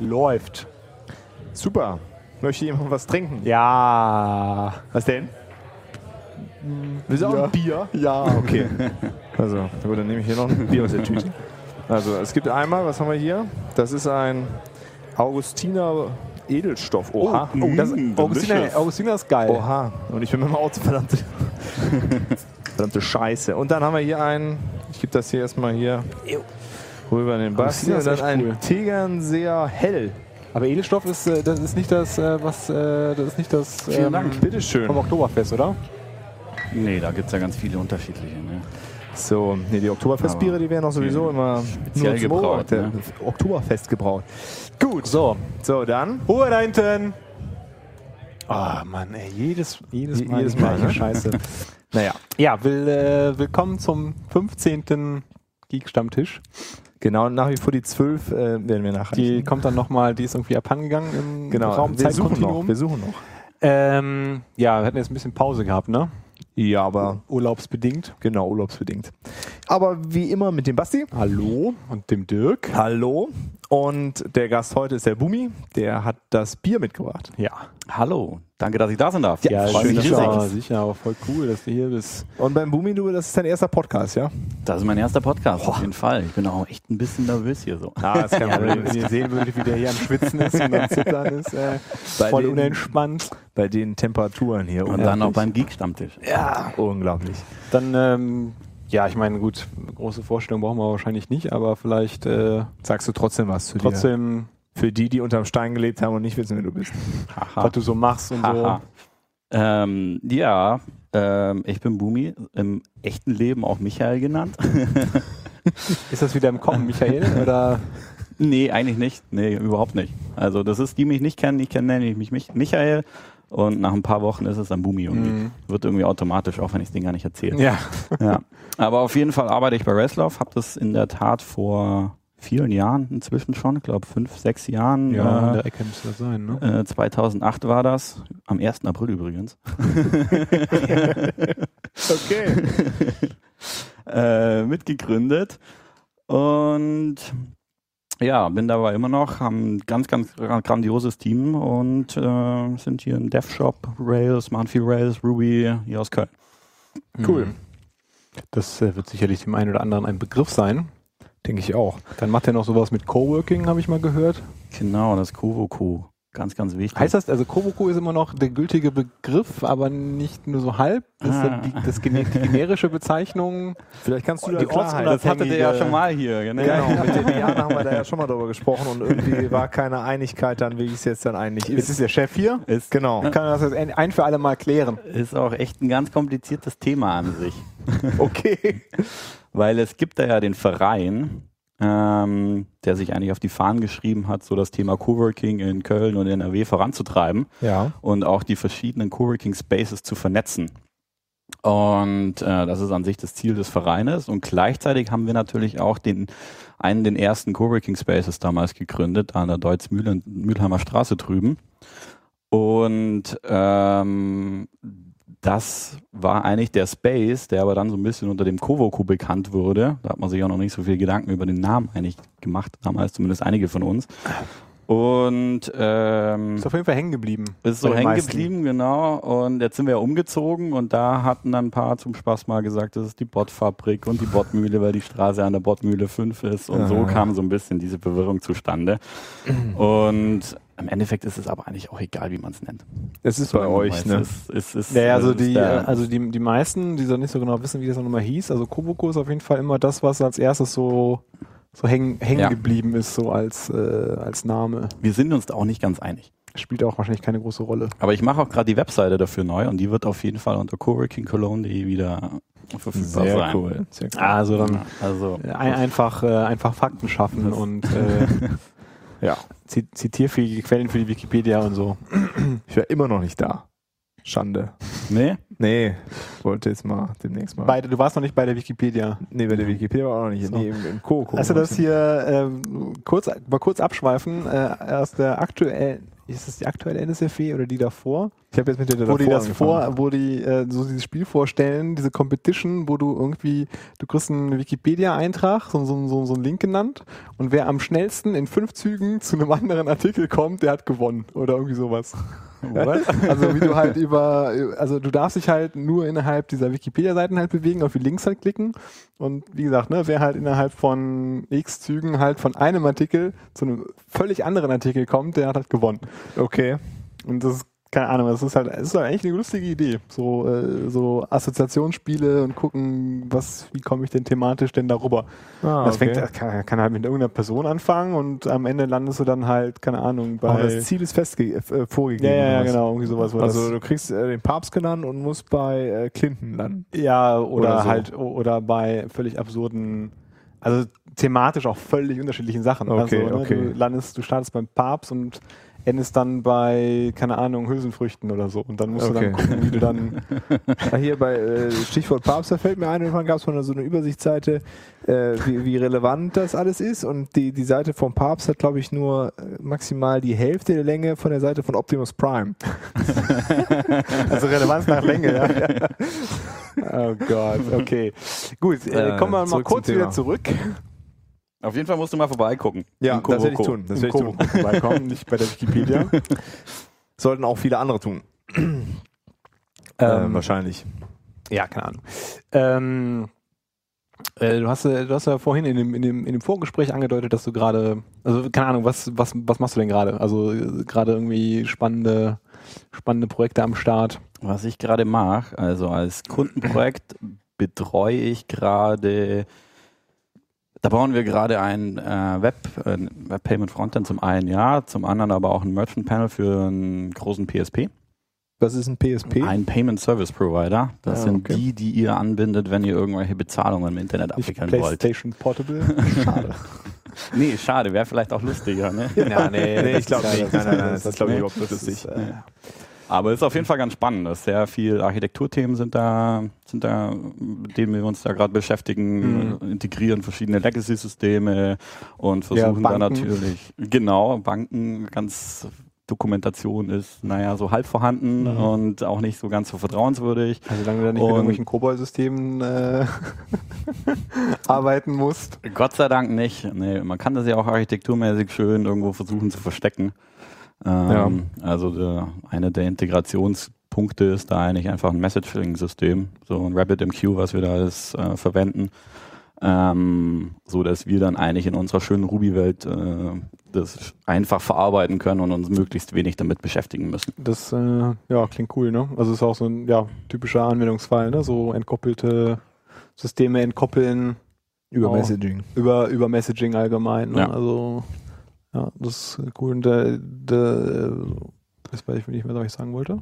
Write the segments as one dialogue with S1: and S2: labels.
S1: Läuft.
S2: Super. Möchte jemand was trinken?
S1: Ja.
S2: Was denn? Willst du auch
S1: Ja.
S2: ein Bier?
S1: Ja.
S2: Okay. Also, gut, dann nehme ich hier noch ein Bier aus der Tüte. Also, es gibt einmal, was haben wir hier? Das ist ein Augustiner Edelstoff. Oha.
S1: Oh, das,
S3: Mm,
S1: Augustiner,
S2: oh,
S3: delicious.
S1: Augustiner ist geil.
S2: Oha. Und ich bin mit dem Auto verdammte, verdammte Scheiße. Und dann haben wir hier einen, ich gebe das hier erstmal hier rüber in den Basti.
S1: Augustiner
S2: Und
S1: ist
S2: dann
S1: echt
S2: ein
S1: cool.
S2: Tegernseer Hell.
S1: Aber Edelstoff ist, äh, das ist nicht das, äh, was, äh, das ist nicht das
S3: Vielen Dank.
S2: Bitteschön.
S1: vom Oktoberfest, oder?
S3: Ähm, Nee, da gibt es ja ganz viele unterschiedliche. Ne?
S2: So, nee, die Oktoberfestbiere, die werden auch sowieso immer
S3: speziell
S2: zum
S3: gebraut,
S2: Oktober-
S3: ne?
S2: Oktoberfest gebraut. Gut. So, so dann.
S1: Ruhe da hinten. Ah, Mann, ey, jedes, jedes
S2: Je-
S1: Mal,
S2: jedes
S1: die
S2: Mal,
S1: gleiche
S2: ne?
S1: Scheiße.
S2: Naja,
S1: ja, will, äh, willkommen zum 15. Geek-Stammtisch.
S2: genau. Nach wie vor die 12 äh, werden wir nachreichen.
S1: Die kommt dann nochmal, die ist irgendwie abhangegangen im um.
S2: genau. Wir suchen noch.
S1: Raumzeitkontinuum.
S2: Wir suchen noch.
S1: Ähm, ja, wir hatten jetzt ein bisschen Pause gehabt, ne?
S2: Ja, aber
S1: Urlaubsbedingt.
S2: genau, urlaubsbedingt. Aber wie immer mit dem Basti.
S1: Hallo und dem Dirk.
S2: Hallo. Und der Gast heute ist der Bumi. Der hat das Bier mitgebracht.
S1: Ja,
S3: Hallo, danke, dass ich da sein darf.
S1: ja
S3: Freut mich
S1: sicher,
S3: riesig.
S1: sicher, aber voll cool, dass du hier bist.
S2: Und beim Bumi, du, das ist dein erster Podcast, ja?
S3: Das ist mein erster Podcast, auf jeden Fall. Ich bin auch echt ein bisschen nervös hier so.
S2: Ah, ist kein Problem.
S1: Wenn ihr sehen würdet, wie der hier am Schwitzen ist und am Zittern ist, äh,
S2: Bei
S1: voll
S2: den-
S1: unentspannt.
S2: Bei den Temperaturen hier.
S3: Und dann noch beim Geek-Stammtisch.
S2: Unglaublich.
S1: Dann, ähm, ja, ich meine, gut, große Vorstellung brauchen wir wahrscheinlich nicht, aber vielleicht äh,
S2: Sagst du trotzdem was zu dir?
S1: trotzdem,
S2: Für die, die unterm Stein gelebt haben und nicht wissen, wer du bist.
S1: was du so machst und so.
S3: Haha. Ähm, ja, ähm, ich bin Bumi, im echten Leben auch Michael genannt.
S1: Ist das wieder im Kommen, Michael? Oder
S3: nee, eigentlich nicht. Nee, überhaupt nicht. Also das ist, die mich nicht kennen, die kennen nämlich mich, mich Michael. Und nach ein paar Wochen ist es dann Bumi irgendwie.
S1: Hm.
S3: Wird irgendwie automatisch, auch wenn ich es denen gar nicht erzähle.
S1: ja.
S3: Ja. Aber auf jeden Fall arbeite ich bei Westlauf, habe das in der Tat vor vielen Jahren inzwischen schon, ich glaube fünf, sechs Jahren.
S1: ja, in
S3: äh,
S1: der Ecke müsste das sein, ne?
S3: Äh, 2008 war das, am 1. April übrigens.
S2: Okay.
S3: äh, mitgegründet und ja, bin dabei immer noch, haben ein ganz, ganz gra- grandioses Team und äh, sind hier im DevShop, Rails, machen viel Rails, Ruby, hier aus Köln.
S2: Cool.
S1: Mhm. Das äh, wird sicherlich dem einen oder anderen ein Begriff sein.
S2: Denke ich auch.
S1: Dann macht er noch sowas mit Coworking, habe ich mal gehört.
S3: Genau, das Kovoku, ganz, ganz wichtig.
S1: Heißt das, also Koboku ist immer noch der gültige Begriff, aber nicht nur so halb. Das ist dann die, das gene- die generische Bezeichnung.
S2: Vielleicht kannst du da
S1: Die
S2: Klarheit.
S1: Ortsunabhängige-
S3: Oh, das hattet ihr ja schon mal hier, genau.
S2: Genau, mit dem Jan haben wir da ja schon mal drüber gesprochen und irgendwie war keine Einigkeit dann, wie es jetzt dann eigentlich ist.
S1: der Chef hier.
S3: Ist,
S2: genau.
S1: Kann er das jetzt ein, ein für alle Mal klären?
S3: ist auch echt ein ganz kompliziertes Thema an sich.
S2: Okay.
S3: Weil es gibt da ja den Verein, ähm, der sich eigentlich auf die Fahnen geschrieben hat, so das Thema Coworking in Köln und NRW voranzutreiben
S2: Ja.
S3: und auch die verschiedenen Coworking Spaces zu vernetzen. Und äh, das ist an sich das Ziel des Vereines. Und gleichzeitig haben wir natürlich auch den einen den ersten Coworking Spaces damals gegründet, an der Deutz-Mühlheimer Straße drüben. Und ähm, das war eigentlich der Space, der aber dann so ein bisschen unter dem Kovoku bekannt wurde. Da hat man sich auch noch nicht so viel Gedanken über den Namen eigentlich gemacht, damals zumindest einige von uns. Und ähm,
S1: Ist auf jeden Fall hängen geblieben.
S3: ist
S1: Bei
S3: so
S1: den
S3: hängen
S1: meisten.
S3: geblieben, genau. Und jetzt sind wir ja umgezogen und da hatten dann ein paar zum Spaß mal gesagt, das ist die Bottfabrik und die Bottmühle, weil die Straße an der Bottmühle 5 ist. Und
S1: Ah.
S3: so kam so ein bisschen diese Verwirrung zustande. Und im Endeffekt ist es aber eigentlich auch egal, wie man es nennt.
S2: Es ist bei
S3: Solange man
S2: euch,
S3: weiß,
S2: ne?
S3: Es, es, es,
S1: Naja, also
S3: es ist
S1: die,
S3: der-
S1: also die, die meisten, die so nicht so genau wissen, wie das nochmal hieß, also Koboku ist auf jeden Fall immer das, was als erstes so, so hängen, hängen
S3: Ja.
S1: geblieben ist, so als, äh, als Name.
S3: wir sind uns da auch nicht ganz einig.
S1: Spielt auch wahrscheinlich keine große Rolle.
S3: Aber ich mache auch gerade die Webseite dafür neu und die wird auf jeden Fall unter coworkingcologne.de wieder verfügbar sein.
S2: cool. Sehr cool.
S1: Also
S3: Ja, Also
S1: Ein, einfach, äh, einfach Fakten schaffen
S3: Das-
S1: und äh,
S2: Ja.
S1: zi- zitierfähige Quellen für die Wikipedia und so.
S2: Ich war immer noch nicht da. Schande.
S3: nee,
S2: Nee, wollte jetzt mal demnächst mal.
S1: Beide, du warst noch nicht bei der Wikipedia. Also
S2: nee, bei der Wikipedia war auch noch nicht.
S1: So.
S2: Nee, im, im Koko.
S1: Hast du das hier ähm, kurz, mal kurz abschweifen äh, aus der aktuellen ist es die aktuelle NSFW oder die davor?
S2: Ich habe jetzt mit der
S1: wo die
S2: davor
S1: das
S2: angefangen.
S1: vor, wo die äh, so dieses Spiel vorstellen, diese Competition, wo du irgendwie, du kriegst einen Wikipedia-Eintrag, so, so, so, so einen Link genannt, und wer am schnellsten in fünf Zügen zu einem anderen Artikel kommt, der hat gewonnen oder irgendwie sowas. also wie du halt über, also du darfst dich halt nur innerhalb dieser Wikipedia-Seiten halt bewegen, auf die Links halt klicken. Und wie gesagt, ne, wer halt innerhalb von X Zügen halt von einem Artikel zu einem völlig anderen Artikel kommt, der hat halt gewonnen.
S2: Okay.
S1: Und das ist, keine Ahnung, das ist halt, das ist halt eigentlich eine lustige Idee. So, äh, so Assoziationsspiele und gucken, was, wie komme ich denn thematisch denn darüber?
S2: Ah,
S1: Das fängt, das kann, kann halt mit irgendeiner Person anfangen und am Ende landest du dann halt, keine Ahnung, bei.
S2: Aber das Ziel ist festge äh,
S1: ja,
S2: vorgegeben.
S1: ja, ja,
S2: oder was?
S1: genau, irgendwie sowas. wo das-
S2: Also du kriegst äh, den Papst genannt und musst bei äh, Clinton landen.
S1: Ja, oder,
S2: Oder so.
S1: halt, o- oder bei völlig absurden, also thematisch auch völlig unterschiedlichen Sachen.
S2: Okay,
S1: also,
S2: okay.
S1: Du landest, du startest beim Papst und endest dann bei, keine Ahnung, Hülsenfrüchten oder so. Und dann musst
S2: Okay.
S1: du dann gucken, wie du dann.
S2: Ah, Hier bei äh, Stichwort Papst, da fällt mir ein, irgendwann gab es mal so eine Übersichtsseite, äh, wie, wie relevant das alles ist. Und die, die Seite vom Papst hat, glaube ich, nur äh, maximal die Hälfte der Länge von der Seite von Optimus Prime.
S1: Also Relevanz nach Länge, ja. Oh Gott, okay. Gut, äh,
S3: Äh,
S1: kommen wir mal
S2: zurück
S1: kurz
S2: zum
S1: wieder
S2: Thema.
S1: zurück.
S3: Auf jeden Fall musst du mal vorbeigucken. Im Koroko.
S1: Im
S2: Das werde ich tun.
S1: Koroko vorbeikommen, nicht bei der Wikipedia.
S2: Sollten auch viele andere tun.
S1: Ähm,
S2: wahrscheinlich.
S1: Ja, keine Ahnung. Ähm, äh, du, hast, äh, du hast ja vorhin in dem, in, dem, in dem Vorgespräch angedeutet, dass du gerade, also keine Ahnung, was, was, was machst du denn gerade? Also äh, gerade irgendwie spannende, spannende Projekte am Start.
S3: Was ich gerade mache, also als Kundenprojekt betreue ich gerade, da bauen wir gerade ein äh, Web, äh, Web Payment Frontend zum einen Jahr, zum anderen aber auch ein Merchant Panel für einen großen PSP.
S2: Was ist ein PSP?
S3: Ein Payment Service Provider. Das
S2: Ah,
S3: sind
S2: okay.
S3: die, die ihr anbindet, wenn ihr irgendwelche Bezahlungen im Internet abwickeln wollt.
S1: PlayStation Portable. Schade.
S3: Nee, schade, wäre vielleicht auch lustiger, ne?
S1: ja, nee,
S2: Nee,
S1: das
S2: ich glaube
S1: ist-
S2: nicht. Nein, nein, nein, das ist, glaube ich,
S3: nee,
S2: überhaupt nicht lustig.
S1: äh,
S3: Aber ist auf jeden Fall ganz spannend. dass Sehr viel Architekturthemen sind da, sind da, mit denen wir uns da gerade beschäftigen,
S1: Mhm.
S3: integrieren verschiedene Legacy-Systeme und versuchen
S1: Ja,
S3: da
S1: Banken.
S3: natürlich, genau, Banken ganz Dokumentation ist, naja, so halb vorhanden
S1: Mhm.
S3: und auch nicht so ganz so vertrauenswürdig.
S1: Also solange du da nicht
S3: Und-
S1: mit irgendwelchen Kobol-Systemen äh, arbeiten musst.
S3: Gott sei Dank nicht. Nee, man kann das ja auch architekturmäßig schön irgendwo versuchen zu verstecken. Ähm, Also der, einer der Integrationspunkte ist da eigentlich einfach ein Messaging-System, so ein RabbitMQ, was wir da alles äh, verwenden, ähm, so dass wir dann eigentlich in unserer schönen Ruby-Welt äh, das einfach verarbeiten können und uns möglichst wenig damit beschäftigen müssen.
S1: Das äh, ja, klingt cool, ne? Also ist auch so ein ja, typischer Anwendungsfall, ne? So entkoppelte Systeme entkoppeln.
S2: Über
S1: Oh.
S2: Messaging.
S1: über, über Messaging allgemein. Ne?
S3: Ja.
S1: Also, ja, das ist cool. Und da, da, das weiß ich nicht mehr, was ich sagen wollte.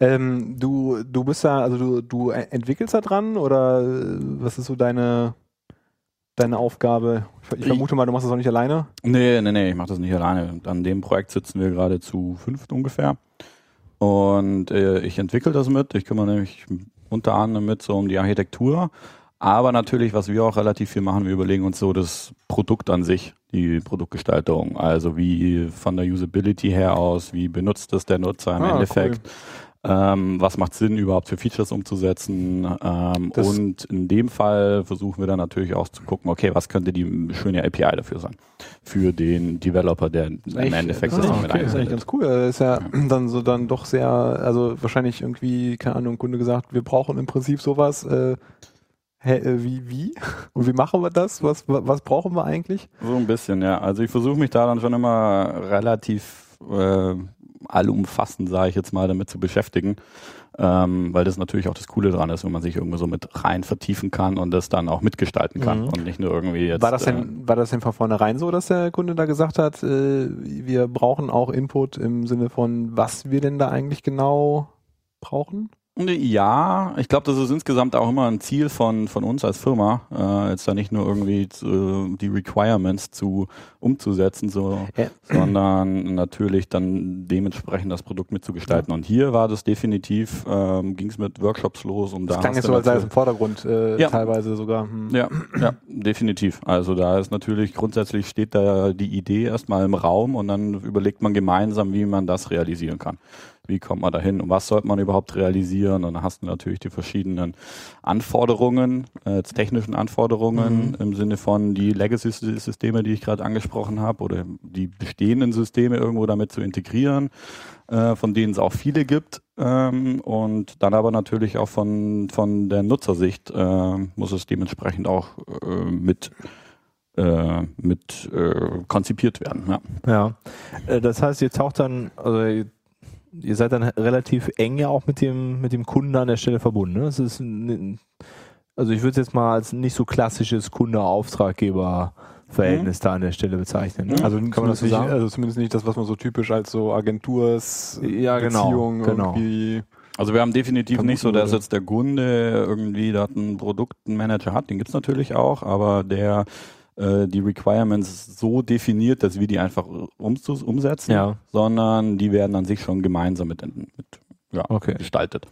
S1: Ähm, du, du bist da, also du, du entwickelst da dran oder äh, was ist so deine, deine Aufgabe? Ich, ver- ich
S3: Ich-
S1: vermute mal, du machst das auch nicht alleine.
S3: Nee, nee, nee, ich mache das nicht alleine. An dem Projekt sitzen wir gerade zu fünft ungefähr. Und äh, ich entwickle das mit. Ich kümmere mich unter anderem mit so um die Architektur. Aber natürlich, was wir auch relativ viel machen, wir überlegen uns so das Produkt an sich, die Produktgestaltung. Also wie von der Usability her aus, wie benutzt es der Nutzer im
S1: Ah,
S3: Endeffekt? Ähm, was macht Sinn überhaupt für Features umzusetzen? Ähm,
S1: Das-
S3: und in dem Fall versuchen wir dann natürlich auch zu gucken, okay, was könnte die schöne API dafür sein? Für den Developer, der im Endeffekt
S1: das ist, echt- Ah,
S3: das Ding
S1: okay,
S3: mit
S1: das ist eigentlich
S3: einbindet.
S1: ganz cool. Das ist ja dann so dann doch sehr, also wahrscheinlich irgendwie, keine Ahnung, Kunde gesagt, wir brauchen im Prinzip sowas. Äh, hä, äh, wie, wie? Und wie machen wir das? Was, wa- was brauchen wir eigentlich?
S3: So ein bisschen, ja. Also ich versuche mich da dann schon immer relativ äh, allumfassend, sage ich jetzt mal, damit zu beschäftigen. Ähm, weil das natürlich auch das Coole dran ist, wenn man sich irgendwo so mit rein vertiefen kann und das dann auch mitgestalten kann
S1: Mhm.
S3: und nicht nur irgendwie jetzt.
S1: war, das
S3: äh,
S1: denn, war das denn von vornherein so, dass der Kunde da gesagt hat, äh, wir brauchen auch Input im Sinne von, was wir denn da eigentlich genau brauchen?
S3: Ja, ich glaube, das ist insgesamt auch immer ein Ziel von, von uns als Firma, äh, jetzt da nicht nur irgendwie zu, die Requirements zu umzusetzen, so,
S1: Ja.
S3: sondern natürlich dann dementsprechend das Produkt mitzugestalten. Und hier war das definitiv, ähm, ging es mit Workshops los und da
S1: Das klang
S3: hast
S1: jetzt
S3: du
S1: so, als sei es im
S3: natürlich-
S1: Vordergrund äh,
S3: Ja.
S1: teilweise sogar. Hm.
S3: ja, ja, definitiv. Also da ist natürlich grundsätzlich steht da die Idee erstmal im Raum und dann überlegt man gemeinsam, wie man das realisieren kann. Wie kommt man dahin und was sollte man überhaupt realisieren? Und dann hast du natürlich die verschiedenen Anforderungen, äh, technischen Anforderungen im Sinne von die Legacy-Systeme, die ich gerade angesprochen habe, oder die bestehenden Systeme irgendwo damit zu integrieren äh, von denen es auch viele gibt. Ähm, und dann aber natürlich auch von, von der Nutzersicht äh, muss es dementsprechend auch äh, mit, äh, mit äh, konzipiert werden. Ja.
S2: Ja. Äh, Das heißt, ihr taucht dann, also ihr- ihr seid dann relativ eng ja auch mit dem, mit dem Kunden an der Stelle verbunden. Ne? Das ist ein, also ich würde es jetzt mal als nicht so klassisches Kunde-Auftraggeber-Verhältnis da an der Stelle bezeichnen. Ne?
S3: Mhm.
S1: Also,
S2: Mhm. kann man das so
S1: nicht,
S2: sagen?
S1: also zumindest nicht das, was man so typisch als so Agenturs
S2: Ja, genau,
S1: Beziehung
S2: genau.
S1: irgendwie.
S3: Also wir haben definitiv
S2: Vermuten
S3: nicht so, dass
S2: würde.
S3: jetzt der Kunde irgendwie da einen Produktmanager hat, den gibt's natürlich auch, aber der äh, die Requirements so definiert, dass wir die einfach umzus- umsetzen,
S2: Ja.
S3: sondern die werden an sich schon gemeinsam mit, mit ja,
S2: Okay.
S3: gestaltet.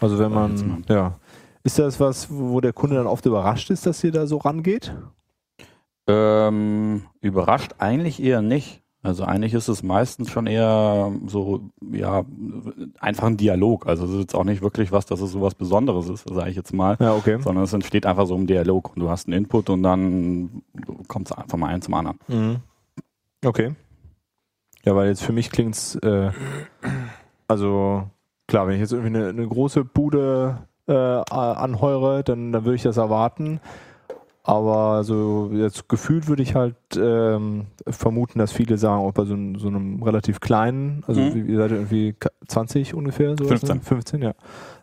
S2: Also wenn
S3: Sag ich
S2: man, ja. Ist das was, wo der Kunde dann oft überrascht ist, dass ihr da so rangeht?
S3: Ähm, überrascht eigentlich eher nicht. Also eigentlich ist es meistens schon eher so, ja, einfach ein Dialog. Also es ist jetzt auch nicht wirklich was, dass es sowas Besonderes ist, sage ich jetzt mal.
S2: Ja, okay.
S3: Sondern es entsteht einfach so ein Dialog und du hast einen Input und dann kommt es einfach mal ein zum anderen.
S2: Mhm. Okay. Ja, weil jetzt für mich klingt's äh, also klar, wenn ich jetzt irgendwie eine, eine große Bude äh, a- anheure, dann, dann würde ich das erwarten. Aber so jetzt gefühlt würde ich halt ähm, vermuten, dass viele sagen, auch bei so, einem- so einem relativ kleinen, also
S3: Mhm.
S2: wie ihr seid irgendwie ka- 20 ungefähr, so
S3: 15.
S2: 15, ja.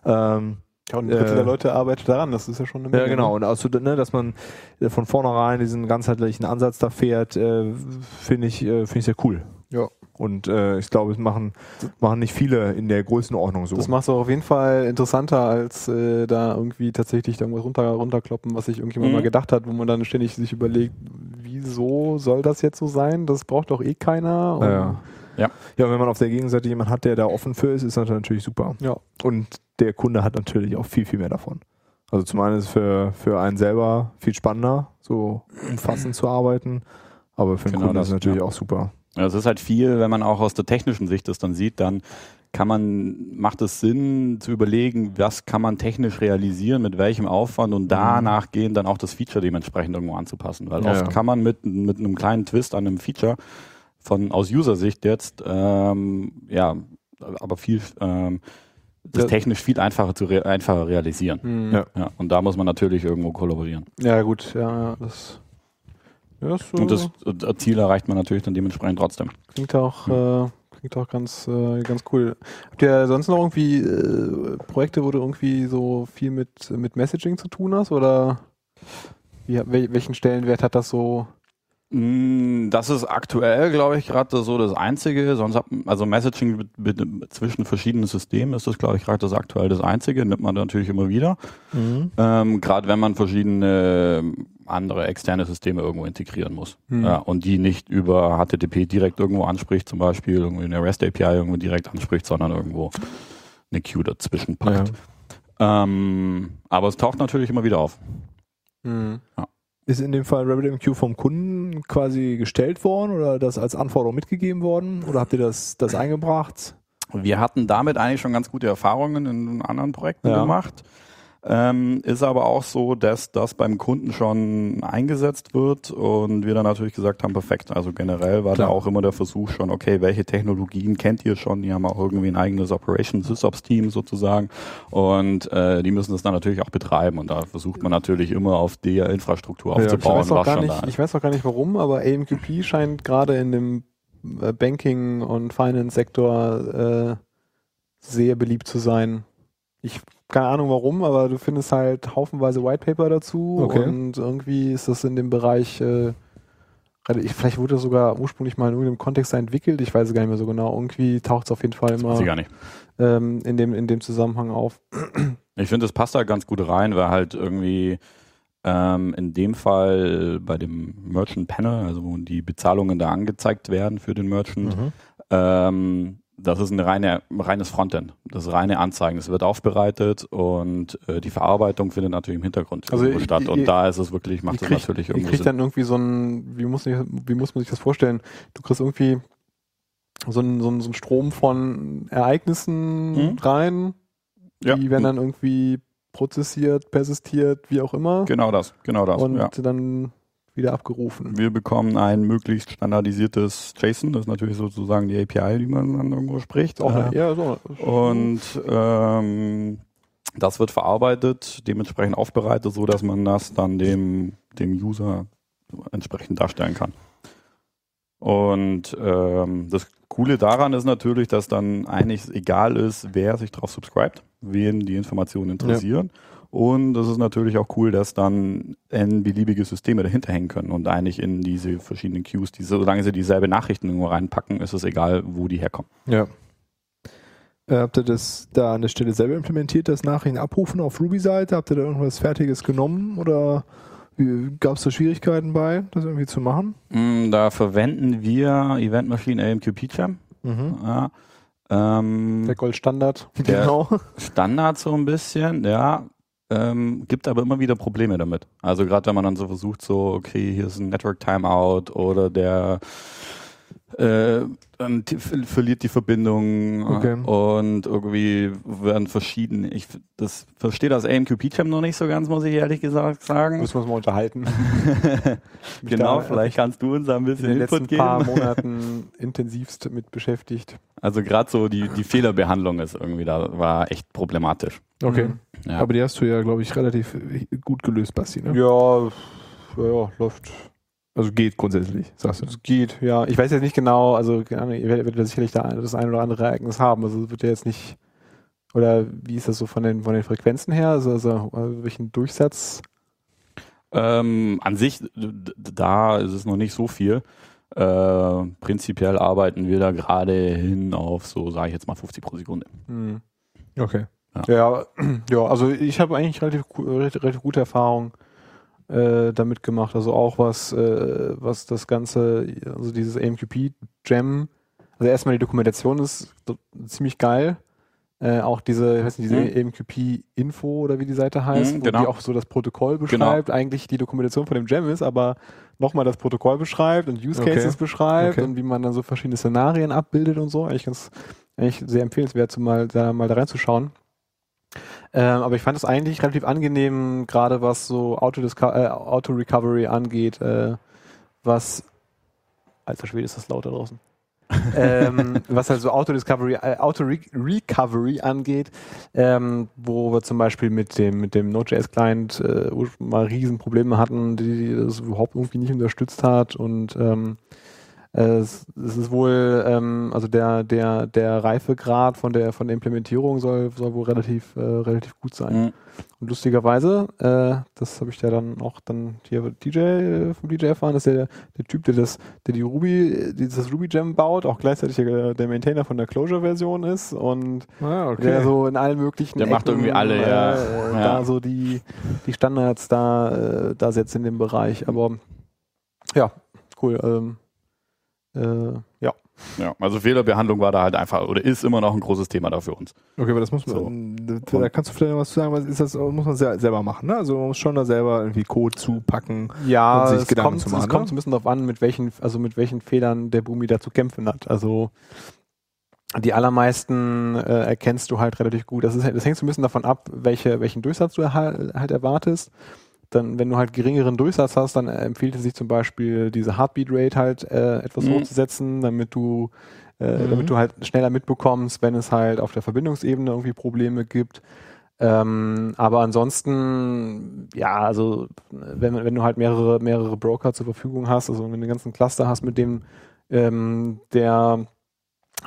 S2: Ähm,
S1: Ja, und ein Drittel
S2: Äh,
S1: der Leute arbeitet daran, das ist ja schon eine
S2: ja, genau. Und also, ne, dass man äh, von vornherein diesen ganzheitlichen Ansatz da fährt, äh, finde ich, äh, finde ich sehr cool.
S1: Ja.
S2: Und äh, ich glaube, es machen, machen nicht viele in der Größenordnung so.
S1: Das macht es auch auf jeden Fall interessanter, als äh, da irgendwie tatsächlich da irgendwas runter, runterkloppen, was sich irgendjemand
S3: Mhm.
S1: mal gedacht hat, wo man dann ständig sich überlegt, wieso soll das jetzt so sein? Das braucht doch eh keiner. Und
S2: ja.
S3: Ja.
S2: ja, und wenn man auf der Gegenseite jemanden hat, der da offen für ist, ist das natürlich super.
S1: Ja.
S2: Und der Kunde hat natürlich auch viel, viel mehr davon. Also zum einen ist es für, für einen selber viel spannender, so umfassend zu arbeiten, aber für den
S3: Genau
S2: Kunden ist
S3: das,
S2: es natürlich
S3: ja.
S2: auch super.
S3: Ja, es ist halt viel, wenn man auch aus der technischen Sicht das dann sieht, dann kann man, macht es Sinn zu überlegen, was kann man technisch realisieren, mit welchem Aufwand und danach gehen dann auch das Feature dementsprechend irgendwo anzupassen. Weil
S2: Ja,
S3: oft
S2: ja.
S3: kann man mit, mit einem kleinen Twist an einem Feature von aus User-Sicht jetzt, ähm, ja, aber viel, ähm, das
S1: Ja.
S3: technisch viel einfacher zu rea- einfacher realisieren.
S1: Hm.
S2: Ja.
S3: Ja, und da muss man natürlich irgendwo kollaborieren.
S1: ja, gut, ja, das, ja, das, äh,
S3: Und das, das Ziel erreicht man natürlich dann dementsprechend trotzdem.
S1: Klingt auch, äh, klingt auch ganz, äh, ganz cool. Habt ihr sonst noch irgendwie äh, Projekte, wo du irgendwie so viel mit, mit Messaging zu tun hast? Oder wie, wel- welchen Stellenwert hat das so?
S3: Mm, Das ist aktuell, glaube ich, gerade so das Einzige. Sonst hat, also Messaging mit- mit- zwischen verschiedenen Systemen ist das, glaube ich, gerade das aktuell das Einzige. Nimmt man natürlich immer wieder. Ähm, gerade wenn man verschiedene ähm, andere externe Systeme irgendwo integrieren muss.
S1: Hm.
S3: Ja, und die nicht über HTTP direkt irgendwo anspricht, zum Beispiel irgendwie eine REST API irgendwo direkt anspricht, sondern irgendwo eine Queue dazwischen packt. Ähm, aber es taucht natürlich immer wieder auf.
S1: Hm.
S2: Ist in dem Fall RabbitMQ vom Kunden quasi gestellt worden oder das als Anforderung mitgegeben worden? Oder habt ihr das, das eingebracht?
S3: Wir hatten damit eigentlich schon ganz gute Erfahrungen in anderen Projekten
S2: Ja.
S3: gemacht. Ähm, ist aber auch so, dass das beim Kunden schon eingesetzt wird und wir dann natürlich gesagt haben, perfekt. Also generell war
S2: Klar.
S3: da auch immer der Versuch schon, okay, welche Technologien kennt ihr schon? Die haben auch irgendwie ein eigenes Operations SysOps Team sozusagen und äh, die müssen das dann natürlich auch betreiben und da versucht man natürlich immer auf die Infrastruktur
S1: Ich
S2: Ja,
S1: weiß,
S3: aufzubauen,
S1: auch
S3: was
S1: gar
S3: schon da
S1: nicht,
S3: ist.
S1: ich weiß auch gar nicht warum, aber AMQP scheint gerade in dem äh, Banking- und Finance-Sektor äh, sehr beliebt zu sein. Ich keine Ahnung warum, aber du findest halt haufenweise Whitepaper dazu
S2: Okay.
S1: und irgendwie ist das in dem Bereich äh, Also ich, vielleicht wurde das sogar ursprünglich mal in irgendeinem Kontext entwickelt, ich weiß es gar nicht mehr so genau. Irgendwie taucht es auf jeden Fall
S3: Weiß ich
S1: immer
S3: gar nicht.
S1: ähm, in, dem, in dem Zusammenhang auf.
S3: Ich finde, das passt da ganz gut rein, weil halt irgendwie ähm, in dem Fall bei dem Merchant Panel, also wo die Bezahlungen da angezeigt werden für den Merchant,
S1: Mhm.
S3: Ähm, das ist ein reine, reines Frontend. Das ist reine Anzeigen. Das wird aufbereitet und äh, die Verarbeitung findet natürlich im Hintergrund
S1: Also
S3: irgendwo
S1: ihr-
S3: statt. und
S1: ihr-
S3: da ist es wirklich, macht
S1: ihr
S3: es
S1: kriegt-
S3: natürlich
S1: Ihr
S3: irgendwo
S1: kriegt
S3: Sinn.
S1: dann irgendwie so ein, wie muss, ich, wie muss man sich das vorstellen? Du kriegst irgendwie so einen, so einen, so einen Strom von Ereignissen
S3: Mhm.
S1: rein,
S3: Ja.
S1: die werden dann irgendwie prozessiert, persistiert, wie auch immer.
S3: Genau das, genau das.
S1: und
S3: ja.
S1: dann wieder abgerufen.
S3: Wir bekommen ein möglichst standardisiertes JSON. Das ist natürlich sozusagen die API, die man dann irgendwo spricht. Äh,
S1: ja, so.
S3: Und ähm, das wird verarbeitet, dementsprechend aufbereitet, so dass man das dann dem, dem User entsprechend darstellen kann. Und ähm, das Coole daran ist natürlich, dass dann eigentlich egal ist, wer sich drauf subscribt, wen die Informationen interessieren. Und das ist natürlich auch cool, dass dann n beliebige Systeme dahinter hängen können und eigentlich in diese verschiedenen Queues, die, solange sie dieselbe Nachrichten irgendwo reinpacken, ist es egal, wo die herkommen.
S2: Ja. Äh, habt ihr das da an der Stelle selber implementiert, das Nachrichten abrufen auf Ruby-Seite? Habt ihr da irgendwas Fertiges genommen oder gab es da Schwierigkeiten bei, das irgendwie zu machen?
S3: Mm, Da verwenden wir Event Machine AMQP Jam.
S2: Mhm.
S3: Ja. Ähm,
S1: der Goldstandard.
S3: Der-
S2: Genau.
S3: Standard so ein bisschen, ja. Ähm, gibt aber immer wieder Probleme damit. Also gerade wenn man dann so versucht, so, okay, hier ist ein Network Timeout oder der äh, dann t- ver- verliert die Verbindung
S2: Okay.
S3: und irgendwie werden verschieden. Ich f- das verstehe das AMQP-Jam noch nicht so ganz, muss ich ehrlich gesagt sagen.
S1: Müssen wir uns mal unterhalten. Mich
S3: genau,
S1: da
S3: vielleicht kannst du uns da ein
S1: in
S3: bisschen
S1: den
S3: Input
S1: letzten
S3: geben.
S1: paar Monaten intensivst mit beschäftigt.
S3: Also gerade so die, die Fehlerbehandlung ist irgendwie da, war echt problematisch.
S2: Okay.
S1: Mhm.
S3: Ja.
S2: Aber die hast du ja, glaube ich, relativ äh, gut gelöst, Basti. Ne?
S1: Ja, ja, ja, läuft.
S2: Also geht grundsätzlich, sagst du.
S1: Es geht, ja. Ich weiß jetzt nicht genau, also keine Ahnung, ihr werdet werdet ja sicherlich da das ein oder andere Ereignis haben. Also es wird ja jetzt nicht, oder wie ist das so von den, von den Frequenzen her? Also, also äh, welchen Durchsatz?
S3: ähm, an sich, d- d- da ist es noch nicht so viel. Äh, prinzipiell arbeiten wir da gerade hin auf so, sage ich jetzt mal, 50 pro Sekunde.
S1: Hm.
S2: Okay.
S1: Ja, ja, also ich habe eigentlich relativ, gu- relativ, relativ gute Erfahrungen äh, damit gemacht. Also auch was, äh, was das Ganze, also dieses AMQP-Jam, also erstmal die Dokumentation ist do- ziemlich geil. Äh, auch diese, ich weiß nicht, diese AMQP-Info oder wie die Seite heißt,
S3: Mhm,
S1: wo die
S3: genau.
S1: auch so das Protokoll beschreibt, eigentlich die Dokumentation von dem Jam ist, aber nochmal das Protokoll beschreibt und Use
S2: Okay.
S1: Cases beschreibt
S2: Okay.
S1: und wie man dann so verschiedene Szenarien abbildet und so. Eigentlich ganz, eigentlich sehr empfehlenswert, so mal da mal da reinzuschauen. Ähm, aber ich fand es eigentlich relativ angenehm, gerade was so Auto-Disco- äh, Auto-Recovery angeht, äh, was alter Schwede ist das laut da draußen. ähm, was also Auto-Discovery, äh, Auto-Recovery angeht, ähm, wo wir zum Beispiel mit dem, mit dem Node.js-Client äh, ur- mal Riesenprobleme hatten, die das überhaupt irgendwie nicht unterstützt hat und ähm, es, es ist wohl, ähm, also der, der, der Reifegrad von der, von der Implementierung soll, soll wohl relativ, äh, relativ gut sein.
S3: Mhm.
S1: Und lustigerweise, äh, das habe ich ja dann auch dann hier DJ äh, vom DJ erfahren, dass der, der Typ, der das, der die Ruby, äh, dieses Ruby Gem baut, auch gleichzeitig äh, der Maintainer von der Closure-Version ist und
S2: Ah, okay.
S1: der so in allen möglichen.
S3: Der macht irgendwie alle, ja.
S1: Äh,
S3: Ja.
S1: Da so die, die Standards da, äh, da setzt in dem Bereich. Aber ja, cool. Ähm, äh, ja.
S3: Ja, also Fehlerbehandlung war da halt einfach oder ist immer noch ein großes Thema da für uns.
S2: Okay, aber das muss man, da da kannst du vielleicht noch was zu sagen, was ist das, muss man se- selber machen, ne? Also man muss schon da selber irgendwie Code zupacken.
S1: Ja,
S2: Und sich
S1: es,
S2: Gedanken
S1: kommt,
S2: zu
S1: es
S2: machen,
S1: kommt
S2: ne?
S1: so ein bisschen darauf an, mit welchen, also mit welchen Fehlern der Bumi da zu kämpfen hat. Also die allermeisten äh, erkennst du halt relativ gut. Das, ist, halt- das hängt so ein bisschen davon ab, welche, welchen Durchsatz du halt, halt erwartest. Dann, wenn du halt geringeren Durchsatz hast, dann äh, empfiehlt es sich zum Beispiel, diese Heartbeat Rate halt äh, etwas
S3: Mhm.
S1: hochzusetzen, damit du, äh,
S2: Mhm.
S1: damit du halt schneller mitbekommst, wenn es halt auf der Verbindungsebene irgendwie Probleme gibt. Ähm, aber ansonsten, ja, also wenn, wenn du halt mehrere, mehrere Broker zur Verfügung hast, also wenn du einen ganzen Cluster hast, mit dem ähm, der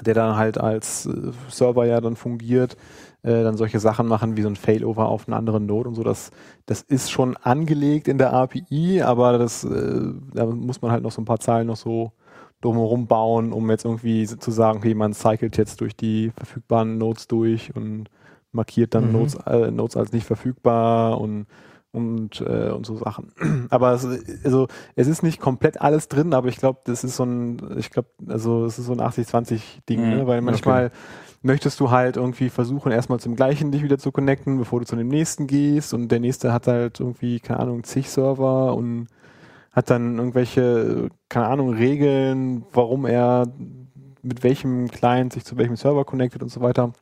S1: der dann halt als äh, Server ja dann fungiert, äh, dann solche Sachen machen wie so ein Failover auf einen anderen Node und so. Das, das ist schon angelegt in der API, aber das, äh, da muss man halt noch so ein paar Zahlen noch so drumherum bauen, um jetzt irgendwie so zu sagen, okay, man cycelt jetzt durch die verfügbaren Nodes durch und markiert dann
S2: Mhm.
S1: Nodes, äh, Nodes als nicht verfügbar und und, äh, und so Sachen. Aber es, also, es ist nicht komplett alles drin, aber ich glaube, das ist so ein, ich glaube, also es ist so ein 80-20-Ding,
S3: Mhm,
S1: ne? weil manchmal möchtest du halt irgendwie versuchen, erstmal zum gleichen dich wieder zu connecten, bevor du zu dem nächsten gehst und der nächste hat halt irgendwie, keine Ahnung, zig Server und hat dann irgendwelche, keine Ahnung, Regeln, warum er mit welchem Client sich zu welchem Server connectet und so weiter.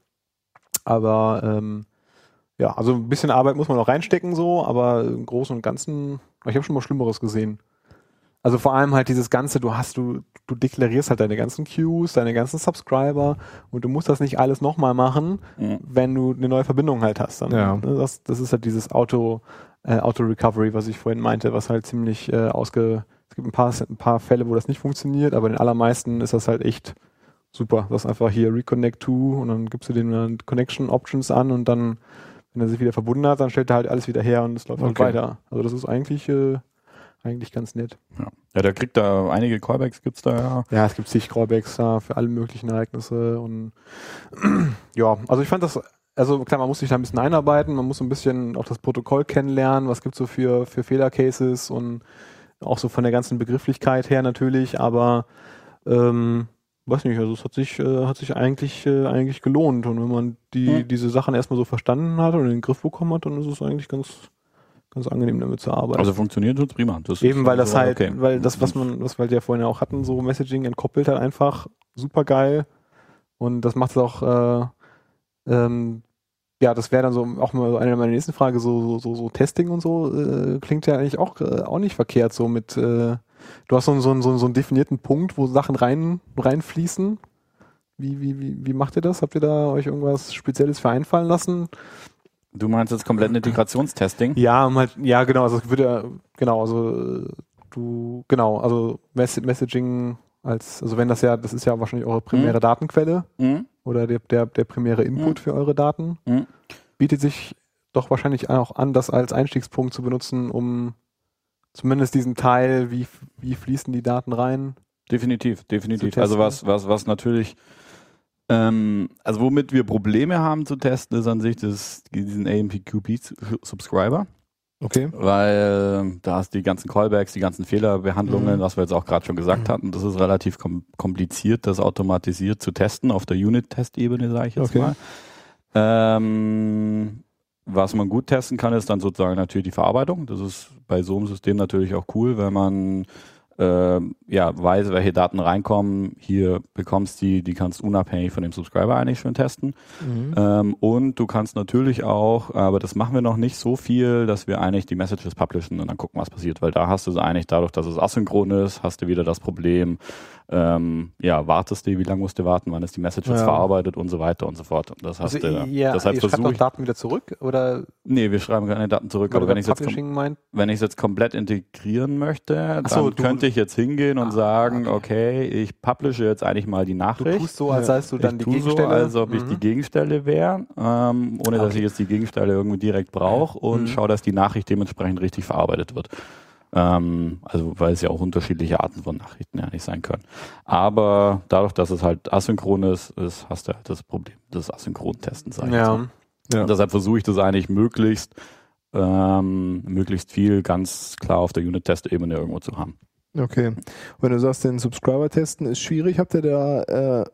S1: Aber ähm, ja, also ein bisschen Arbeit muss man noch reinstecken so, aber im Großen und Ganzen, ich habe schon mal Schlimmeres gesehen. Also vor allem halt dieses Ganze, du hast, du, du deklarierst halt deine ganzen Queues, deine ganzen Subscriber und du musst das nicht alles nochmal machen,
S3: Mhm.
S1: wenn du eine neue Verbindung halt hast. Dann,
S2: Ja.
S1: ne? das, das ist halt dieses Auto, äh, Auto-Recovery, was ich vorhin meinte, was halt ziemlich äh, ausge... Es gibt ein paar, ein paar Fälle, wo das nicht funktioniert, aber in den allermeisten ist das halt echt super. Das ist einfach hier Reconnect to und dann gibst du dem dann Connection Options an und dann, wenn er sich wieder verbunden hat, dann stellt er halt alles wieder her und es läuft halt
S3: Okay.
S1: weiter. Also das ist eigentlich, äh, eigentlich ganz nett.
S3: Ja, da kriegt da einige Callbacks, gibt's da ja.
S1: Ja, es gibt zig Callbacks da für alle möglichen Ereignisse und ja, also ich fand das, also klar, man muss sich da ein bisschen einarbeiten, man muss so ein bisschen auch das Protokoll kennenlernen, was gibt's so für, für Fehlercases und auch so von der ganzen Begrifflichkeit her natürlich, aber ähm, weiß nicht, also es hat sich, äh, hat sich eigentlich, äh, eigentlich gelohnt und wenn man die,
S3: Hm.
S1: diese Sachen erstmal so verstanden hat und in den Griff bekommen hat, dann ist es eigentlich ganz, ganz angenehm damit zu arbeiten.
S3: Also funktioniert tut's prima. Das ist
S1: Eben weil das halt,
S3: soweit okay.
S1: weil das, was man, was wir halt ja vorhin ja auch hatten, so Messaging entkoppelt halt einfach super geil. Und das macht es auch, äh, ähm, ja, das wäre dann so auch mal so eine meiner nächsten Frage, so, so, so, so Testing und so, äh, klingt ja eigentlich auch, äh, auch nicht verkehrt, so mit, äh, du hast so, einen- so, einen- so, einen- so einen definierten Punkt, wo Sachen rein, reinfließen. Wie, wie, wie, wie macht ihr das? Habt ihr da euch irgendwas Spezielles für einfallen lassen?
S3: Du meinst jetzt komplett ein Integrationstesting?
S1: Ja, um halt, ja, genau, also es würde ja- genau, also äh, du, genau, also Mess Messaging als, also wenn das ja, das ist ja wahrscheinlich eure
S3: Hm.
S1: primäre Datenquelle
S3: Mhm.
S1: oder der, der, der primäre
S3: Hm.
S1: Input für eure Daten,
S3: Mhm.
S1: bietet sich doch wahrscheinlich auch an, das als Einstiegspunkt zu benutzen, um zumindest diesen Teil, wie, wie fließen die Daten rein?
S3: Definitiv, definitiv.
S1: testen.
S3: Also was, was, was natürlich, ähm, also womit wir Probleme haben zu testen, ist an sich das, diesen AMPQP-Subscriber,
S2: Okay.
S3: weil äh, da hast du die ganzen Callbacks, die ganzen Fehlerbehandlungen,
S2: Mhm.
S3: was wir jetzt auch gerade schon gesagt hatten, das ist relativ kom kompliziert, das automatisiert zu testen, auf der Unit-Test-Ebene, sage ich jetzt
S2: Okay.
S3: mal. Ähm, was man gut testen kann, ist dann sozusagen natürlich die Verarbeitung. Das ist bei so einem System natürlich auch cool, wenn man ähm, ja, weiß, welche Daten reinkommen. Hier bekommst du die, die kannst du unabhängig von dem Subscriber eigentlich schon testen.
S2: Mhm.
S3: Ähm, und du kannst natürlich auch, aber das machen wir noch nicht so viel, dass wir eigentlich die Messages publishen und dann gucken, was passiert, weil da hast du es eigentlich dadurch, dass es asynchron ist, hast du wieder das Problem, ähm, ja, wartest du, wie lange musst du warten, wann ist die Messages
S1: Ja. Also
S3: verarbeitet und so weiter und so fort. Und das hast du. deshalb
S1: ihr schreibt
S3: versuche
S1: doch
S3: ich.
S1: Daten wieder zurück oder,
S3: Nee, wir schreiben keine Daten zurück, aber
S1: oder
S3: wenn ich es jetzt, kom
S1: Publishing meint?
S3: wenn ich's jetzt komplett integrieren möchte, dann
S1: Ach so, du-
S3: könnte ich jetzt hingehen und
S1: Ah,
S3: sagen, okay. ich publishe jetzt eigentlich mal die
S1: Du
S3: Nachricht.
S1: tust so, als
S2: Ja.
S1: seist du dann
S3: ich
S1: die
S3: tue
S1: Gegenstelle.
S3: so, als ob ich
S1: Mhm.
S3: die Gegenstelle wäre, ähm, ohne dass
S1: Okay.
S3: ich jetzt die Gegenstelle irgendwie direkt brauche und
S1: Mhm.
S3: schaue, dass die Nachricht dementsprechend richtig verarbeitet wird. Ähm, also weil es ja auch unterschiedliche Arten von Nachrichten ja nicht sein können. Aber dadurch, dass es halt asynchron ist, ist hast du halt das Problem des asynchronen Testens. sag ich jetzt mal.
S1: ja.
S2: Ja.
S3: Und deshalb versuche ich das eigentlich möglichst, ähm, möglichst viel ganz klar auf der Unit-Test-Ebene irgendwo zu haben.
S2: Okay. Wenn du sagst, den Subscriber testen ist schwierig, habt ihr da äh,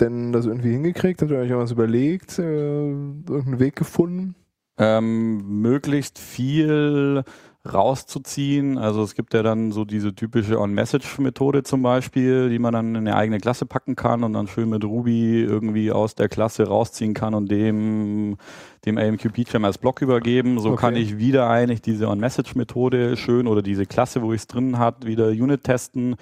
S2: denn das irgendwie hingekriegt? Habt ihr euch irgendwas überlegt? Äh, irgendeinen Weg gefunden?
S3: Ähm, möglichst viel rauszuziehen. Also es gibt ja dann so diese typische On-Message-Methode zum Beispiel, die man dann in eine eigene Klasse packen kann und dann schön mit Ruby irgendwie aus der Klasse rausziehen kann und dem, dem AMQP-Jam als Block übergeben. So
S2: Okay.
S3: kann ich wieder eigentlich diese On-Message-Methode schön oder diese Klasse, wo ich es drin hat, wieder Unit testen.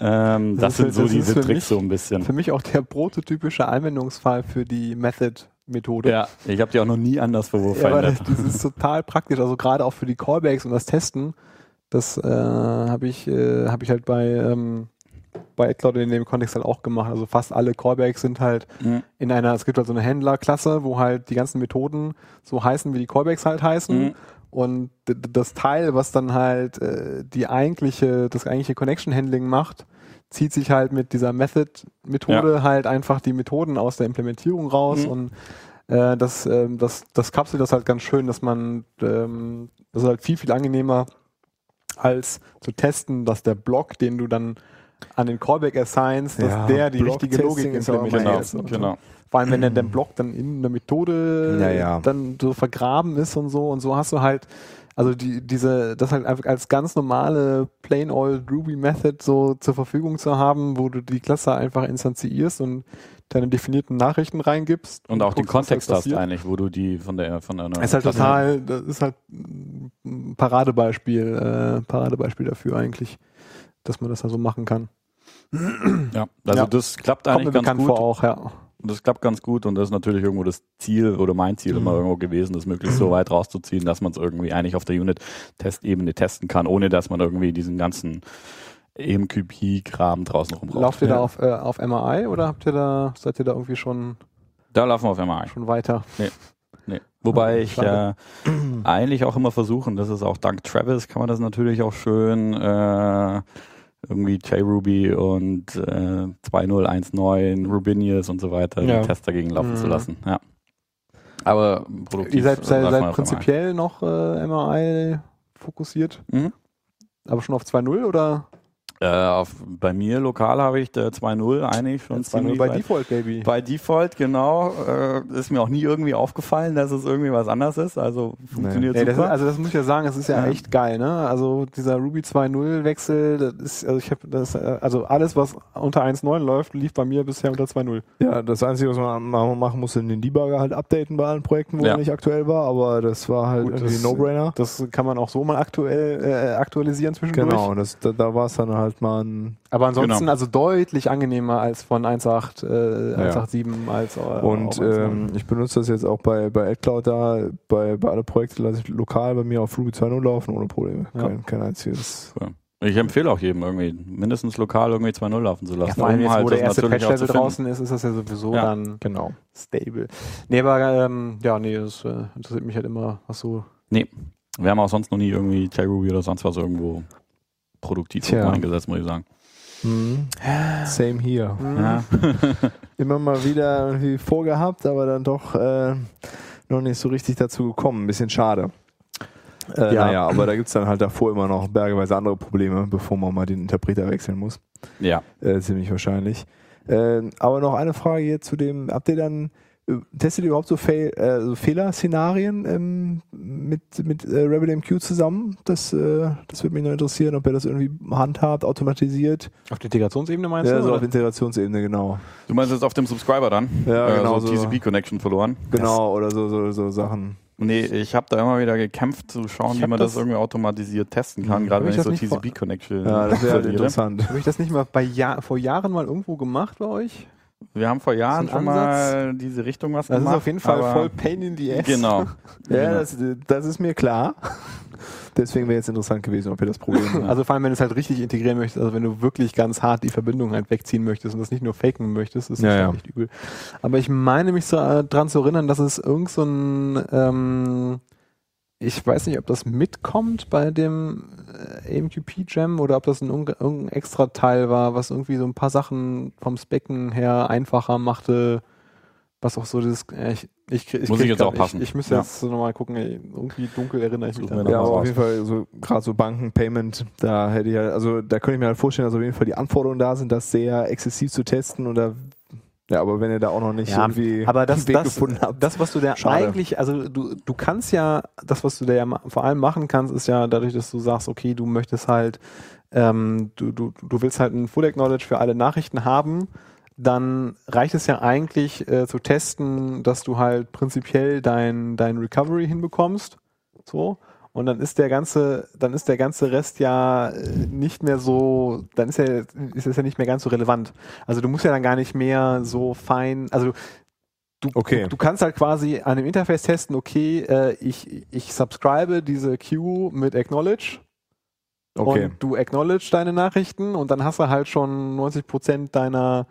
S3: Ähm,
S1: Das
S3: das,
S1: ist
S3: sind
S1: für-
S3: so
S1: das ist
S3: diese
S1: für mich-
S3: Tricks so ein bisschen.
S1: Für mich auch der prototypische Anwendungsfall für die Method-Methode.
S3: Ja, ich habe die auch noch nie anders
S1: Ja, aber
S3: verwendet.
S1: das, das ist total praktisch, also gerade auch für die Callbacks und das Testen. Das äh, habe ich, äh, hab ich halt bei, ähm, bei AdCloud in dem Kontext halt auch gemacht. Also fast alle Callbacks sind halt
S3: Mhm.
S1: in einer, es gibt halt so eine Händlerklasse, wo halt die ganzen Methoden so heißen, wie die Callbacks halt heißen.
S3: Mhm.
S1: Und d- d- das Teil, was dann halt äh, die eigentliche, das eigentliche Connection Handling macht, zieht sich halt mit dieser Method-Methode halt einfach die Methoden aus der Implementierung raus
S3: Mhm.
S1: und äh, das, ähm, das, das kapselt das halt ganz schön, dass man ähm, das ist halt viel, viel angenehmer als zu testen, dass der Block, den du dann an den Callback assignst, dass
S2: Ja,
S1: der die richtige
S2: Block-Testing
S1: Logik
S2: ist auch immer
S1: implementiert.
S3: Genau,
S1: ist und so.
S3: genau.
S1: Vor allem, wenn der der Block dann in der Methode
S2: Ähm. Ja, ja.
S1: dann so vergraben ist und so und so hast du halt, also die, diese, das halt einfach als ganz normale plain old Ruby Method so zur Verfügung zu haben, wo du die Klasse einfach instanziierst und deine definierten Nachrichten reingibst.
S3: Und auch den
S1: guckst, was
S3: Kontext
S1: halt
S3: hast
S1: passiert.
S3: eigentlich, wo du die von der von einer
S1: Ist halt total, das ist halt ein Paradebeispiel, äh, Paradebeispiel dafür eigentlich, dass man das da so machen kann.
S3: Ja, also
S1: Ja.
S3: das klappt eigentlich ganz gut.
S1: vor auch, ja.
S3: Das klappt ganz gut und das ist natürlich irgendwo das Ziel oder mein Ziel
S1: Mhm.
S3: immer irgendwo gewesen, das möglichst so weit rauszuziehen, dass man es irgendwie eigentlich auf der Unit-Testebene testen kann, ohne dass man irgendwie diesen ganzen EMQP-Graben draußen rumbraucht.
S1: Lauft ihr
S2: Ja.
S1: da auf, äh, auf MRI oder habt ihr da, seid ihr da irgendwie schon,
S3: Da laufen wir auf MRI.
S1: schon weiter?
S3: Nee. Wobei ich äh,
S1: Schade.
S3: eigentlich auch immer versuchen, das ist auch dank Travis, kann man das natürlich auch schön äh, irgendwie JRuby und äh, 2019, Rubinius und so weiter,
S2: Ja.
S3: den Test dagegen laufen
S1: Mhm.
S3: zu lassen. Ja. Aber produktiv. äh,
S1: Ihr seid, seid,
S3: laufen wir
S1: seid
S3: auf MRI.
S1: prinzipiell noch äh, MRI fokussiert,
S3: Mhm.
S1: aber schon auf 2.0 oder
S3: Äh, auf, bei mir lokal habe ich äh, 2.0 eigentlich schon ziemlich
S1: bei
S3: weit-
S1: Default, Baby?
S3: Bei Default, genau. Äh, ist mir auch nie irgendwie aufgefallen, dass es irgendwie was anderes ist. Also funktioniert
S1: Nee, das ist,
S3: super.
S1: also das muss ich ja sagen, es ist ja,
S3: Ja.
S1: echt geil, ne? Also dieser Ruby 2.0 Wechsel, das ist, also ich habe das, äh, also alles, was unter 1.9 läuft, lief bei mir bisher unter 2.0.
S2: Ja, das Einzige, was man ma- machen musste, den Debugger halt updaten bei allen Projekten, wo
S3: Ja.
S2: er nicht aktuell war, aber das war halt
S1: Gut,
S2: irgendwie
S1: das-
S2: ein No-Brainer.
S1: Das kann man auch so mal aktuell äh, aktualisieren zwischendurch.
S2: Genau, und das, da, da war es dann halt mal ein
S1: Aber ansonsten
S3: Genau.
S1: also deutlich angenehmer als von 1.8, äh,
S2: Ja.
S1: 1.8.7 als äh,
S2: Und
S1: auch 1.9.
S2: ähm, ich benutze das jetzt auch bei, bei AdCloud da, bei, bei alle Projekte lasse ich lokal bei mir auf Ruby 2.0 laufen ohne Probleme.
S1: Ja.
S2: Kein, kein einziges.
S3: ich empfehle auch jedem irgendwie, mindestens lokal irgendwie 2.0 laufen zu lassen.
S1: Ja, vor allem
S3: um
S1: jetzt,
S3: halt
S1: wo der
S3: das
S1: erste
S3: natürlich auch
S1: Patch-Level
S3: zu finden.
S1: draußen ist, ist das ja sowieso
S3: Ja.
S1: dann
S2: Genau.
S1: stable. Nee, aber ähm, ja, nee, das äh, interessiert mich halt immer, was so.
S3: Wir haben auch sonst noch nie irgendwie JRuby oder sonst was irgendwo produktiv
S2: Tja.
S3: eingesetzt, muss ich sagen.
S2: Mhm. Same here.
S1: Hm?
S3: Ja.
S2: Immer mal wieder irgendwie vorgehabt, aber dann doch äh, noch nicht so richtig dazu gekommen. Ein bisschen schade. Äh,
S1: Ja.
S2: Naja, aber da gibt es dann halt davor immer noch bergeweise andere Probleme, bevor man mal den Interpreter wechseln muss.
S3: ja.
S2: Äh, ziemlich wahrscheinlich. Ähm, aber noch eine Frage hier zu dem, habt ihr dann, äh, testet ihr überhaupt so, Fail, äh, so Fehlerszenarien ähm, mit, mit äh, RabbitMQ zusammen? Das, äh, das würde mich noch interessieren, ob ihr das irgendwie handhabt, automatisiert.
S1: Auf der Integrationsebene meinst
S2: Ja,
S1: du?
S2: so
S1: oder?
S2: auf Integrationsebene, genau.
S3: Du meinst jetzt auf dem Subscriber dann? Äh,
S2: Ja, genau
S3: So
S2: so.
S3: TCP-Connection verloren.
S2: Genau, oder so, so, so Sachen.
S3: Nee, ich habe da immer wieder gekämpft, zu schauen,
S1: Ich
S3: wie
S1: hab
S3: man das,
S1: das-
S3: irgendwie automatisiert testen kann,
S1: hab
S3: gerade wenn
S1: ich
S3: ich so
S1: das nicht vor-
S3: TCP-Connection
S2: Ja, das wäre halt
S3: verliere.
S2: interessant.
S1: Habe ich das nicht mal bei ja vor Jahren mal irgendwo gemacht bei euch?
S3: Wir haben vor Jahren
S1: Das ist ein
S3: schon mal diese Richtung was
S1: Das
S3: gemacht.
S1: ist auf jeden Fall
S3: aber-
S1: voll Pain in the Ass.
S3: Genau.
S2: Ja, das, das ist mir klar. Deswegen wäre jetzt interessant gewesen, ob ihr das Problem habt.
S1: Also vor allem, wenn du es halt richtig integrieren möchtest, also wenn du wirklich ganz hart die Verbindung halt wegziehen möchtest und das nicht nur faken möchtest, ist das
S2: Ja,
S1: halt
S2: ja.
S1: echt übel. Aber ich meine mich so äh, dran zu erinnern, dass es irgend so ein, ähm, ich weiß nicht, ob das mitkommt bei dem äh, AMQP-Jam oder ob das ein unge- irgendein extra Teil war, was irgendwie so ein paar Sachen vom Specken her einfacher machte, was auch so das, äh, ich, ich, ich
S3: Muss
S1: krieg
S3: ich jetzt
S1: grad-
S3: auch passen.
S1: Ich, ich müsste
S3: Ja.
S1: jetzt so nochmal gucken, ey, irgendwie dunkel erinnere ich mich
S3: Suchen wir
S1: daran.
S2: Ja,
S3: Nochmal
S2: aber auf
S3: raus.
S2: jeden Fall, so, gerade so Banken, Payment, da hätte ich halt, also da könnte ich mir halt vorstellen, dass auf jeden Fall die Anforderungen da sind, das sehr exzessiv zu testen und da, ja, aber wenn ihr da auch noch nicht
S1: Ja,
S2: irgendwie
S1: aber das,
S2: einen Weg
S1: das,
S2: gefunden habt.
S1: das, was du da
S2: Schade.
S1: eigentlich, also du, du kannst ja, das, was du da ja ma- vor allem machen kannst, ist ja dadurch, dass du sagst, okay, du möchtest halt, ähm, du, du, du willst halt ein Full Acknowledge für alle Nachrichten haben, dann reicht es ja eigentlich äh, zu testen, dass du halt prinzipiell dein, dein Recovery hinbekommst. So. Und dann ist der ganze, dann ist der ganze Rest ja äh, nicht mehr so, dann ist ja, ist es ja nicht mehr ganz so relevant. Also du musst ja dann gar nicht mehr so fein, also du,
S2: Okay.
S1: du, du kannst halt quasi an dem Interface testen, okay, äh, ich, ich subscribe diese Queue mit Acknowledge
S2: Okay.
S1: Und du acknowledge deine Nachrichten und dann hast du halt schon 90 Prozent deiner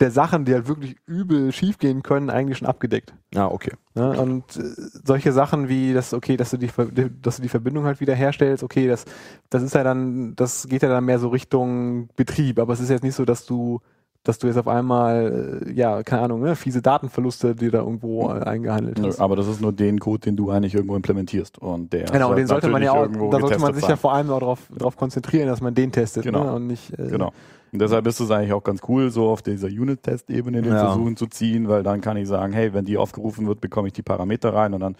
S1: der Sachen, die halt wirklich übel schiefgehen können, eigentlich schon abgedeckt.
S2: ah, okay.
S1: Ne? Und äh, solche Sachen wie, dass, okay, dass du die, Ver- dass du die Verbindung halt wieder herstellst, okay, das, das ist ja dann, das geht ja dann mehr so Richtung Betrieb, aber es ist jetzt nicht so, dass du, dass du jetzt auf einmal, äh, ja, keine Ahnung, ne, fiese Datenverluste dir da irgendwo äh, eingehandelt
S3: Nö,
S1: hast.
S3: aber das ist nur den Code, den du eigentlich irgendwo implementierst. Und der
S1: Genau,
S3: soll
S1: den sollte man ja auch,
S3: natürlich irgendwo
S1: da sollte man
S3: getestet
S1: sich
S3: sein.
S1: ja vor allem auch darauf drauf konzentrieren, dass man den testet
S3: Genau.
S1: ne? und nicht äh,
S3: Genau. Und deshalb ist es eigentlich auch ganz cool, so auf dieser Unit-Test-Ebene den
S2: Ja.
S3: Versuchen zu ziehen, weil dann kann ich sagen, hey, wenn die aufgerufen wird, bekomme ich die Parameter rein und dann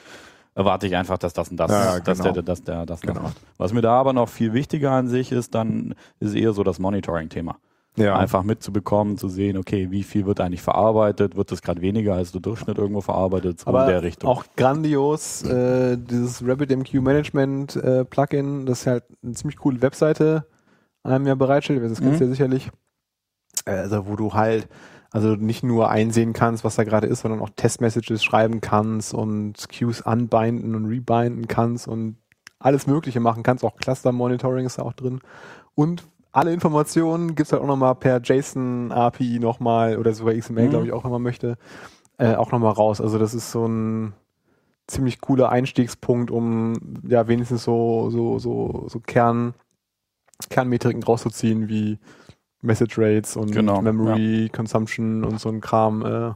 S3: erwarte ich einfach, dass das und das,
S2: Ja,
S3: dass
S2: genau.
S3: der, dass der das
S2: Genau.
S3: das macht. Was mir da aber noch viel wichtiger an sich ist, dann ist eher so das Monitoring-Thema.
S2: Ja.
S3: Einfach mitzubekommen, zu sehen, okay, wie viel wird eigentlich verarbeitet, wird das gerade weniger als der Durchschnitt irgendwo verarbeitet, so
S1: aber
S3: in um der Richtung.
S1: auch grandios äh, dieses RabbitMQ Management äh, Plugin, das halt eine ziemlich coole Webseite einem ja bereitstellt, das kennst du
S3: Mhm.
S1: ja sicherlich. Äh, Also wo du halt also nicht nur einsehen kannst, was da gerade ist, sondern auch Testmessages schreiben kannst und Queues unbinden und rebinden kannst und alles Mögliche machen kannst. Auch Cluster Monitoring ist da auch drin. Und alle Informationen gibt's halt auch nochmal per JSON-API nochmal oder sogar XML,
S3: Mhm.
S1: glaube ich, auch wenn man möchte, äh, auch nochmal raus. Also das ist so ein ziemlich cooler Einstiegspunkt, um ja wenigstens so, so, so, so Kern, Kernmetriken rauszuziehen wie Message Rates und
S3: Genau,
S1: Memory Consumption und so ein Kram äh,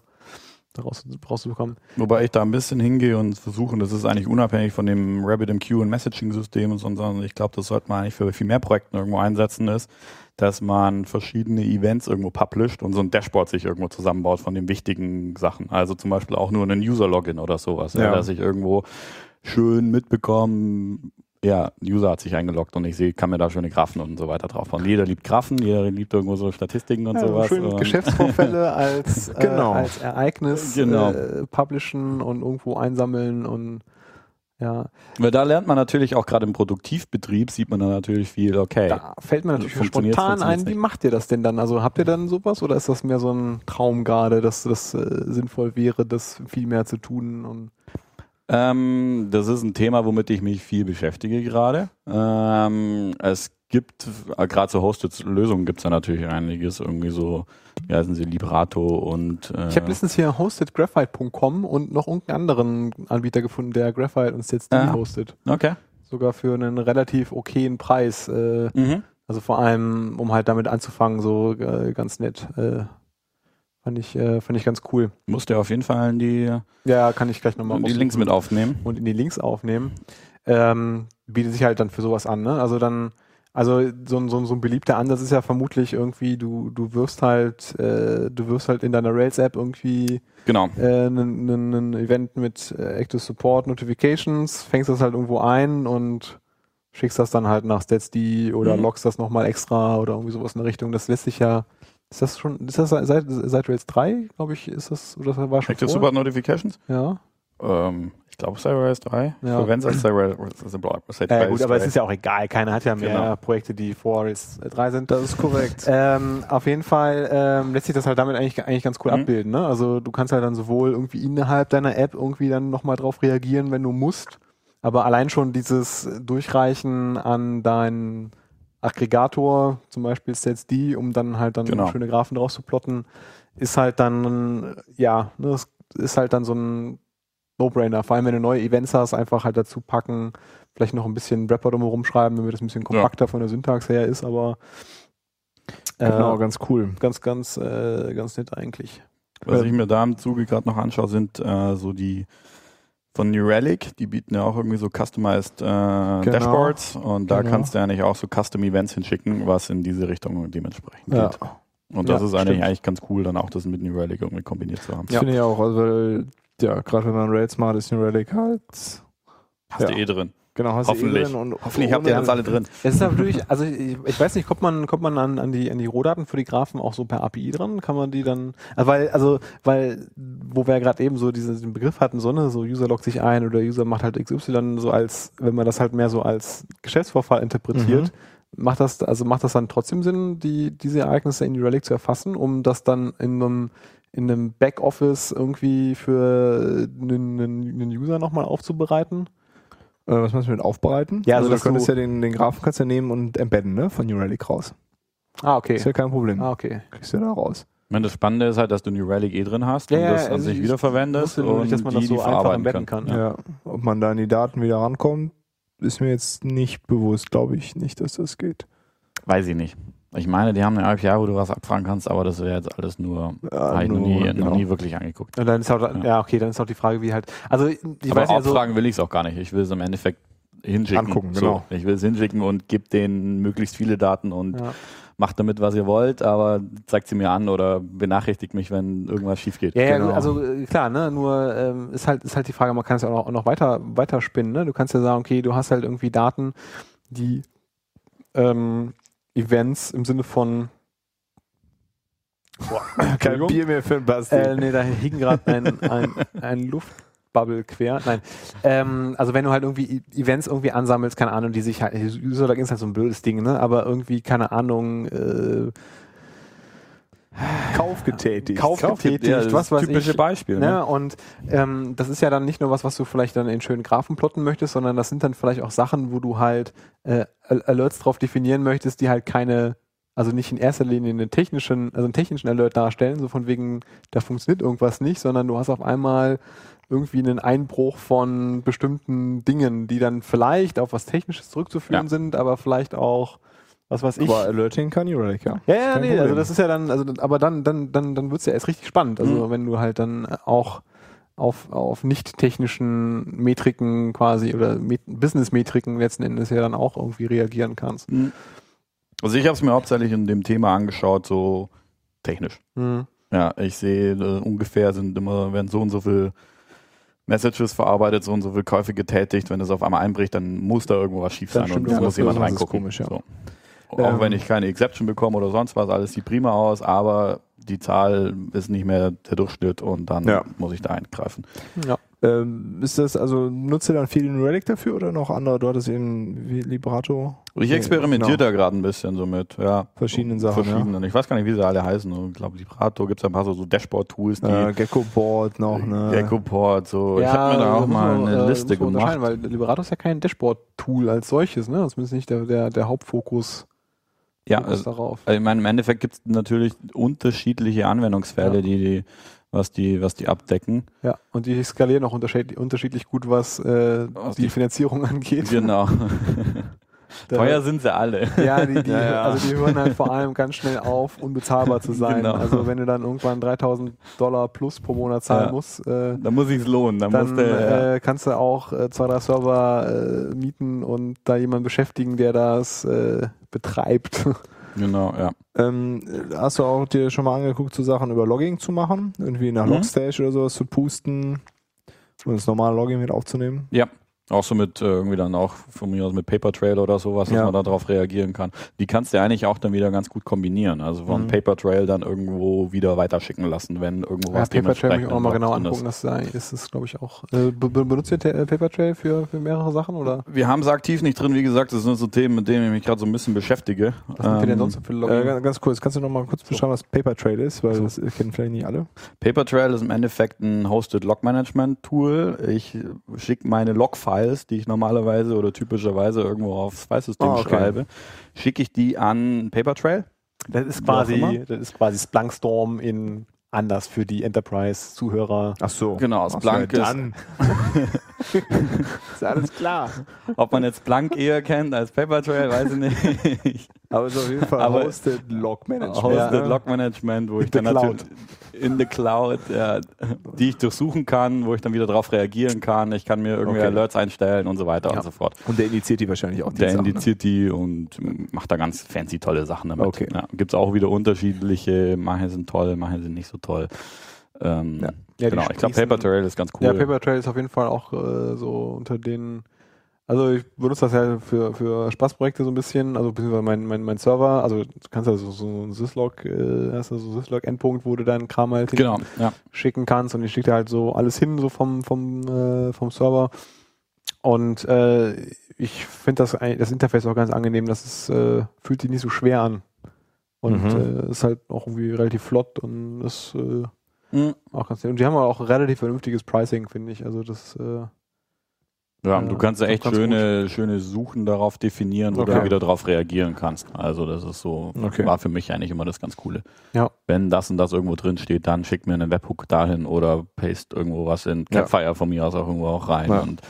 S1: da raus, rauszubekommen.
S3: Wobei ich da ein bisschen hingehe und versuche, und das ist eigentlich unabhängig von dem RabbitMQ und Messaging-System und so, sondern ich glaube, das sollte man eigentlich für viel mehr Projekten irgendwo einsetzen, ist, dass man verschiedene Events irgendwo publisht und so ein Dashboard sich irgendwo zusammenbaut von den wichtigen Sachen. Also zum Beispiel auch nur einen User-Login oder sowas, ja.
S2: Ja.
S3: dass ich irgendwo schön mitbekomme, ja, ein User hat sich eingeloggt und ich sehe, kann mir da schöne Graphen und so weiter drauf bauen. Jeder liebt Graphen, jeder liebt irgendwo so Statistiken und
S1: Ja,
S3: sowas.
S1: schön
S3: und
S1: Geschäftsvorfälle als, äh,
S2: Genau.
S1: als Ereignis
S3: Genau.
S1: äh, publishen und irgendwo einsammeln und ja,
S3: Weil da lernt man natürlich auch gerade im Produktivbetrieb, sieht man da natürlich viel, okay.
S1: da fällt mir natürlich
S3: Funktioniert's,
S1: spontan ein,
S3: funktioniert's
S1: wie
S3: nicht.
S1: macht ihr das denn dann? Also habt ihr dann sowas oder ist das mehr so ein Traum gerade, dass das äh, sinnvoll wäre, das viel mehr zu tun und
S3: Ähm, das ist ein Thema, womit ich mich viel beschäftige gerade. Ähm, es gibt, äh, gerade so Hosted-Lösungen gibt es da natürlich einiges, irgendwie so, wie heißen sie, Librato und äh,
S1: Ich habe letztens hier hostedgraphite.com und noch irgendeinen anderen Anbieter gefunden, der Graphite und jetzt
S3: Ah.
S1: hostet.
S3: Okay.
S1: Sogar für einen relativ okayen Preis. Äh,
S3: Mhm.
S1: also vor allem, um halt damit anzufangen, so äh, ganz nett. Äh, fand, ich, äh, fand ich ganz cool.
S3: Musst du auf jeden Fall in die,
S1: Ja, kann ich gleich nochmal
S3: die Links mit aufnehmen.
S1: und in die Links aufnehmen, ähm, bietet sich halt dann für sowas an. Ne? Also dann, also so, ein- so, ein- so ein beliebter Ansatz ist ja vermutlich irgendwie, du, du wirfst halt, äh, du wirfst halt in deiner Rails-App irgendwie
S3: Genau.
S1: Äh, ein Event mit äh, Active Support Notifications, fängst das halt irgendwo ein und schickst das dann halt nach StatsD oder
S3: Mhm.
S1: logst das nochmal extra oder irgendwie sowas in der Richtung. Das lässt sich ja, ist das schon, ist das seit, seit Rails 3, glaube ich, ist das, oder das war schon vorher?
S3: Active Support Notifications?
S1: Ja.
S3: Ähm, ich glaube, Cyrus 3.
S1: Ja.
S3: Für wenn es als Cyrus
S1: Äh, gut, aber es ist ja auch egal, keiner hat ja mehr
S3: Genau.
S1: Projekte, die vor Rails 3 sind.
S2: Das ist korrekt.
S1: Ähm, auf jeden Fall ähm, lässt sich das halt damit eigentlich, eigentlich ganz cool
S3: Mhm.
S1: abbilden. Ne? Also du kannst halt dann sowohl irgendwie innerhalb deiner App irgendwie dann nochmal drauf reagieren, wenn du musst. Aber allein schon dieses Durchreichen an deinen Aggregator, zum Beispiel StatsD, um dann halt dann
S3: Genau.
S1: schöne Graphen draus zu plotten, ist halt dann, ja, ne, das ist halt dann so ein No-Brainer. Vor allem, wenn du neue Events hast, einfach halt dazu packen, vielleicht noch ein bisschen Wrapper drumherum schreiben, damit das ein bisschen kompakter von der Syntax her ist, aber äh,
S2: genau, ganz cool.
S1: ganz, ganz, äh, ganz nett eigentlich.
S3: Was
S1: Ähm.
S3: ich mir da im Zuge gerade noch anschaue, sind äh, so die von New Relic, die bieten ja auch irgendwie so customized äh, Dashboards und da
S1: Genau.
S3: kannst du eigentlich auch so Custom Events hinschicken, was in diese Richtung dementsprechend geht. Und das
S1: Ja,
S3: ist eigentlich,
S1: stimmt.
S3: eigentlich ganz cool, dann auch das mit New Relic irgendwie kombiniert zu haben.
S2: Das finde ich auch, also weil, ja, gerade wenn man Rails macht, ist New Relic halt.
S3: Hast
S2: Ja.
S3: du eh drin.
S2: Genau, hast
S3: Hoffentlich.
S2: Du eh drin und
S3: Hoffentlich habt ihr
S2: ohne-
S3: das alle drin.
S1: Es ist natürlich, also ich, ich weiß nicht, kommt man, kommt man an, an die, an die Rohdaten für die Graphen auch so per API dran? Kann man die dann, also weil, also, weil, wo wir ja gerade eben so diesen, den Begriff hatten, so, ne, so User loggt sich ein oder User macht halt XY, so als, wenn man das halt mehr so als Geschäftsvorfall interpretiert, macht das, also macht das dann trotzdem Sinn, die, diese Ereignisse in die Relic zu erfassen, um das dann in einem, in einem Backoffice irgendwie für einen, einen einen User nochmal aufzubereiten?
S2: Äh, was meinst du mit aufbereiten?
S1: Ja, also
S2: du
S1: dass
S2: könntest
S1: du-
S2: ja den, den Graphen kannst du ja nehmen und embedden, ne? Von Neuralink raus.
S1: Ah, okay.
S2: Ist ja kein Problem.
S1: Ah, okay.
S2: Kriegst du ja da raus.
S3: Ich meine, das Spannende ist halt, dass du New Relic eh drin hast
S1: Ja,
S3: und
S1: ja,
S3: das an
S1: also
S3: sich
S1: ich
S3: wiederverwendest
S1: Wusste nur
S3: und
S1: nicht, dass man
S3: die,
S1: das so
S3: die
S1: einfach
S3: verarbeiten
S1: embedden
S3: kann.
S1: kann.
S2: Ja. Ob man da an die Daten wieder rankommt, ist mir jetzt nicht bewusst, glaube ich nicht, dass das geht.
S3: Weiß ich nicht. Ich meine, die haben eine API, wo du was abfragen kannst, aber das wäre jetzt alles nur,
S2: Ja,
S1: Ah,
S3: habe ich noch
S2: nur,
S3: nie,
S2: genau.
S3: noch nie wirklich angeguckt.
S1: Und dann ist auch, ja. okay, dann ist auch die Frage, wie halt. Also ich
S3: aber
S1: weiß nicht, also
S3: abfragen will ich es auch gar nicht. Ich will es im Endeffekt hinschicken.
S2: Angucken, genau.
S3: So, ich will es hinschicken und gebe denen möglichst viele Daten und
S1: Ja.
S3: macht damit, was ihr wollt, aber zeigt sie mir an oder benachrichtigt mich, wenn irgendwas schief geht.
S1: Ja, ja,
S2: Genau.
S1: also äh, klar, ne? Nur ähm, ist halt ist halt die Frage, man kann es ja auch noch, auch noch weiter weiter spinnen, ne? Du kannst ja sagen, okay, du hast halt irgendwie Daten, die ähm, Events im Sinne von
S2: Kein Bier mehr für den Basti.
S1: äh, nee, da hing gerade ein, ein, ein Luftbubble quer. Nein. Ähm, also wenn du halt irgendwie E- Events irgendwie ansammelst, keine Ahnung, die sich halt, User Login ist halt so ein blödes Ding, ne? Aber irgendwie, keine Ahnung, äh,
S2: Kauf getätigt.
S1: Kauf getätigt,
S3: ja, das
S1: was
S3: ist
S1: weiß
S3: typische
S1: ich.
S3: Beispiel. Ne?
S1: Ne? Und ähm, das ist ja dann nicht nur was, was du vielleicht dann in schönen Graphen plotten möchtest, sondern das sind dann vielleicht auch Sachen, wo du halt äh, Al- Alerts drauf definieren möchtest, die halt keine, also nicht in erster Linie einen technischen, also einen technischen Alert darstellen, so von wegen, da funktioniert irgendwas nicht, sondern du hast auf einmal irgendwie einen Einbruch von bestimmten Dingen, die dann vielleicht auf was Technisches zurückzuführen
S3: Ja.
S1: sind, aber vielleicht auch, was weiß ich.
S2: Aber alerting kann Neuralink, ja.
S1: Ja, ja,
S2: Kein
S1: nee,
S2: Problem.
S1: also das ist ja dann, also aber dann, dann, dann, dann wird's ja erst richtig spannend. Also
S3: Mhm.
S1: wenn du halt dann auch auf, auf nicht-technischen Metriken quasi oder Met Business-Metriken letzten Endes ja dann auch irgendwie reagieren kannst.
S3: Also ich habe es mir hauptsächlich in dem Thema angeschaut, so technisch. Ja, ich sehe äh, ungefähr sind immer, werden so und so viel Messages verarbeitet, so und so viel Käufe getätigt. Wenn das auf einmal einbricht, dann muss da irgendwo was schief
S2: Dann
S3: sein
S2: stimmt
S3: und da
S2: irgendwas,
S3: muss jemand
S2: irgendwas ist
S3: reingucken.
S2: komisch, ja.
S3: so. Auch
S2: Ähm.
S3: wenn ich keine Exception bekomme oder sonst was, alles sieht prima aus, aber die Zahl ist nicht mehr der Durchschnitt und dann
S2: Ja.
S3: muss ich da eingreifen.
S1: Ja.
S2: Ähm, ist das, also nutzt ihr dann viel Neuralink dafür oder noch andere? Du hattest eben wie Librato
S3: Ich
S2: Ja,
S3: experimentiere
S2: genau.
S3: da gerade ein bisschen so mit, ja.
S2: Verschiedenen Sachen,
S3: Verschiedenen. Ich weiß gar nicht, wie sie alle heißen. Ich glaube, Librato gibt es ein paar so, so Dashboard-Tools, die
S2: äh, Gecko Board noch, ne?
S3: Gecko-Port, so. Oh, ich habe mir da auch
S1: muss
S3: mal
S1: man,
S3: eine
S1: äh,
S3: Liste
S1: muss man unterscheiden,
S3: gemacht.
S1: Weil Liberato ist ja kein Dashboard-Tool als solches, ne? Das ist zumindest nicht der, der, der Hauptfokus
S3: Ja,
S1: Fokus
S3: also,
S1: darauf.
S3: ich meine, im Endeffekt gibt es natürlich unterschiedliche Anwendungsfälle,
S1: Ja.
S3: die, die, was die, was die abdecken.
S1: Ja, und die skalieren auch unterschiedlich, unterschiedlich gut, was äh,
S3: Aus
S1: die
S3: die-
S1: Finanzierung angeht.
S3: Genau.
S1: Da-
S3: Teuer sind sie alle.
S1: Ja, die, die,
S2: Ja, ja.
S1: Also die hören halt vor allem ganz schnell auf, unbezahlbar zu sein.
S3: Genau.
S1: Also wenn du dann irgendwann 3000 Dollar plus pro Monat zahlen
S3: Ja.
S1: musst, äh,
S3: Da muss ich's lohnen. Da
S1: dann
S3: muss der,
S1: äh, kannst du auch äh, zwei, drei Server äh, mieten und da jemanden beschäftigen, der das äh, betreibt.
S3: genau, ja.
S2: Ähm, hast du auch dir schon mal angeguckt, so Sachen über Logging zu machen? Irgendwie nach
S3: Mhm.
S2: Logstash oder sowas zu pusten und das normale Logging mit aufzunehmen?
S3: Auch so mit äh, irgendwie dann auch von mir aus mit Paper Trail oder sowas, dass
S2: Ja.
S3: man da drauf reagieren kann. Die kannst du ja eigentlich auch dann wieder ganz gut kombinieren. Also von
S2: Mhm.
S3: Paper Trail dann irgendwo wieder weiterschicken lassen, wenn irgendwo
S1: Ja,
S3: was
S1: Papertrail muss ich auch mal
S3: drin
S1: genau
S3: ist.
S1: angucken. Das ist, eigentlich- ist, ist glaube ich, auch. Äh, be be- benutzt ihr Te- äh, Papertrail für, für mehrere Sachen oder
S3: Wir haben es aktiv nicht drin, wie gesagt, das sind so Themen, mit denen ich mich gerade so ein bisschen beschäftige.
S1: was sind wir denn
S3: Ähm,
S1: sonst so für Login?
S2: Äh, ganz, ganz kurz, kannst du noch mal kurz beschreiben, was Paper Trail ist? Weil das kennen vielleicht nicht alle.
S3: Papertrail ist im Endeffekt ein Hosted Log Management Tool. Ich schicke meine Log-Files, die ich normalerweise oder typischerweise irgendwo aufs File-System
S2: Ah, okay.
S3: schreibe, schicke ich die an Papertrail.
S1: das ist
S3: quasi-
S1: das ist quasi Splankstorm in anders für die Enterprise-Zuhörer.
S2: Ach so.
S3: Genau, Splunk ist-
S2: Dann. ist alles klar.
S3: Ob man jetzt Blank eher kennt als Papertrail, weiß ich nicht.
S2: Aber es ist auf jeden Fall
S3: Aber-
S2: Hosted Log Management.
S3: Hosted
S2: ne?
S3: Log Management, wo ich
S1: the
S3: dann natürlich in the Cloud, ja, die ich durchsuchen kann, wo ich dann wieder darauf reagieren kann. Ich kann mir irgendwie
S2: Okay.
S3: Alerts einstellen und so weiter
S1: Ja.
S3: und so fort.
S2: Und der indiziert die wahrscheinlich auch. die
S3: Der
S2: Sachen, ne?
S3: indiziert die und mm, macht da ganz fancy tolle Sachen damit.
S2: Okay.
S3: Ja, Gibt es auch wieder unterschiedliche, manche sind toll, manche sind nicht so toll. Ähm,
S2: Ja.
S1: Ja, die
S3: genau, ich glaube
S1: sprießen-
S3: Paper Trail ist ganz cool.
S1: Ja, Papertrail ist auf jeden Fall auch äh, so unter den. Also ich benutze das ja für, für Spaßprojekte so ein bisschen, also beziehungsweise mein, mein, mein Server, also du kannst ja so, so einen Syslog, äh, hast du so einen Syslog-Endpunkt, wo du deinen Kram halt
S3: genau, ja.
S1: schicken kannst und ich schicke dir halt so alles hin, so vom, vom, äh, vom Server. Und äh, ich finde das, eigentlich- das Interface auch ganz angenehm, das ist, äh, fühlt sich nicht so schwer an. Und
S2: Mhm.
S1: äh, ist halt auch irgendwie relativ flott und ist äh,
S3: Mm,
S1: auch ganz nett. Und die haben auch relativ vernünftiges Pricing, finde ich. Also das äh,
S2: Ja,
S3: Ja, du kannst ja
S2: doch
S3: echt
S2: ganz
S3: schöne, schöne Suchen darauf definieren, wo du
S2: Okay.
S3: wieder darauf reagieren kannst. Also das ist so,
S2: Okay.
S3: war für mich eigentlich immer das ganz Coole.
S1: Ja.
S3: Wenn das und das irgendwo drin steht, dann schick mir einen Webhook dahin oder paste irgendwo was in
S2: Ja.
S3: Capfire von mir aus auch irgendwo auch rein
S2: Ja.
S3: und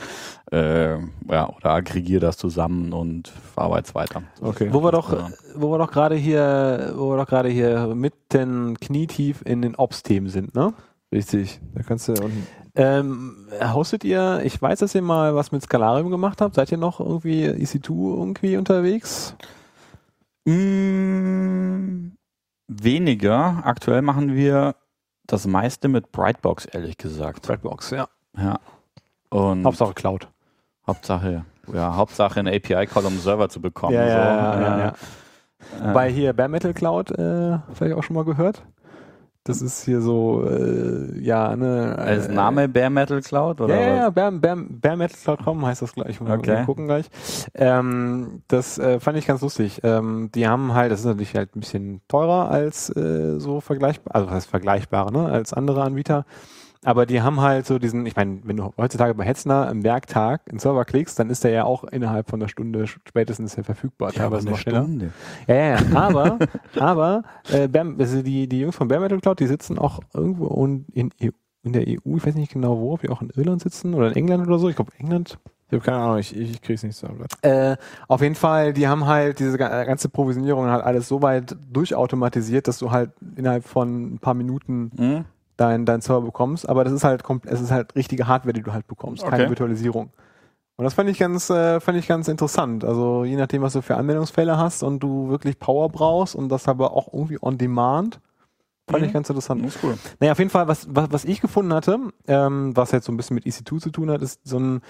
S3: äh, ja, oder aggregier das zusammen und arbeit's weiter. Genau.
S2: Okay.
S1: Wo wir doch,
S3: Ja.
S1: wo wir doch gerade hier, wo wir doch gerade hier mitten knietief in den Ops-Themen sind, ne?
S2: Richtig. Da kannst du und
S1: Ähm, hostet ihr, ich weiß, dass ihr mal was mit Scalarium gemacht habt, seid ihr noch irgendwie EC2 irgendwie unterwegs?
S3: äh, Mm, weniger. Aktuell machen wir das meiste mit Brightbox, ehrlich gesagt.
S1: Threadbox, ja.
S3: Ja. Und
S1: Hauptsache Cloud.
S3: Hauptsache, ja, Hauptsache einen API-Column Server zu bekommen. so. Äh,
S1: Bei hier Bare Metal Cloud, äh, vielleicht auch schon mal gehört. Das ist hier so, äh, ja, ne.
S3: als
S1: äh,
S3: Name Bare Metal Cloud oder
S1: Ja, ja, ja,
S3: was?
S1: Bare, Bare, BareMetal.com heißt das gleich. Mal
S3: Okay.
S1: mal gucken gleich. Ähm, das äh, fand ich ganz lustig. Ähm, die haben halt, das ist natürlich halt ein bisschen teurer als äh, so vergleichbar, also was heißt vergleichbar, ne, als andere Anbieter. Aber die haben halt so diesen, ich meine, wenn du heutzutage bei Hetzner am Werktag einen Server klickst, dann ist der ja auch innerhalb von einer Stunde spätestens ja verfügbar. teilweise noch schneller. Ja, ja, ja. Aber, aber äh, Bam, also die, die Jungs von Bare Metal Cloud, die sitzen auch irgendwo und in, EU in der EU, ich weiß nicht genau wo, ob die auch in Irland sitzen oder in England oder so. Ich glaube England.
S2: ich habe keine Ahnung, ich, ich krieg's nicht zusammen.
S1: Äh, auf jeden Fall, die haben halt diese ga- ganze Provisionierung halt alles so weit durchautomatisiert, dass du halt innerhalb von ein paar Minuten
S3: Hm?
S1: dein, dein Server bekommst. Aber das ist halt komple- es ist halt richtige Hardware, die du halt bekommst, keine
S3: Okay.
S1: Virtualisierung. Und das fand ich ganz, äh, fand ich ganz interessant. Also je nachdem, was du für Anwendungsfälle hast und du wirklich Power brauchst und das aber auch irgendwie on demand, fand
S3: Mhm.
S1: ich ganz interessant.
S3: Ist cool.
S1: Naja, auf jeden Fall, was, was, was ich gefunden hatte, ähm, was jetzt so ein bisschen mit EC2 zu tun hat, ist so ein,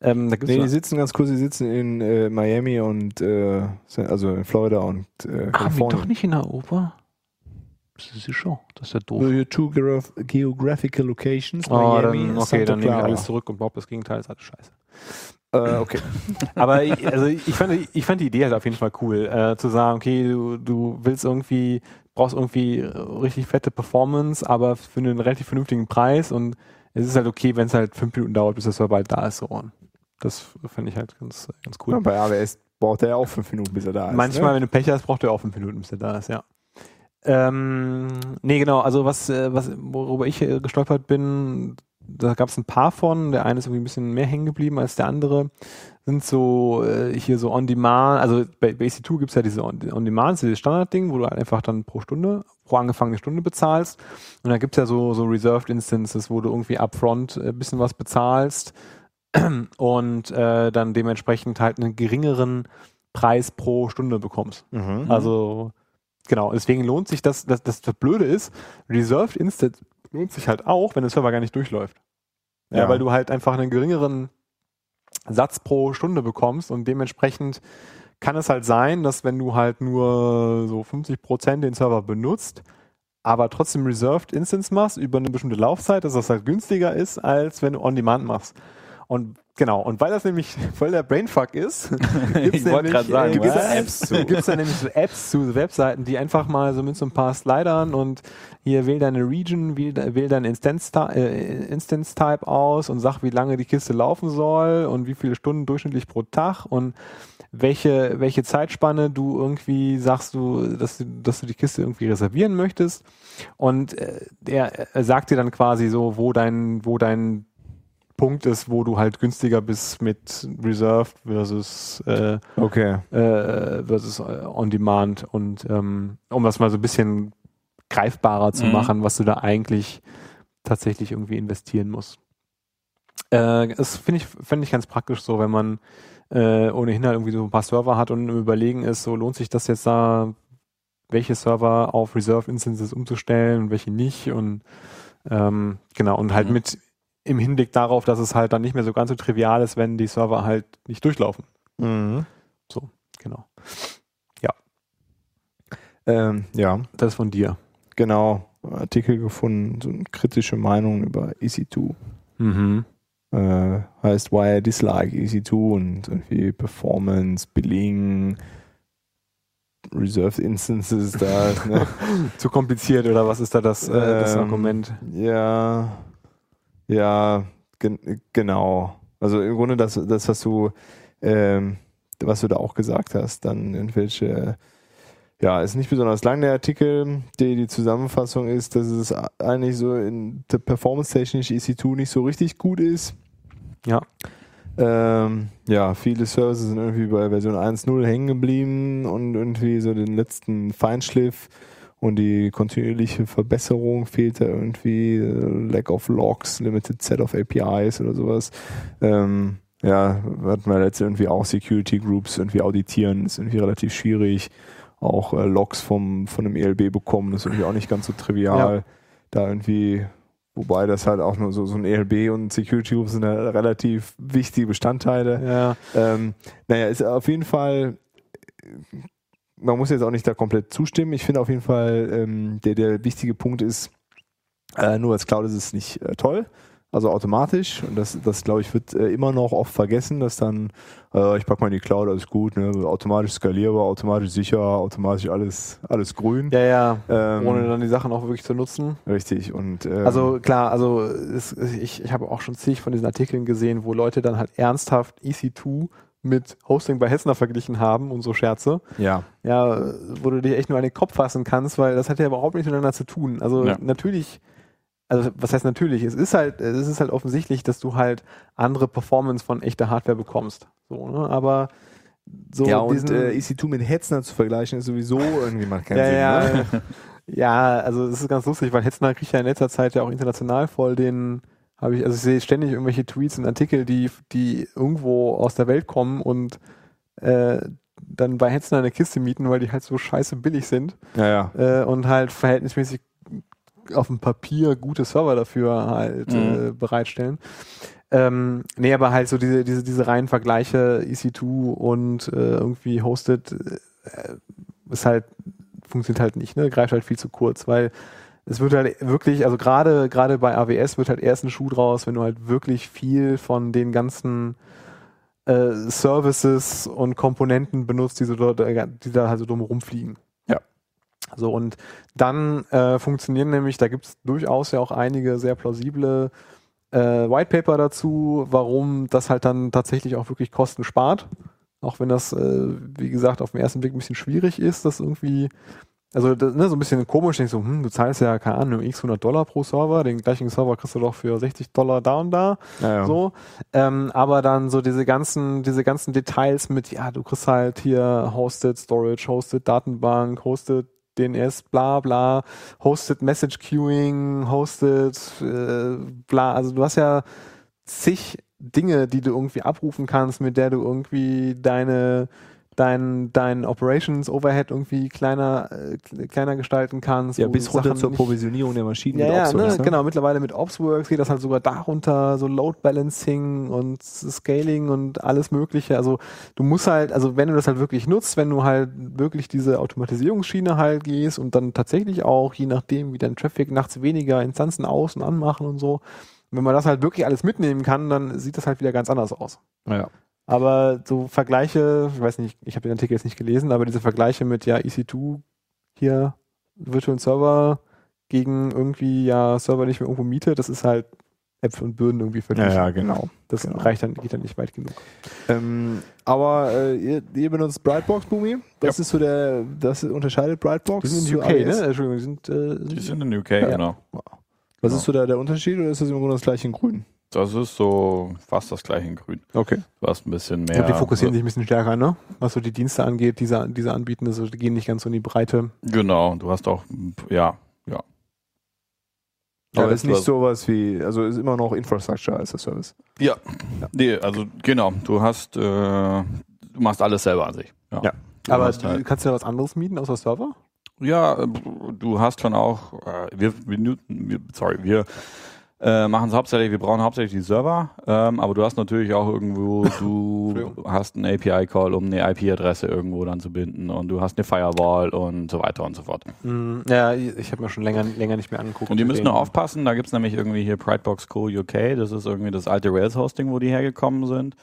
S1: ähm, da gibt's
S2: Nee,
S1: so
S2: die sitzen ganz kurz, die sitzen in äh, Miami und äh, also in Florida und äh, Kalifornien.
S1: nicht in Europa? Sicher, das ist ja doof.
S2: Your two geograph- geographical locations,
S1: Oh, dann, okay,
S2: Santa
S1: dann nehme ich
S2: Clara.
S1: alles zurück und behaupte das Gegenteil, ist alles scheiße.
S2: Äh, okay.
S1: Aber ich, also ich, fand, ich fand die Idee halt auf jeden Fall cool, äh, zu sagen, okay, du, du willst irgendwie, brauchst irgendwie äh, richtig fette Performance, aber für einen relativ vernünftigen Preis und es ist halt okay, wenn es halt fünf Minuten dauert, bis der Server halt da ist. So. Und das fand ich halt ganz, ganz cool.
S2: Ja, bei AWS braucht er ja auch fünf Minuten, bis er da ist.
S1: Manchmal,
S2: Ne?
S1: wenn du Pech hast, braucht er auch fünf Minuten, bis er da ist, ja. Ähm, nee, genau, also was, äh, was, worüber ich äh, gestolpert bin, da gab es ein paar von, der eine ist irgendwie ein bisschen mehr hängen geblieben als der andere, sind so äh, hier so On-Demand, also bei, bei EC2 gibt es ja diese On- On-Demand, dieses Standardding, wo du halt einfach dann pro Stunde, pro angefangene Stunde bezahlst und da gibt es ja so, so Reserved Instances, wo du irgendwie upfront äh, ein bisschen was bezahlst und äh, dann dementsprechend halt einen geringeren Preis pro Stunde bekommst.
S2: Mhm.
S1: Also genau, deswegen lohnt sich das, das, das, das Blöde ist, Reserved Instant lohnt sich halt auch, wenn der Server gar nicht durchläuft. Ja,
S2: Ja.
S1: weil du halt einfach einen geringeren Satz pro Stunde bekommst und dementsprechend kann es halt sein, dass wenn du halt nur so 50% den Server benutzt, aber trotzdem Reserved Instance machst über eine bestimmte Laufzeit, dass das halt günstiger ist, als wenn du On-Demand machst. Und genau, und weil das nämlich voll der Brainfuck ist,
S3: ich wollte gerade sagen,
S1: gibt's
S3: was?
S1: da Apps zu. Gibt's da nämlich so Apps zu, so Webseiten, die einfach mal so mit so ein paar Slidern und hier wähl deine Region, wähl, de- wähl dein Instance, Ti- äh, Instance Type aus und sag, wie lange die Kiste laufen soll und wie viele Stunden durchschnittlich pro Tag und welche, welche Zeitspanne du irgendwie sagst du, dass du, dass du die Kiste irgendwie reservieren möchtest. Und äh, der äh, sagt dir dann quasi so, wo dein, wo dein Punkt ist, wo du halt günstiger bist mit Reserved versus äh,
S2: Okay.
S1: äh, versus äh, On Demand und ähm, um das mal so ein bisschen greifbarer zu
S3: Mhm.
S1: machen, was du da eigentlich tatsächlich irgendwie investieren musst. Äh, das finde ich, find ich ganz praktisch so, wenn man äh, ohnehin halt irgendwie so ein paar Server hat und im Überlegen ist, so lohnt sich das jetzt da, welche Server auf Reserve Instances umzustellen und welche nicht und ähm, genau und halt
S3: Mhm.
S1: mit im Hinblick darauf, dass es halt dann nicht mehr so ganz so trivial ist, wenn die Server halt nicht durchlaufen.
S2: Mhm.
S1: Genau.
S2: Ähm, ja,
S1: Das von dir.
S2: genau. Artikel gefunden, so eine kritische Meinung über EC2.
S1: Mhm.
S2: äh, heißt Why I Dislike EC2 und irgendwie Performance, Billing, Reserved Instances da. ne?
S1: Zu kompliziert oder was ist da das, äh, das
S2: Ähm,
S1: Argument?
S2: Ja, ja, gen genau. Also im Grunde das, das was du, ähm, was du da auch gesagt hast, dann irgendwelche, ja, ist nicht besonders lang der Artikel. Die, die Zusammenfassung ist, dass es eigentlich so in der performance-technisch EC2 nicht so richtig gut ist.
S1: Ja.
S2: Ähm, ja, viele Services sind irgendwie bei Version 1.0 hängen geblieben und irgendwie so den letzten Feinschliff und die kontinuierliche Verbesserung fehlt da irgendwie. äh, Lack of Logs, Limited Set of APIs oder sowas. Ähm, ja, hatten wir letzte irgendwie auch Security Groups irgendwie auditieren, ist irgendwie relativ schwierig. Auch äh, Logs vom, von einem ELB bekommen, ist irgendwie auch nicht ganz so trivial. Da irgendwie, wobei das halt auch nur so, so ein ELB und Security Groups sind halt relativ wichtige Bestandteile.
S1: Ja.
S2: Ähm, naja, ist auf jeden Fall, man muss jetzt auch nicht da komplett zustimmen. Ich finde auf jeden Fall, ähm, der, der wichtige Punkt ist, äh, nur als Cloud ist es nicht äh, toll. Also automatisch, und das, das glaube ich, wird äh, immer noch oft vergessen, dass dann, äh, ich packe mal in die Cloud, alles gut, ne? automatisch skalierbar, automatisch sicher, automatisch alles, alles grün.
S1: Ja, ja.
S2: Ähm,
S1: Ohne dann die Sachen auch wirklich zu nutzen.
S2: richtig, und ähm,
S1: Also klar, also es, ich, ich habe auch schon zig von diesen Artikeln gesehen, wo Leute dann halt ernsthaft EC2 mit Hosting bei Hessner verglichen haben und so Scherze.
S2: ja.
S1: Ja, wo du dich echt nur an den Kopf fassen kannst, weil das hat ja überhaupt nichts miteinander zu tun. Also
S3: Ja.
S1: natürlich, also was heißt natürlich, es ist halt, es ist halt offensichtlich, dass du halt andere Performance von echter Hardware bekommst. So, ne? Aber so
S2: ja, und
S1: diesen-
S2: äh, EC2 mit Hetzner zu vergleichen, ist sowieso irgendwie macht keinen Sinn.
S1: ja,
S2: Ne?
S1: ja, ja, also es ist ganz lustig, weil Hetzner kriegt ja in letzter Zeit ja auch international voll den, habe ich, also ich sehe ständig irgendwelche Tweets und Artikel, die, die irgendwo aus der Welt kommen und äh, dann bei Hetzner eine Kiste mieten, weil die halt so scheiße billig sind
S2: Ja, ja.
S1: äh, und halt verhältnismäßig auf dem Papier gute Server dafür halt
S3: Mhm.
S1: äh, bereitstellen. Ähm, nee, aber halt so diese, diese, diese reinen Vergleiche EC2 und äh, irgendwie hosted äh, ist halt, funktioniert halt nicht, ne? Greift halt viel zu kurz, weil es wird halt wirklich, also gerade gerade bei AWS wird halt erst ein Schuh draus, wenn du halt wirklich viel von den ganzen äh, Services und Komponenten benutzt, die, so dort, die da halt so drum rumfliegen.
S3: Ja.
S1: So, und dann äh, funktionieren nämlich, da gibt es durchaus ja auch einige sehr plausible äh, White Paper dazu, warum das halt dann tatsächlich auch wirklich Kosten spart. Auch wenn das, äh, wie gesagt, auf den ersten Blick ein bisschen schwierig ist, das irgendwie, also das, ne, so ein bisschen komisch, denkst du, hm, du zahlst ja, keine Ahnung, x 100 Dollar pro Server, den gleichen Server kriegst du doch für 60 Dollar da und da.
S2: Ja, ja.
S1: So, ähm, aber dann so diese ganzen, diese ganzen Details mit, ja, du kriegst halt hier Hosted Storage, Hosted Datenbank, Hosted DNS, bla bla, Hosted Message Queuing, Hosted äh, bla, also du hast ja zig Dinge, die du irgendwie abrufen kannst, mit der du irgendwie deine dein, dein Operations Overhead irgendwie kleiner äh, kleiner gestalten kannst.
S2: ja,
S1: wo
S2: bis
S1: du
S2: runter
S1: Sachen
S2: zur
S1: nicht-
S2: Provisionierung der Maschinen
S1: ja,
S2: mit
S1: ja,
S2: Outsource,
S1: ne? Genau, mittlerweile mit Opsworks geht das halt sogar darunter, so Load Balancing und Scaling und alles Mögliche. Also du musst halt, also wenn du das halt wirklich nutzt, wenn du halt wirklich diese Automatisierungsschiene halt gehst und dann tatsächlich auch, je nachdem, wie dein Traffic nachts weniger Instanzen aus- und anmachen und so, wenn man das halt wirklich alles mitnehmen kann, dann sieht das halt wieder ganz anders aus.
S2: Ja.
S1: Aber so Vergleiche, ich weiß nicht, ich habe den Artikel jetzt nicht gelesen, aber diese Vergleiche mit ja EC2 hier Virtual Server gegen irgendwie ja Server, den ich mir irgendwo miete, das ist halt Äpfel und Birnen irgendwie verglichen.
S2: genau.
S1: das
S2: genau.
S1: reicht dann, geht dann nicht weit genug.
S2: Ähm, aber äh, ihr, ihr benutzt Brightbox, Bumi. Das ist so der, das unterscheidet Brightbox. zu AWS?
S1: Entschuldigung, die sind, äh,
S3: Die sind in UK,
S2: Ja.
S3: genau.
S2: Was ist so da der Unterschied oder ist das im Grunde das gleiche in Grün?
S3: Das ist so fast das gleiche in Grün.
S2: Okay.
S3: Du hast ein bisschen
S1: ich
S3: mehr.
S1: glaub, die fokussieren sich ein bisschen stärker, ne? Was so die Dienste angeht, diese, diese anbieten, also die gehen nicht ganz so in die Breite.
S3: Genau, du hast auch, ja, ja.
S2: Aber
S3: das
S2: ist nicht sowas wie, also ist immer noch Infrastructure als der Service.
S3: Nee, also genau, du hast, äh, du machst alles selber an sich.
S2: Ja.
S3: Du
S1: Aber
S3: hast halt,
S1: du- kannst du da was anderes mieten außer Server?
S3: ja, äh, du hast schon auch, äh, wir, wir, nu- wir sorry, wir äh, machen es hauptsächlich, wir brauchen hauptsächlich die Server, ähm, aber du hast natürlich auch irgendwo, du
S1: Entschuldigung.
S3: hast einen API-Call, um eine IP-Adresse irgendwo dann zu binden und du hast eine Firewall und so weiter und so fort.
S1: Mm, ja, ich habe mir schon länger, länger nicht mehr angeguckt.
S3: Und die müssen
S1: Den-
S3: nur aufpassen, da gibt's nämlich irgendwie hier Pridebox Co. UK, das ist irgendwie das alte Rails-Hosting, wo die hergekommen sind.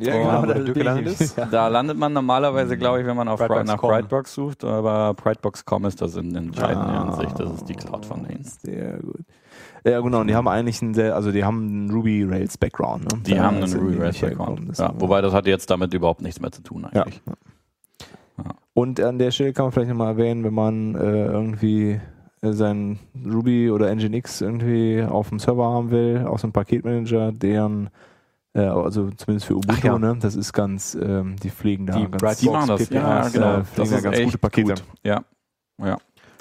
S2: Ja,
S3: genau,
S1: wo
S3: aber
S1: der Dücke landet ist.
S3: Da landet man normalerweise, glaube ich, wenn man auf Bri- nach
S1: Pridebox.com.
S3: Pridebox sucht, aber Pridebox.com ist das in entscheidender
S2: Ah.
S3: Hinsicht, das ist die Cloud von denen.
S2: Sehr gut. Ja, genau, und die haben eigentlich einen sehr, also die haben einen Ruby Rails Background. Ne?
S3: Die
S2: Da
S3: haben einen
S2: sind
S3: Ruby
S2: die
S3: Rails
S2: nicht hergekommen,
S3: Background.
S2: das
S3: Ja,
S2: war-
S3: wobei das hat jetzt damit überhaupt nichts mehr zu tun
S2: Ja.
S3: eigentlich.
S2: Und an der Stelle kann man vielleicht nochmal erwähnen, wenn man äh, irgendwie äh, sein Ruby oder Nginx irgendwie auf dem Server haben will, aus dem Paketmanager, deren, äh, also zumindest für
S1: Ach
S2: Ubuntu,
S1: ja.
S2: ne? das ist ganz, ähm, die fliegen da
S1: Die
S2: ganz
S1: Bright
S3: Die machen das, ja,
S2: PPAs,
S3: genau.
S2: äh,
S3: Das
S2: fliegen da
S3: ist
S2: ganz
S3: echt
S2: gute Pakete.
S3: Gut. Ja.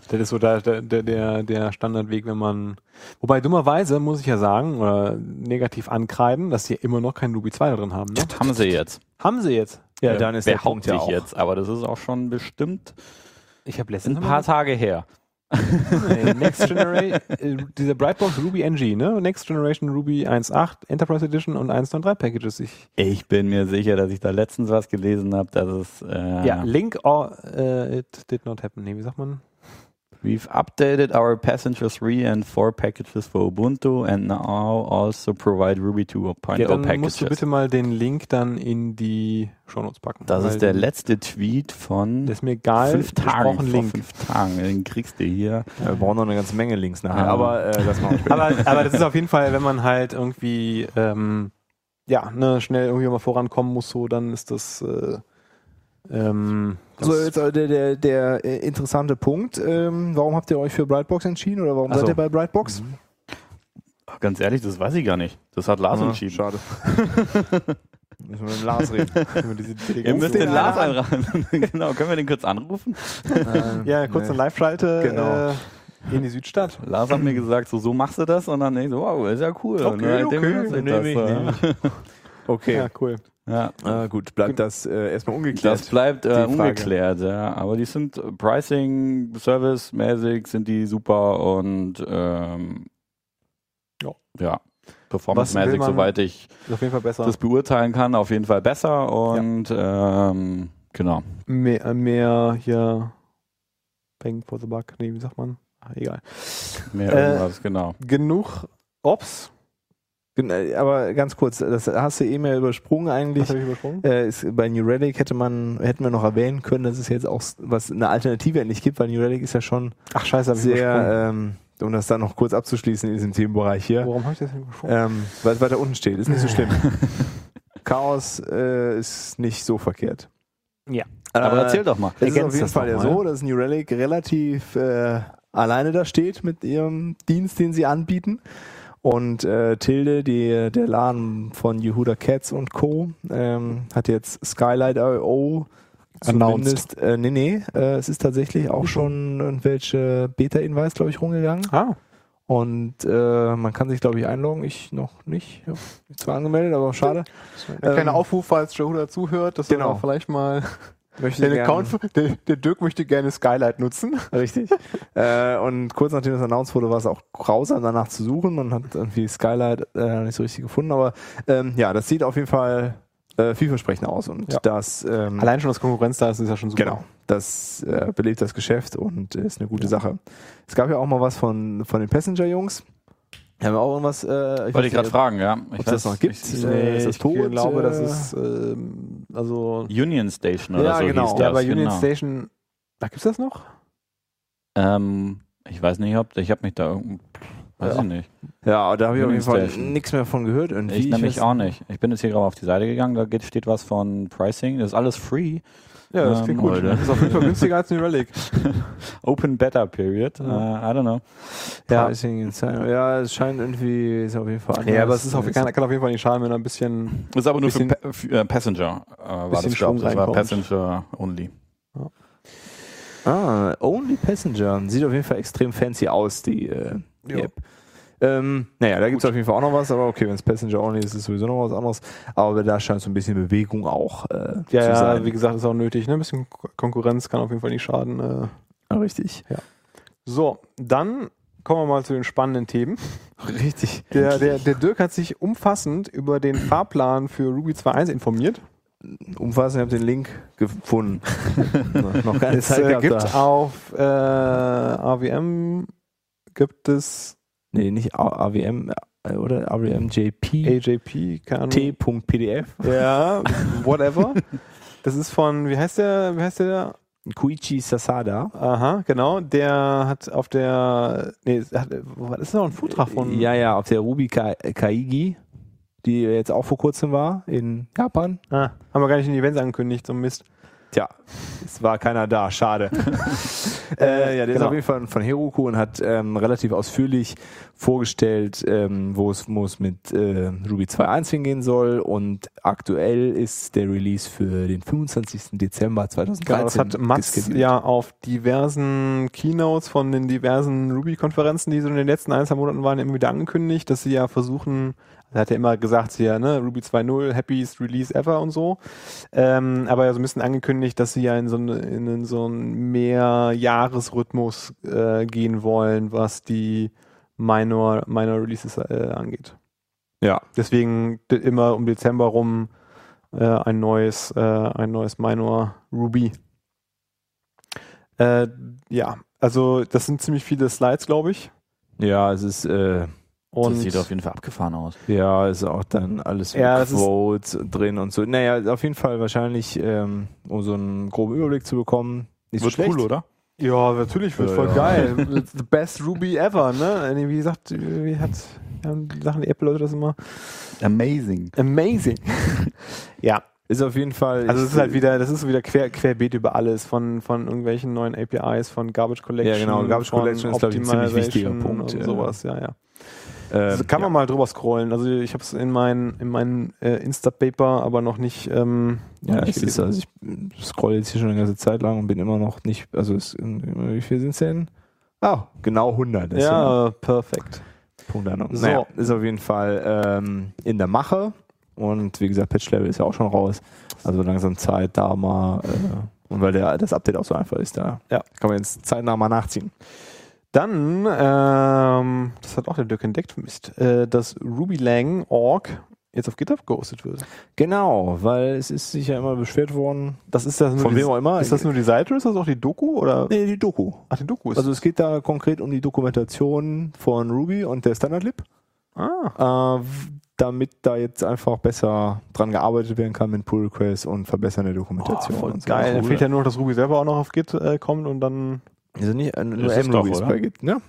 S1: Das ist so der, der, der, der Standardweg, wenn man. Wobei dummerweise muss ich ja sagen, oder negativ ankreiden, dass sie immer noch keinen Ruby 2 da drin haben. Ne?
S3: Haben sie jetzt.
S1: Haben sie jetzt.
S2: Ja, dann ist der Punkt
S3: behaupte
S2: ja
S3: ich
S2: auch.
S3: jetzt, aber das ist auch schon bestimmt
S1: Ich habe letztens
S3: ein paar Tage her.
S1: Nee, Next Generation, äh, dieser Brightbox Ruby NG, ne? Next Generation Ruby 1.8 Enterprise Edition und 1.9.3 Packages. Ich,
S3: Ich bin mir sicher, dass ich da letztens was gelesen habe, dass es äh,
S1: ja. Link or, äh, it did not happen. Nee, wie sagt man?
S3: We've updated our passenger 3 and 4 packages for Ubuntu and now also provide Ruby 2.0
S1: Ja, dann musst du
S3: packages.
S1: bitte mal den Link dann in die Shownotes packen.
S3: Das
S1: weil
S3: ist der letzte Tweet von
S1: Das ist mir egal.
S3: fünf
S1: ich brauch
S3: Tagen.
S1: einen
S3: Vor
S1: Link.
S3: fünf Tagen. Den kriegst du hier.
S2: Ja, Wir brauchen noch eine ganze Menge Links nachher,
S3: Ja.
S2: aber äh, das machen wir später.
S1: aber, aber das ist auf jeden Fall, wenn man halt irgendwie ähm, ja, ne, schnell irgendwie mal vorankommen muss, so, dann ist das äh, ähm,
S2: So,
S1: ganz-
S2: jetzt äh, der, der, der äh, interessante Punkt. Ähm, warum habt ihr euch für Brightbox entschieden oder warum
S3: Ach so.
S2: seid ihr bei Brightbox?
S3: Ach, Ganz ehrlich, das weiß ich gar nicht. Das hat Lars
S2: Ah,
S3: entschieden.
S2: Schade. Müssen wir mit dem Lars reden.
S1: über diese Telegram-
S3: Ihr müsst
S2: den
S3: den Lars
S2: einer
S3: einraten. genau, können wir den kurz anrufen?
S1: ja, kurz eine Live-Schalte
S2: Genau.
S1: äh, in die Südstadt.
S3: Lars hat mir gesagt, so, so machst du das. Und dann denke ich so, wow, ist ja cool. Ne,
S1: Okay,
S3: Und
S2: ne,
S3: dann
S1: okay,
S3: nehme ich das,
S2: nehme ich,
S3: äh,
S2: nehme Okay.
S1: Ja, cool.
S3: Ja.
S2: Ah, gut, bleibt das äh, erstmal ungeklärt.
S3: Das bleibt äh,
S2: Frage.
S3: ungeklärt, ja. Aber die sind äh, Pricing, Service-mäßig sind die super und ähm,
S1: Ja.
S3: ja.
S1: Was will
S3: Performance-mäßig,
S1: man-
S3: soweit ich
S1: Ist auf jeden Fall besser.
S3: das beurteilen kann, auf jeden Fall besser und ähm, genau.
S1: mehr, mehr äh, hier Bang for the Buck. Nee, wie sagt man? Ah, egal.
S3: Mehr
S1: Äh,
S3: irgendwas, genau.
S1: Genug Ops.
S2: Gen- äh, Aber ganz kurz, das hast du eben ja übersprungen eigentlich.
S1: Was hab ich übersprungen?
S2: Äh, ist, bei New Relic hätte man, hätten wir noch erwähnen können, dass es jetzt auch s- was eine Alternative endlich gibt, weil New Relic ist ja schon
S1: Ach, scheiße, hab ich übersprungen.
S2: sehr, ähm, um das dann noch kurz abzuschließen in diesem Themenbereich hier,
S1: Warum habe ich das denn übersprungen?
S2: ähm, weil es weiter unten steht, ist nicht so schlimm. Chaos äh, ist nicht so verkehrt.
S1: Ja.
S3: Aber
S2: Äh,
S3: erzähl doch mal.
S2: Es ist auf
S1: Ergänzt
S2: jeden
S1: das
S2: Fall ja
S1: doch mal.
S2: so, dass New Relic relativ äh, alleine da steht mit ihrem Dienst, den sie anbieten. Und äh, Tilde, die, der Laden von Yehuda Cats und Co., ähm, hat jetzt Skylight.io
S1: Announced.
S2: zumindest, äh, nee, nee, äh, es ist tatsächlich auch schon irgendwelche Beta-Inweis, glaube ich, rumgegangen.
S1: Ah,
S2: Und äh, man kann sich, glaube ich, einloggen. Ich noch nicht. Ich habe mich zwar angemeldet, aber schade.
S1: ein
S2: Ähm,
S1: kleiner Aufruf, falls Jehuda zuhört, dass
S2: genau.
S1: er da vielleicht mal
S2: Möchte
S1: den
S2: gerne-
S1: Account, von- der, der Dirk möchte gerne Skylight nutzen.
S2: Richtig. äh, und kurz nachdem das announced wurde, war es auch grausam, danach zu suchen. Man hat irgendwie Skylight äh, nicht so richtig gefunden. Aber ähm, ja, das sieht auf jeden Fall äh, vielversprechend aus. Und
S1: Ja.
S2: das, ähm,
S1: Allein schon, dass Konkurrenz da ist, ist ja schon super.
S2: genau, das äh, belebt das Geschäft und äh, ist eine gute Sache. Es gab ja auch mal was von, von den Passenger-Jungs. Haben wir auch irgendwas? Äh,
S3: Wollte ich
S2: weiß
S3: gerade
S2: nicht,
S3: fragen, ja. Ich
S2: ob das noch gibt.
S3: ich-
S2: Äh,
S1: Nee,
S2: ist das
S1: ich
S2: tot?
S1: glaube, das
S2: Äh,
S1: ist ähm, also
S3: Union Station oder
S2: Ja,
S3: so
S2: genau.
S3: hieß das.
S1: ja, bei Union
S3: genau.
S1: Station, da gibt's das noch?
S3: Ähm, ich weiß nicht, ob ich habe mich da irgend- weiß
S2: Ja.
S3: ich nicht.
S2: Ja, aber da habe ich auf jeden Fall
S3: Union-Station.
S2: nichts mehr von gehört. Irgendwie.
S3: Ich nämlich
S2: weiß-
S3: auch nicht. Ich bin jetzt hier gerade auf die Seite gegangen, da geht, steht was von Pricing. Das ist alles free.
S1: Ja, das
S3: Ähm,
S1: klingt gut.
S3: Leute.
S1: Das ist auf jeden Fall günstiger als New Relic.
S3: Open Beta Period.
S1: Ja.
S3: Äh, I don't know.
S2: Ja.
S1: Ja.
S2: Pricing in China. ja, es scheint irgendwie, ist auf jeden Fall
S1: Ja,
S2: anders.
S1: aber es ist auf, kann, kann auf jeden Fall nicht schaden, wenn er ein bisschen.
S3: Ist aber nur
S1: Bisschen-
S3: für, pa für äh, Passenger. Äh, war
S1: bisschen
S3: das, glaub,
S1: Schwung
S3: das war
S1: reinkommt.
S3: Passenger only.
S2: Ah, Only Passenger. Sieht auf jeden Fall extrem fancy aus, die äh, die
S1: Ja.
S2: App. Ähm, naja, da gibt es auf jeden Fall auch noch was, aber okay, wenn es Passenger Only ist, ist es sowieso noch was anderes. Aber da scheint so ein bisschen Bewegung auch äh, zu
S1: Ja, ja,
S2: sein.
S1: wie gesagt, ist auch nötig. Ne? Ein bisschen Ko- Konkurrenz kann auf jeden Fall nicht schaden. Äh.
S2: Ja, Ah, richtig.
S1: So, dann kommen wir mal zu den spannenden Themen.
S2: Richtig.
S1: Der, der, der Dirk hat sich umfassend über den Fahrplan für Ruby 2.1 informiert.
S2: Umfassend, ich habe den Link gefunden. Na, noch keine
S1: Es
S2: Zeit
S1: äh,
S2: gehabt
S1: gibt
S2: da.
S1: auf äh, AWM gibt es
S2: Nee, nicht A- AWM äh, oder AWMJP.
S1: AJP, keine Ahnung.
S2: T.pdf.
S1: Ja, whatever. Das ist von, wie heißt der, wie heißt der?
S2: Koichi Sasada.
S1: Aha, genau. Der hat auf der. Nee, hat, wo war- das ist noch ein Vortrag von.
S2: ja, ja, auf der Ruby Ka Kaigi, die jetzt auch vor kurzem war in Japan.
S1: Ah, haben wir gar nicht in die Events angekündigt, so ein Mist.
S2: Tja, es war keiner da, schade. äh, ja, der ist
S1: Genau.
S2: auf jeden Fall von Heruko und hat ähm, relativ ausführlich vorgestellt, ähm, wo es wo es mit äh, Ruby 2.1 hingehen soll. Und aktuell ist der Release für den 25. Dezember 2013.
S1: Genau, das hat Mats
S2: gescheduled.
S1: ja auf diversen Keynotes von den diversen Ruby-Konferenzen, die so in den letzten ein, zwei Monaten waren, immer wieder angekündigt, dass sie ja versuchen, er hat ja immer gesagt, sie ja, ne, Ruby 2.0, happiest release ever und so. Ähm, aber ja so ein bisschen angekündigt, dass sie ja in so, eine, in so einen Mehrjahresrhythmus äh, gehen wollen, was die Minor, Minor Releases äh, angeht.
S2: Ja.
S1: Deswegen d- immer um Dezember rum äh, ein neues, äh, ein neues Minor Ruby. Äh, ja, also das sind ziemlich viele Slides, glaube ich.
S2: Ja, es ist, äh,
S1: Und
S4: das sieht auf jeden Fall abgefahren aus.
S2: ja, ist auch dann alles mit
S1: Ja, das ist-
S2: Quotes drin und so. Naja, auf jeden Fall wahrscheinlich, ähm, um so einen groben Überblick zu bekommen. Nicht so schlecht.
S3: oder?
S1: ja, natürlich wird
S2: Ja,
S1: voll
S2: ja.
S1: geil. It's the best Ruby ever, ne? Nee, Wie gesagt, wie hat haben die Sachen die Apple Leute das immer
S3: Amazing.
S1: amazing. ja,
S2: Ist auf jeden Fall.
S1: also
S2: ich-
S1: es ist halt wieder, das ist so wieder quer, querbeet über alles von von irgendwelchen neuen APIs, von Garbage Collection,
S2: Ja, genau, Garbage
S1: von
S2: Collection ist, glaub ich, ein ziemlich wichtiger
S1: Optimization
S2: Punkt,
S1: und
S2: ja.
S1: sowas, ja, ja.
S2: ähm,
S1: Also kann
S2: ja.
S1: man mal drüber scrollen. Also ich habe es in meinen in mein, äh, Insta-Paper, aber noch nicht. Ähm, noch
S2: Ja,
S1: nicht
S2: es ist, also ich scroll jetzt hier schon eine ganze Zeit lang und bin immer noch nicht, also es, wie viel sind es denn? Ah, genau 100. das sind
S1: ja, perfekt.
S2: Punkt an.
S1: So.
S2: Naja, ist auf jeden Fall ähm, in der Mache. Und wie gesagt, Patch Level ist ja auch schon raus. Also langsam Zeit da mal. Äh, und weil der, das Update auch so einfach ist, da
S1: Ja.
S2: kann man jetzt zeitnah mal nachziehen.
S1: Dann, ähm, das hat auch der Dirk entdeckt, Mist, äh, dass RubyLang.org jetzt auf GitHub gehostet wird.
S2: Genau, weil es ist sich ja immer beschwert worden.
S1: Das ist das nur
S2: Von
S1: die,
S2: wem auch immer.
S1: Ist das nur die Seite oder ist das auch die Doku? Oder?
S2: nee, die Doku.
S1: Ach, die Doku ist.
S2: Also es geht da konkret um die Dokumentation von Ruby und der Standard Lib.
S1: ah,
S2: äh, damit da jetzt einfach besser dran gearbeitet werden kann mit Pull Requests und verbessern der Dokumentation.
S1: voll
S2: und so.
S1: geil. Dann
S2: Cool.
S1: fehlt ja nur, noch, dass Ruby selber auch noch auf Git äh, kommt und dann.
S2: Also nicht äh, nur
S3: Das ist doch,
S2: M-Ruby ist
S3: oder?
S2: bei Git, ne?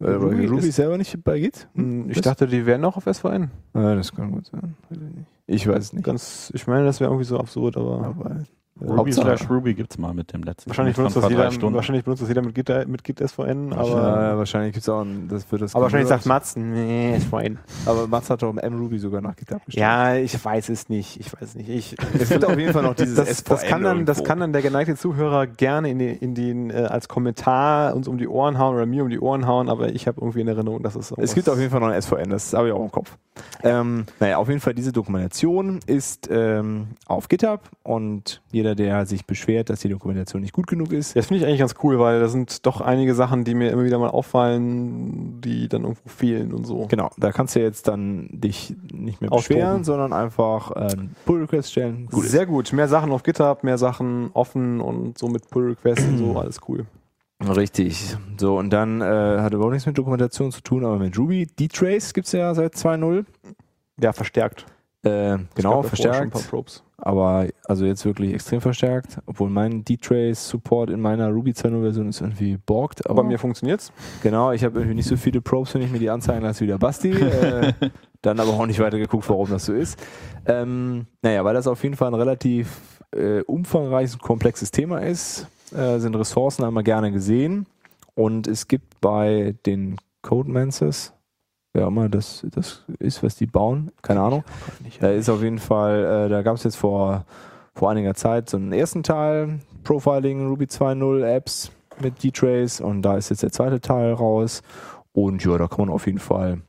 S2: Äh,
S1: Ruby
S2: Ruby, Ruby
S1: ist-
S2: ist selber nicht bei Git? Hm.
S1: Mh, hm, ich
S2: das-
S1: dachte, die wären noch auf SVN.
S2: Äh, das kann gut sein. Weiß ich nicht. Genau. Ich weiß es nicht.
S1: Ganz, ich meine, das wäre irgendwie so absurd, aber.
S2: Aber äh,
S3: Ruby
S2: Hauptsache-
S3: slash Ruby gibt's mal mit dem letzten.
S1: Wahrscheinlich
S3: Commit
S1: benutzt, das
S3: von vor
S1: jeder,
S3: drei Stunden.
S1: wahrscheinlich benutzt das jeder mit Git, äh, mit Git SVN, aber.
S2: äh, wahrscheinlich gibt es auch ein, das wird das
S1: Aber wahrscheinlich
S2: Convert.
S1: sagt Matzen, nee, ist fein.
S2: Aber Mats hat doch M-Ruby sogar nach Git abgestellt.
S1: Ja, ich weiß es nicht. Ich weiß es nicht. Ich,
S2: Es gibt auf jeden Fall noch dieses
S1: das, das,
S2: SVN
S1: kann dann, das
S2: irgendwo.
S1: kann dann der geneigte Zuhörer gerne in den, in den äh, als Kommentar uns um die Ohren hauen oder mir um die Ohren hauen, aber ich habe irgendwie in Erinnerung, dass es
S2: Es gibt auf jeden Fall noch ein SVN, das habe ich auch im Kopf. Ähm, naja, auf jeden Fall, diese Dokumentation ist ähm, auf GitHub und jeder, der sich beschwert, dass die Dokumentation nicht gut genug ist,
S1: Das finde ich eigentlich ganz cool, weil da sind doch einige Sachen, die mir immer wieder mal auffallen, die dann irgendwo fehlen und so.
S2: genau, da kannst du jetzt dann dich nicht mehr
S1: Austoben.
S2: beschweren, sondern einfach äh, einen Pull-Request stellen. Gut ist.
S1: Sehr gut. Mehr Sachen auf GitHub, mehr Sachen offen und so mit Pull-Requests und so, alles cool.
S2: Richtig. So, und dann äh, hat überhaupt nichts mit Dokumentation zu tun, aber mit Ruby. D-Trace gibt es ja seit 2.0.
S1: Ja, verstärkt.
S2: Äh,
S1: Es gab
S2: genau,
S1: davor schon Ein
S2: verstärkt.
S1: paar Probes.
S2: Aber also jetzt wirklich extrem verstärkt, obwohl mein D-Trace-Support in meiner Ruby 2.0 Version ist irgendwie borgt.
S1: Bei mir funktioniert's.
S2: Genau, ich habe irgendwie nicht so viele Probes, wenn ich mir die anzeigen lasse wie der Basti. äh, dann aber auch nicht weiter geguckt, warum das so ist. Ähm, naja, weil das auf jeden Fall ein relativ äh, umfangreiches und komplexes Thema ist, äh, sind Ressourcen einmal gerne gesehen. Und es gibt bei den Codemancers, wer auch immer das, das ist, was die bauen, keine Ahnung, da ist auf jeden Fall, äh, da gab es jetzt vor, vor einiger Zeit so einen ersten Teil, Profiling Ruby 2.0 Apps mit D-Trace und da ist jetzt der zweite Teil raus. Und ja, da kann man auf jeden Fall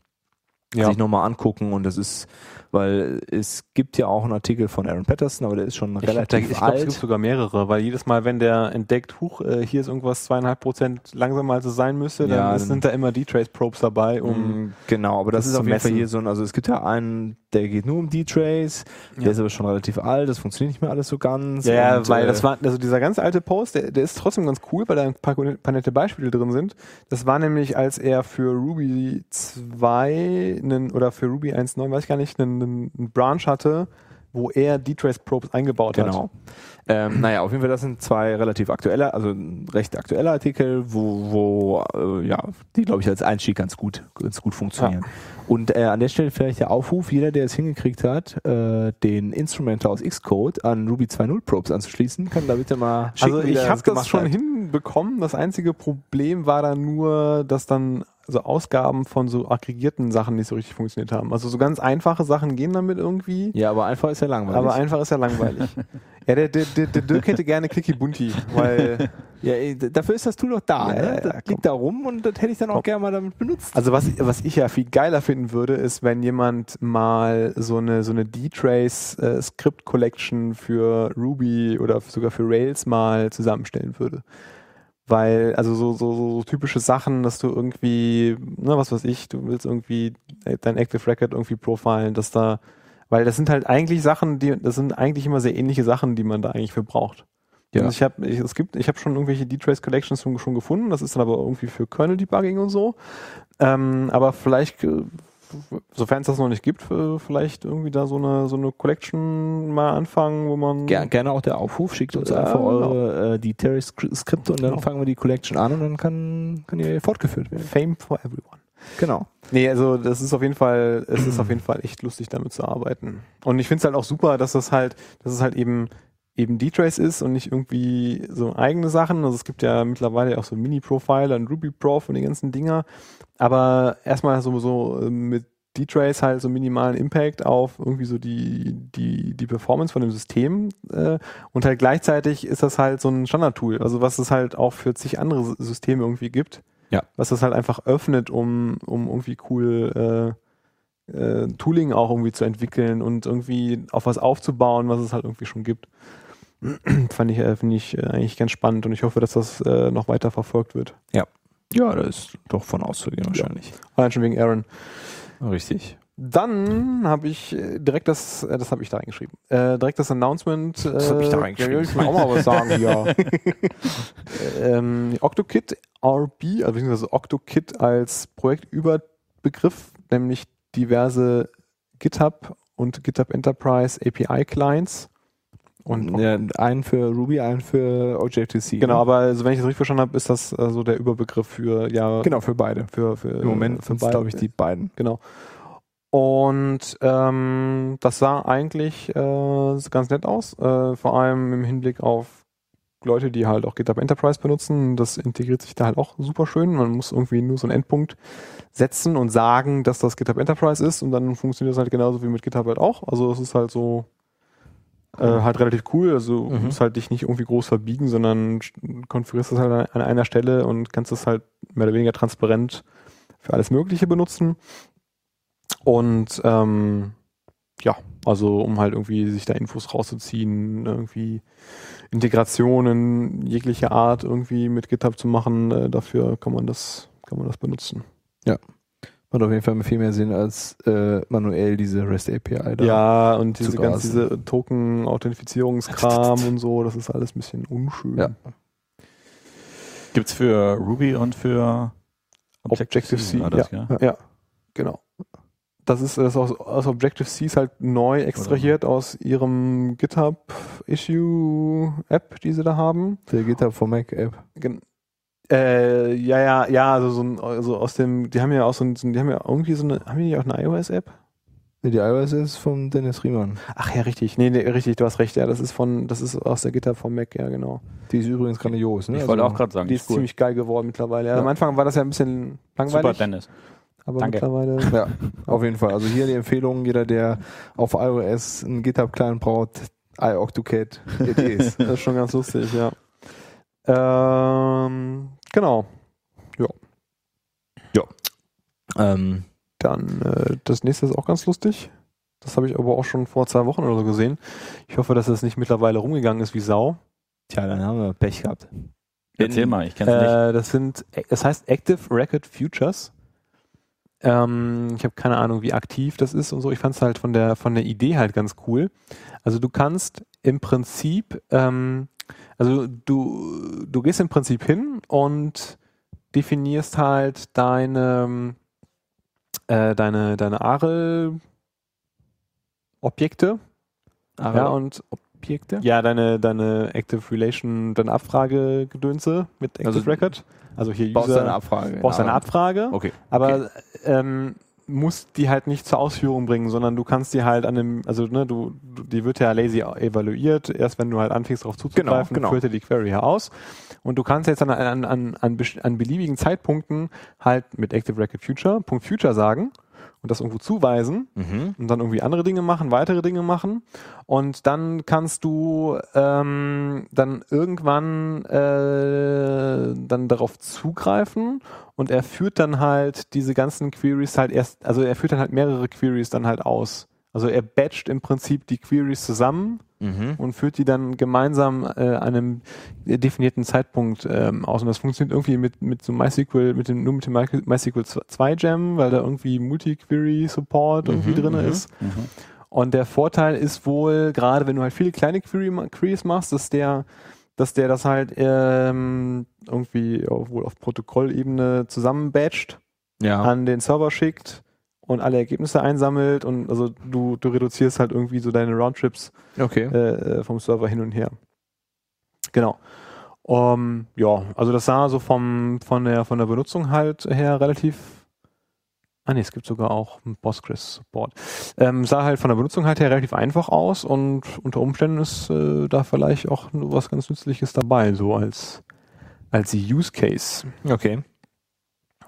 S1: Ja.
S2: sich nochmal angucken und das ist, weil es gibt ja auch einen Artikel von Aaron Patterson, aber der ist schon
S1: Ich glaub,
S2: relativ
S1: da- ich glaub, es gibt
S2: alt.
S1: sogar mehrere, weil jedes Mal, wenn der entdeckt, huch, äh, hier ist irgendwas zweieinhalb Prozent langsamer, als es sein müsste, dann
S2: Ja,
S1: ist,
S2: dann-
S1: sind da immer D-Trace-Probes dabei, um
S2: Mm, genau, aber das,
S1: das
S2: ist auf
S1: zu
S2: jeden Fall
S1: messen.
S2: hier so ein, also es gibt ja einen, der geht nur um D-Trace,
S1: Ja.
S2: der ist aber schon relativ alt, das funktioniert nicht mehr alles so ganz.
S1: ja, ja,
S2: und,
S1: weil
S2: äh,
S1: das war, also dieser ganz alte Post, der, der ist trotzdem ganz cool, weil da ein paar, paar nette Beispiele drin sind. Das war nämlich, als er für Ruby 2 einen, oder für Ruby 1.9, weiß ich gar nicht, einen, einen Branch hatte, wo er D-Trace-Probes eingebaut hat.
S2: Genau. Ähm, naja, auf jeden Fall, das sind zwei relativ aktuelle, also ein recht aktuelle Artikel, wo, wo äh, ja, die, glaube ich, als Einstieg ganz gut, ganz gut funktionieren. Und äh, an der Stelle vielleicht der Aufruf, jeder, der es hingekriegt hat, äh, den Instrumenter aus Xcode an Ruby 2.0 Probes anzuschließen, kann da bitte mal schicken,
S1: Also
S2: wie der
S1: ich habe das
S2: gemacht
S1: schon
S2: hat.
S1: hinbekommen. Das einzige Problem war dann nur, dass dann so Ausgaben von so aggregierten Sachen nicht so richtig funktioniert haben. Also so ganz einfache Sachen gehen damit irgendwie.
S2: Ja, aber einfach ist ja langweilig.
S1: Aber einfach ist ja langweilig. ja, der, der, der, der Dirk hätte gerne Clicky Bunti, weil
S2: ja, ey, d- dafür ist das Tool doch da.
S1: Ja,
S2: ne?
S1: ja,
S2: das
S1: komm.
S2: liegt da rum und das hätte ich dann auch
S1: Komm.
S2: gerne mal damit benutzt.
S1: also was was ich ja viel geiler finden würde, ist, wenn jemand mal so eine so eine D-Trace äh, Script Collection für Ruby oder sogar für Rails mal zusammenstellen würde. Weil, also so, so, so typische Sachen, dass du irgendwie, na, was weiß ich, du willst irgendwie dein Active Record irgendwie profilen, dass da, weil das sind halt eigentlich Sachen, die, das sind eigentlich immer sehr ähnliche Sachen, die man da eigentlich für braucht.
S2: Ja.
S1: Also ich habe, ich, es gibt, ich habe schon irgendwelche D-Trace Collections schon, schon gefunden, das ist dann aber irgendwie für Kernel Debugging und so. Ähm, aber vielleicht, äh, sofern es das noch nicht gibt, äh, vielleicht irgendwie da so eine, so eine Collection mal anfangen, wo man.
S2: Ger gerne auch der Aufruf, schickt uns
S1: Ja,
S2: einfach
S1: genau.
S2: eure äh, die Terry-Skripte und dann
S1: Genau.
S2: fangen wir die Collection an und dann kann, kann die fortgeführt werden.
S1: Fame for everyone.
S2: Genau.
S1: Nee, also das ist auf jeden Fall, es ist auf jeden Fall echt lustig, damit zu arbeiten. Und ich finde es halt auch super, dass das halt, dass es halt eben eben D-Trace ist und nicht irgendwie so eigene Sachen. Also es gibt ja mittlerweile auch so Mini-Profile und Ruby-Prof und die ganzen Dinger. Aber erstmal so, so äh, mit D-Trace halt so minimalen Impact auf irgendwie so die, die, die Performance von dem System. Äh, und halt gleichzeitig ist das halt so ein Standard-Tool, also was es halt auch für zig andere S- Systeme irgendwie gibt.
S2: Ja.
S1: Was das halt einfach öffnet, um, um irgendwie cool äh, äh, Tooling auch irgendwie zu entwickeln und irgendwie auf was aufzubauen, was es halt irgendwie schon gibt. Fand ich, äh, finde ich äh, eigentlich ganz spannend und ich hoffe, dass das äh, noch weiter verfolgt wird.
S2: Ja, da ist doch von auszugehen wahrscheinlich.
S1: Allein schon wegen Aaron.
S2: Richtig.
S1: Dann habe ich äh, direkt das, äh, das habe ich da reingeschrieben, äh, direkt das Announcement. Äh,
S2: hab ich da
S1: ja,
S2: reingeschrieben.
S1: Ich will auch mal was sagen hier. ähm, OctoKit RB, also beziehungsweise OctoKit als Projektüberbegriff, nämlich diverse GitHub und GitHub Enterprise API Clients. Und
S2: Und ja, einen für Ruby, einen für Objective-C.
S1: genau,
S2: ne?
S1: aber also, wenn ich das richtig verstanden habe, ist das äh, so der Überbegriff für ja
S2: genau, für beide.
S1: für, für
S2: Im Moment
S1: für
S2: sind
S1: beide.
S2: glaube ich, die beiden.
S1: Genau. Und ähm, das sah eigentlich äh, ganz nett aus, äh, vor allem im Hinblick auf Leute, die halt auch GitHub Enterprise benutzen. Das integriert sich da halt auch super schön. Man muss irgendwie nur so einen Endpunkt setzen und sagen, dass das GitHub Enterprise ist und dann funktioniert das halt genauso wie mit GitHub halt auch. Also es ist halt so äh, halt relativ cool. Also du
S2: Mhm.
S1: musst halt dich nicht irgendwie groß verbiegen, sondern konfigurierst das halt an einer Stelle und kannst es halt mehr oder weniger transparent für alles Mögliche benutzen. Und ähm, ja, also um halt irgendwie sich da Infos rauszuziehen, irgendwie Integrationen jeglicher Art irgendwie mit GitHub zu machen, äh, dafür kann man das, kann man das benutzen.
S2: Macht auf jeden Fall viel mehr Sinn als äh, manuell diese REST-API da.
S1: Ja, und
S2: zu
S1: diese ganze
S2: grasen.
S1: diese Token-Authentifizierungskram und so, das ist alles ein bisschen unschön.
S2: Ja.
S3: Gibt's für Ruby und für
S1: Objective-C,
S3: war das, ja.
S1: Genau. Das ist das aus, aus Objective-C ist halt neu extrahiert aus ihrem GitHub-Issue-App, die sie da haben.
S2: Der GitHub for Mac App.
S1: Gen äh, ja, ja, ja, also so ein, also aus dem, die haben ja auch so ein, so ein- die haben ja irgendwie so eine, haben die nicht auch eine iOS-App?
S2: Nee, die iOS ist von Dennis Riemann.
S1: Ach ja, richtig. Nee, nee, richtig, du hast recht, ja, das ist von, das ist aus der GitHub vom Mac, ja, genau.
S2: Die ist übrigens grandios. Ne?
S3: Ich wollte
S2: Also-
S3: auch gerade sagen,
S1: Die ist ziemlich geil geworden mittlerweile. Ja.
S2: Ja.
S1: Am Anfang war das ja ein bisschen
S3: Super,
S1: langweilig,
S3: Dennis.
S1: aber
S3: Danke.
S1: mittlerweile.
S2: Ja, auf jeden Fall. Also hier die Empfehlung, jeder, der auf iOS einen GitHub-Client braucht, iOctocat, it is.
S1: Das ist schon ganz lustig, ja. Ähm, genau.
S2: ähm,
S1: Dann äh, das nächste ist auch ganz lustig. Das habe ich aber auch schon vor zwei Wochen oder so gesehen. Ich hoffe, dass es nicht mittlerweile rumgegangen ist wie Sau.
S2: tja, dann haben wir Pech gehabt.
S3: Erzähl mal, ich kenn's nicht.
S1: Äh, das sind, das heißt Active Record Futures. Ähm, ich habe keine Ahnung, wie aktiv das ist und so. Ich fand es halt von der von der Idee halt ganz cool. Also du kannst im Prinzip, ähm, also du du gehst im Prinzip hin und definierst halt deine äh, deine deine Arel Objekte Ja,
S2: Aber
S1: und
S2: Objekte?
S1: ja, deine, deine Active Relation, deine Abfragegedönse mit Active
S2: Also,
S1: Record. Also hier
S2: Baust
S1: User-
S2: deine Abfrage. genau.
S1: brauchst eine
S2: Ja.
S1: Abfrage,
S3: Okay.
S1: aber ähm, musst die halt nicht zur Ausführung bringen, sondern du kannst die halt an dem, also ne, du, du die wird ja lazy evaluiert, erst wenn du halt anfängst darauf zuzugreifen,
S2: Genau, genau.
S1: führt er die Query heraus. Und du kannst jetzt an, an, an, an, best- an beliebigen Zeitpunkten halt mit Active Record Future, Punkt Future sagen und das irgendwo zuweisen
S4: Mhm.
S1: und dann irgendwie andere Dinge machen, weitere Dinge machen. Und dann kannst du ähm, dann irgendwann äh, dann darauf zugreifen und er führt dann halt diese ganzen Queries halt erst, also er führt dann halt mehrere Queries dann halt aus. Also er batcht im Prinzip die Queries zusammen
S4: Mhm.
S1: und führt die dann gemeinsam äh, an einem definierten Zeitpunkt ähm, aus. Und das funktioniert irgendwie mit, mit so MySQL, mit dem, nur mit dem My- MySQL 2 Gem, weil da irgendwie Multi-Query-Support irgendwie
S4: Mhm,
S1: drin
S4: mhm.
S1: ist. Und der Vorteil ist wohl, gerade wenn du halt viele kleine Query ma- Queries machst, dass der, dass der das halt ähm, irgendwie auch wohl auf Protokollebene zusammenbatcht
S3: Ja.
S1: an den Server schickt und alle Ergebnisse einsammelt und also du, du reduzierst halt irgendwie so deine Roundtrips
S2: Okay.
S1: äh, äh, vom Server hin und her. Genau. Ähm, ja, also das sah so vom, von, der, von der Benutzung halt her relativ. Ah ne, es gibt sogar auch einen Postgres-Support. Ähm, sah halt von der Benutzung halt her relativ einfach aus und unter Umständen ist äh, da vielleicht auch nur was ganz Nützliches dabei, so als, als Use Case.
S2: Okay.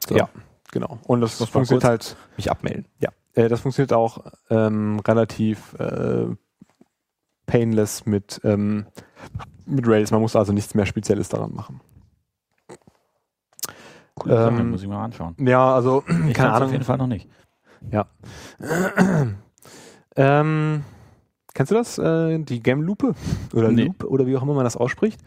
S2: So.
S1: Ja, genau. Und das
S2: muss mal
S1: funktioniert
S2: kurz-
S1: halt
S2: Mich abmelden.
S1: äh, das funktioniert auch ähm, relativ äh, painless mit, ähm, mit Rails. Man muss also nichts mehr Spezielles daran machen.
S3: Coole Sache,
S1: ähm,
S3: muss ich mal anschauen.
S1: Ja, also keine
S3: Ich kann's Auf
S1: Ahnung.
S3: jeden Fall noch nicht.
S1: ähm, kennst du das? Äh, die Gem-Lupe oder
S3: Nee.
S1: Loop oder wie auch immer man das ausspricht.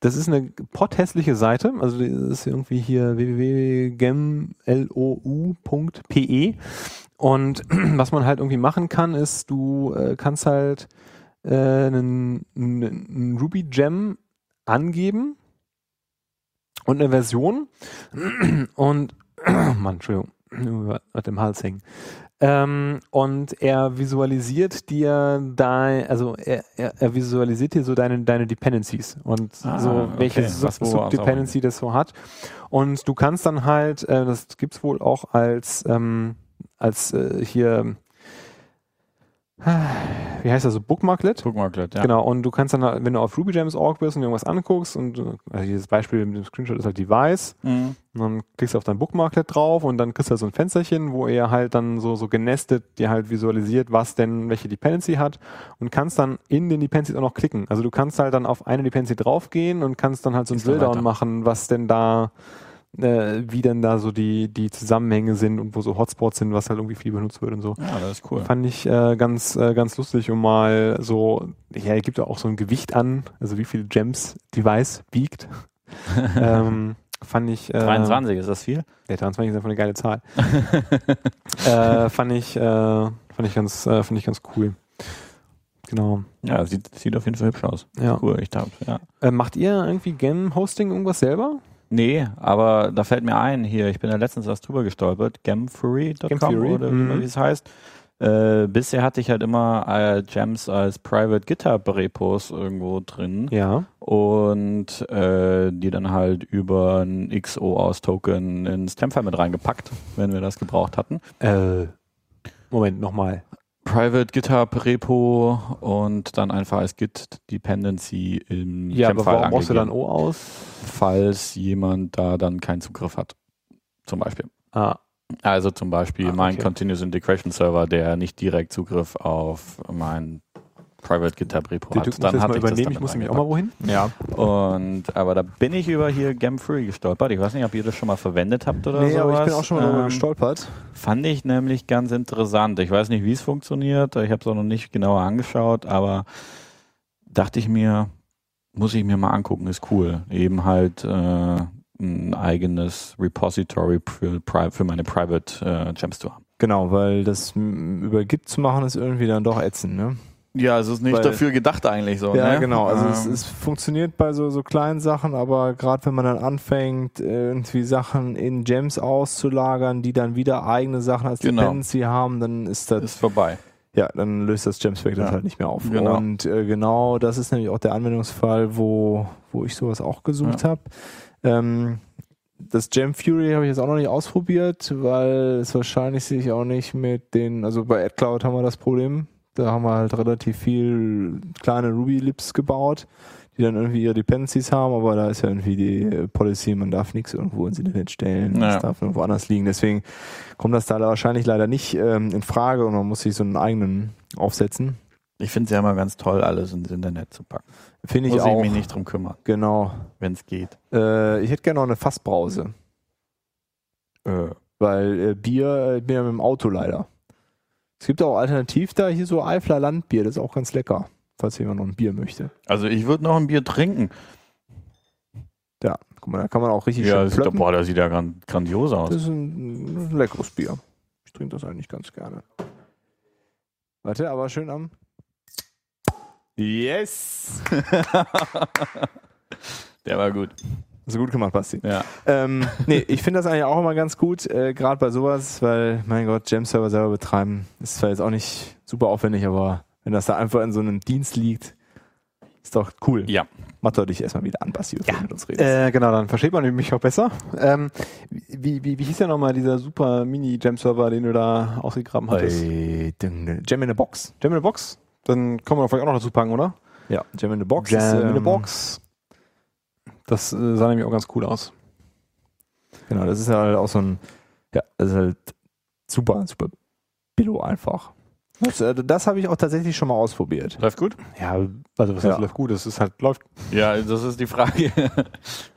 S1: Das ist eine potthässliche Seite. Also die ist irgendwie hier E www.gemlou.pe E. und was man halt irgendwie machen kann, ist, du äh, kannst halt äh, einen, einen, einen Ruby Gem angeben und eine Version und Mann, Entschuldigung, mit dem Hals hängen. Ähm, und er visualisiert dir dein, also er, er, er visualisiert dir so deine, deine Dependencies und
S3: Ah,
S1: so welche
S3: okay.
S1: Sub
S3: Was, wo, was auch
S1: Subdependency das so hat. Und du kannst dann halt, äh, das gibt's wohl auch als, ähm, als äh, hier, äh, wie heißt das so, Bookmarklet?
S3: Guck mal, glatt, ja.
S1: Genau, und du kannst dann, halt, wenn du auf RubyGems.org bist und irgendwas anguckst, und äh, also dieses Beispiel mit dem Screenshot ist halt Device,
S3: Mhm.
S1: und dann klickst du auf dein Bookmarklet drauf und dann kriegst du halt so ein Fensterchen, wo er halt dann so, so genestet dir halt visualisiert, was denn welche Dependency hat und kannst dann in den Dependencies auch noch klicken. Also du kannst halt dann auf eine Dependency draufgehen und kannst dann halt so ein
S3: Gehst dann
S1: Drilldown
S3: weiter.
S1: machen, was denn da, äh, wie denn da so die, die Zusammenhänge sind und wo so Hotspots sind, was halt irgendwie viel benutzt wird und so.
S3: Ja, das ist cool.
S1: Fand ich äh, ganz, äh, ganz lustig, um mal so, ja, er gibt ja auch so ein Gewicht an, also wie viele Gems Device wiegt. ähm, fand ich. Äh,
S3: 23, ist das viel?
S1: Ja, 23 ist einfach eine geile Zahl. äh, fand ich, äh, fand ich ganz, äh, fand ich ganz cool. Genau.
S3: Ja, sieht, sieht auf jeden Fall hübsch aus.
S1: Ja.
S3: Cool, ich glaube, ja.
S1: Äh, macht ihr irgendwie Gem-Hosting irgendwas selber?
S3: Nee, aber da fällt mir ein hier, ich bin da letztens erst drüber gestolpert, gamfury.com
S1: Gamfury,
S3: oder
S1: mhm.
S3: wie es heißt. Äh, bisher hatte ich halt immer äh, Gems als Private GitHub Repos irgendwo drin
S1: Ja.
S3: und äh, die dann halt über ein XO aus Token ins Stemfile mit reingepackt, wenn wir das gebraucht hatten.
S1: Äh, Moment, nochmal.
S3: Private GitHub Repo und dann einfach als Git Dependency im
S1: Ja, aber
S3: Stemfile
S1: warum brauchst du
S3: halt angegeben.
S1: dann O aus?
S3: falls jemand da dann keinen Zugriff hat. Zum Beispiel.
S1: Ah,
S3: Also zum Beispiel
S1: Ah,
S3: mein
S1: okay.
S3: Continuous Integration Server, der nicht direkt Zugriff auf mein Private GitHub Repo
S1: den Dirk muss
S3: hat. Dann
S1: jetzt
S3: hatte
S1: mal
S3: ich das
S1: übernehmen,
S3: damit
S1: ich muss nämlich auch mal wohin.
S2: Ja.
S3: reingepackt. Und aber da bin ich über hier Gamfree gestolpert. Ich weiß nicht, ob ihr das schon mal verwendet habt oder
S2: Nee,
S3: sowas.
S2: aber ich bin auch schon mal darüber
S3: Ähm,
S2: gestolpert.
S3: Fand ich nämlich ganz interessant. Ich weiß nicht, wie es funktioniert. Ich habe es auch noch nicht genauer angeschaut, aber dachte ich mir, muss ich mir mal angucken, ist cool. Eben halt äh, ein eigenes Repository für, pri- für meine Private äh, Gems zu haben.
S2: Genau, weil das m, über Git zu machen ist irgendwie dann doch ätzend, ne?
S3: Ja, also es ist nicht
S2: Weil- dafür
S3: gedacht eigentlich so. ne? Ähm,
S2: Ja, genau. Also es, es funktioniert bei so, so kleinen Sachen, aber gerade wenn man dann anfängt, irgendwie Sachen in Gems auszulagern, die dann wieder eigene Sachen als
S3: Genau.
S2: Dependency haben, dann ist das
S3: ist vorbei.
S2: Ja, dann löst das Jamspec das
S5: Ja.
S2: halt nicht mehr auf.
S5: Genau.
S2: Und äh, genau das ist nämlich auch der Anwendungsfall, wo, wo ich sowas auch gesucht habe. Ähm, das Jam Fury habe ich jetzt auch noch nicht ausprobiert, weil es wahrscheinlich sich auch nicht mit den, also bei AdCloud haben wir das Problem. Da haben wir halt relativ viel kleine Ruby Lips gebaut, die dann irgendwie ihre Dependencies haben, aber da ist ja irgendwie die äh, Policy, man darf nichts irgendwo ins Internet stellen,
S5: Ja.
S2: das darf irgendwo anders liegen. Deswegen kommt das da wahrscheinlich leider nicht ähm, in Frage und man muss sich so einen eigenen aufsetzen.
S3: Ich finde es ja immer ganz toll, alles ins Internet zu packen.
S2: Finde ich
S3: Muss ich
S2: auch.
S3: mich nicht drum kümmern,
S2: Genau.
S3: wenn es geht.
S2: Äh, ich hätte gerne noch eine Fassbrause,
S3: Äh,
S2: weil äh, Bier, äh, ich bin ja mit dem Auto leider. Es gibt auch alternativ da hier so Eifler Landbier, das ist auch ganz lecker, falls jemand noch ein Bier möchte.
S3: Also ich würde noch ein Bier trinken.
S2: Ja, guck mal, da kann man auch richtig
S3: Ja,
S2: schön
S3: das sieht, doch-
S2: plöppen.
S3: boah, das sieht ja gran- grandios aus.
S2: Das ist ein, ein leckeres Bier. Ich trinke das eigentlich ganz gerne. Warte, aber schön am.
S3: Yes! Der war gut.
S2: So gut gemacht, Basti.
S3: Ja.
S2: Ähm, nee, ich finde das eigentlich auch immer ganz gut, äh, gerade bei sowas, weil, mein Gott, Jam-Server selber betreiben ist zwar jetzt auch nicht super aufwendig, aber wenn das da einfach in so einem Dienst liegt, ist doch cool.
S3: Ja.
S2: Mach doch dich erstmal wieder an, Basti, bevor du mit uns redest.
S1: Äh, genau, dann versteht man mich auch besser. Ähm, wie, wie, wie hieß ja nochmal dieser super Mini-Jam-Server, den du da ausgegraben hattest?
S2: Bei Ding- Jam in a Box.
S1: Jam in a Box? Dann kommen wir vielleicht auch noch dazu packen, oder?
S2: Ja, Jam in a Box.
S1: Jam in a
S2: ähm,
S1: Box. Das äh, sah nämlich auch ganz cool aus.
S2: Genau, das ist halt auch so ein, ja, das ist halt super, super Billo einfach. Das, äh, das habe ich auch tatsächlich schon mal ausprobiert.
S3: Läuft gut?
S1: Ja, also was
S2: Ja.
S1: heißt, läuft gut, es ist halt, läuft.
S3: Ja, das ist die Frage.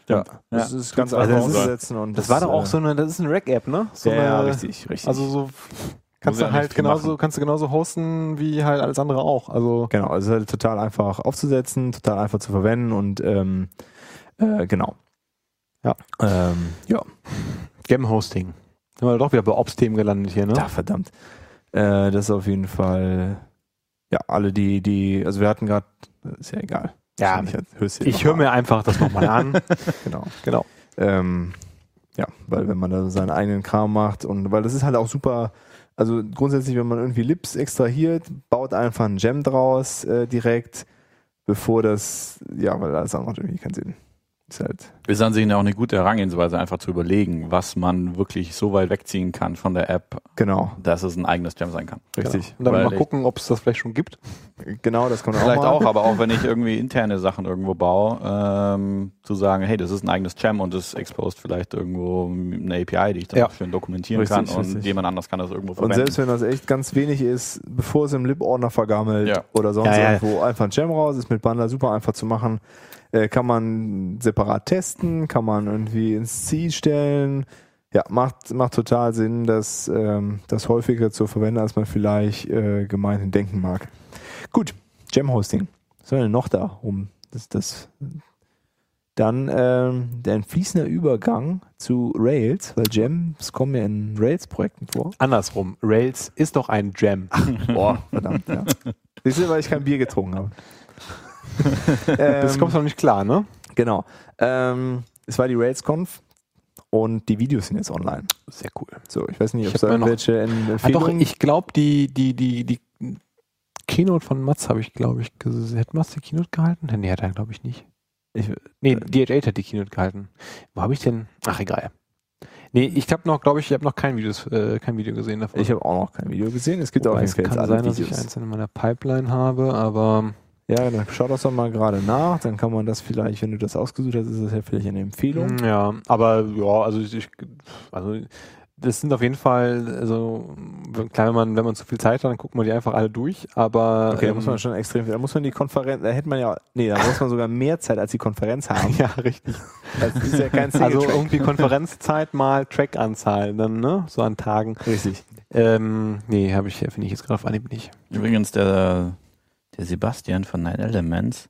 S2: Ja, das
S3: Ja.
S2: ist ganz
S3: Also
S2: einfach
S1: das ist-
S2: umsetzen. Und
S1: Das, war doch auch
S2: äh,
S1: so eine, das ist ein Rack-App, ne? So
S2: ja, ja,
S1: eine-
S2: richtig, richtig.
S1: Also so kannst
S3: ja
S1: du
S3: nicht
S1: halt
S3: viel
S1: genauso,
S3: machen.
S1: kannst du genauso hosten wie halt alles andere auch. Also
S2: Genau, also halt total einfach aufzusetzen, total einfach zu verwenden und ähm, äh, genau.
S1: Ja.
S2: Ähm, ja,
S1: Gem-Hosting. Sind wir doch wieder bei Ops-Themen gelandet hier, ne?
S2: da verdammt. Äh, das ist auf jeden Fall, ja, alle die, die, also wir hatten gerade, ist ja egal.
S1: Ja,
S2: ich, höchst
S1: Ich höre mir einfach das nochmal an.
S2: genau.
S1: genau.
S2: Ähm, ja, weil wenn man da seinen eigenen Kram macht und weil das ist halt auch super, also grundsätzlich, wenn man irgendwie Lips extrahiert, baut einfach einen Gem draus äh, direkt, bevor das, ja, weil alles andere macht irgendwie keinen Sinn. Ist halt,
S3: Ist an sich auch eine gute Herangehensweise, einfach zu überlegen, was man wirklich so weit wegziehen kann von der App,
S2: genau,
S3: dass es ein eigenes Jam sein kann.
S2: richtig.
S1: Genau. Und dann
S3: Weil
S1: mal
S3: ich-
S1: gucken, ob es das vielleicht schon gibt.
S2: Genau, das kann man
S3: Vielleicht
S2: auch,
S3: auch,
S2: machen.
S3: aber auch wenn ich irgendwie interne Sachen irgendwo baue, ähm, zu sagen, hey, das ist ein eigenes Jam und das exposed vielleicht irgendwo eine API, die ich dann
S1: Ja.
S3: schön dokumentieren
S2: Richtig,
S3: kann und
S2: richtig.
S3: jemand anders kann das irgendwo
S2: Und
S3: verwenden.
S2: selbst wenn das echt ganz wenig ist, bevor es im Lip-Ordner vergammelt
S3: Ja.
S2: oder sonst
S1: Ja, ja.
S2: irgendwo, einfach ein Jam raus, ist mit Bundler super einfach zu machen. Äh, kann man separat testen, kann man irgendwie ins Ziel stellen. Ja, macht, macht total Sinn, das, ähm, das häufiger zu verwenden, als man vielleicht äh, gemeinhin denken mag. Gut, Jam-Hosting. Was haben wir denn noch da rum? Das, das. Dann ähm, ein fließender Übergang zu Rails, weil Jams kommen ja in Rails-Projekten vor.
S1: Andersrum. Rails ist doch ein Jam.
S2: Boah, verdammt, ja. Siehst du, weil ich kein Bier getrunken habe. Ähm,
S1: das kommt doch nicht klar, ne?
S2: genau. Ähm, es war die RailsConf und die Videos sind jetzt online.
S1: Sehr cool.
S2: So, ich weiß nicht, ob
S1: Ich
S2: es
S1: hab mir
S2: da
S1: noch-
S2: welche
S1: Ah, doch,
S2: Empfehlungen...
S1: ich glaube, die, die, die, die Keynote von Mats habe ich, glaube ich, gesehen. Hat Mats die Keynote gehalten? Nee, hat er, glaube ich, nicht. Äh,
S2: Ich-
S1: nee, DH8 hat die Keynote gehalten. Wo habe ich denn? Ach, egal. Nee, ich habe noch, glaube ich, ich habe noch kein, Videos, äh, kein Video gesehen davon.
S2: ich habe auch noch kein Video gesehen. Es gibt
S1: Wobei,
S2: auch
S1: es kann sein, dass ich eins in meiner Pipeline habe, aber
S2: Ja, dann schau das doch mal gerade nach. Dann kann man das vielleicht, wenn du das ausgesucht hast, ist das ja vielleicht eine Empfehlung.
S1: Mm, Ja, aber ja, also ich, ich also das sind auf jeden Fall, also wenn- klar, wenn man, wenn man zu viel Zeit hat, dann guckt man die einfach alle durch, aber
S2: Okay, da
S1: ähm,
S2: muss man schon extrem viel. Da muss man die Konferenz, da hätte man ja, nee, da muss man sogar mehr Zeit als die Konferenz haben.
S1: ja, richtig.
S2: Das ist ja kein
S1: Also
S2: Single-Track.
S1: irgendwie Konferenzzeit mal Trackanzahl, dann, ne? So an Tagen.
S2: richtig.
S1: Ähm, nee, habe ich, finde ich jetzt gerade auf Anhieb nicht.
S3: Übrigens, der, der Sebastian von Nine Elements,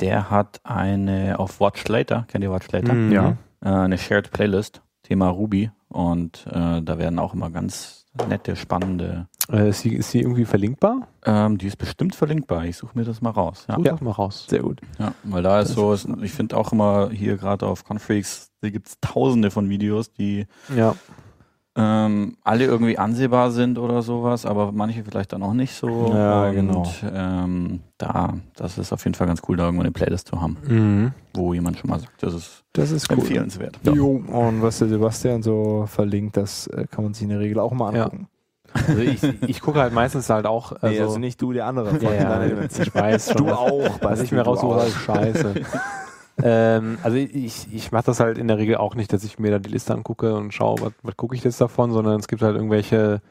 S3: der hat eine auf Watch Later, kennt ihr Watch Later?
S1: Mhm.
S2: Ja.
S3: äh, eine Shared Playlist, Thema Ruby. Und äh, da werden auch immer ganz nette, spannende.
S1: Äh, ist, sie, ist sie irgendwie verlinkbar?
S3: Ähm, die ist bestimmt verlinkbar. Ich suche mir das mal raus. Ja,
S1: Such doch mal raus.
S2: Sehr gut.
S3: ja weil da ist so, ist, ich finde auch immer hier gerade auf Confreaks, da gibt es tausende von Videos, die
S1: Ja.
S4: ähm, alle irgendwie ansehbar sind oder sowas, aber manche vielleicht dann auch nicht so.
S3: Ja,
S4: und,
S3: genau.
S4: Ähm, da, das ist auf jeden Fall ganz cool, da irgendwo eine Playlist zu haben,
S1: Mhm.
S4: wo jemand schon mal sagt, das ist
S2: Das ist cool.
S4: empfehlenswert.
S2: Jo. Und was der Sebastian so verlinkt, das äh, kann man sich in der Regel auch mal
S1: Ja.
S2: angucken.
S1: Also ich, ich gucke halt meistens halt auch. Also,
S2: Nee, also nicht du, der andere.
S1: ja,
S2: Fucking
S1: ja,
S2: deine-
S1: ich weiß schon.
S2: Du
S1: was-
S2: auch.
S1: Was ich mir raussuche, ist scheiße. ähm, also ich, ich mache das halt in der Regel auch nicht, dass ich mir da die Liste angucke und schaue, was, was gucke ich jetzt davon, sondern es gibt halt irgendwelche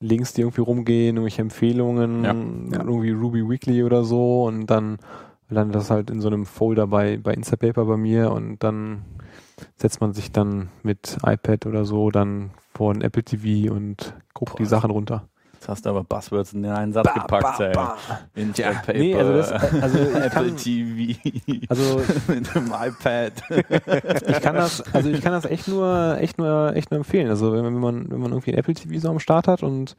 S1: Links, die irgendwie rumgehen, irgendwelche Empfehlungen,
S4: Ja.
S2: Ja.
S1: irgendwie Ruby Weekly oder so und dann landet das halt in so einem Folder bei, bei Instapaper bei mir und dann setzt man sich dann mit iPad oder so dann vor ein Apple TV und guckt die
S4: Boah.
S1: Sachen runter.
S4: Jetzt hast du aber Buzzwords in einen Satz gepackt, ey. Insta Paper,
S1: nee, also das- also ich
S4: Apple
S1: kann-
S4: TV
S1: Also
S4: mit dem iPad.
S1: ich kann das, also ich kann das echt nur, echt nur, echt nur empfehlen. Also wenn, wenn man, wenn man irgendwie ein Apple TV so am Start hat und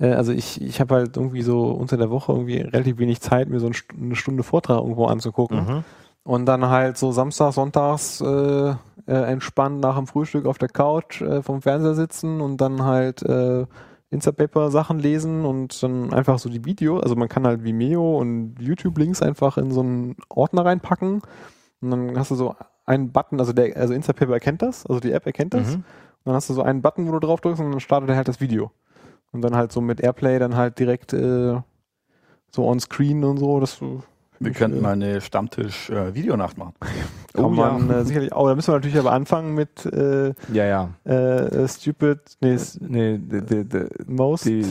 S1: äh, also ich, ich habe halt irgendwie so unter der Woche irgendwie relativ wenig Zeit, mir so ein Stu- eine Stunde Vortrag irgendwo anzugucken. Und dann halt so Samstag, Sonntags äh, äh, entspannt nach dem Frühstück auf der Couch äh, vom Fernseher sitzen und dann halt äh, Instapaper Sachen lesen und dann einfach so die Videos. Also man kann halt Vimeo und YouTube-Links einfach in so einen Ordner reinpacken und dann hast du so einen Button, also der, also Instapaper erkennt das, also die App erkennt das. Und
S2: Mhm.
S1: dann hast du so einen Button, wo du drauf drückst und dann startet er halt das Video. Und dann halt so mit Airplay dann halt direkt äh, so on screen und so, das äh,
S4: Wir könnten mal eine Stammtisch-Videonacht machen.
S1: kann
S2: halt- Oh ja.
S1: man äh, sicherlich. Oh, da müssen wir natürlich aber anfangen mit äh,
S2: Ja, ja.
S1: äh, äh, Stupid, nee, s-
S2: Nee, de, de, de,
S1: Most.
S2: die,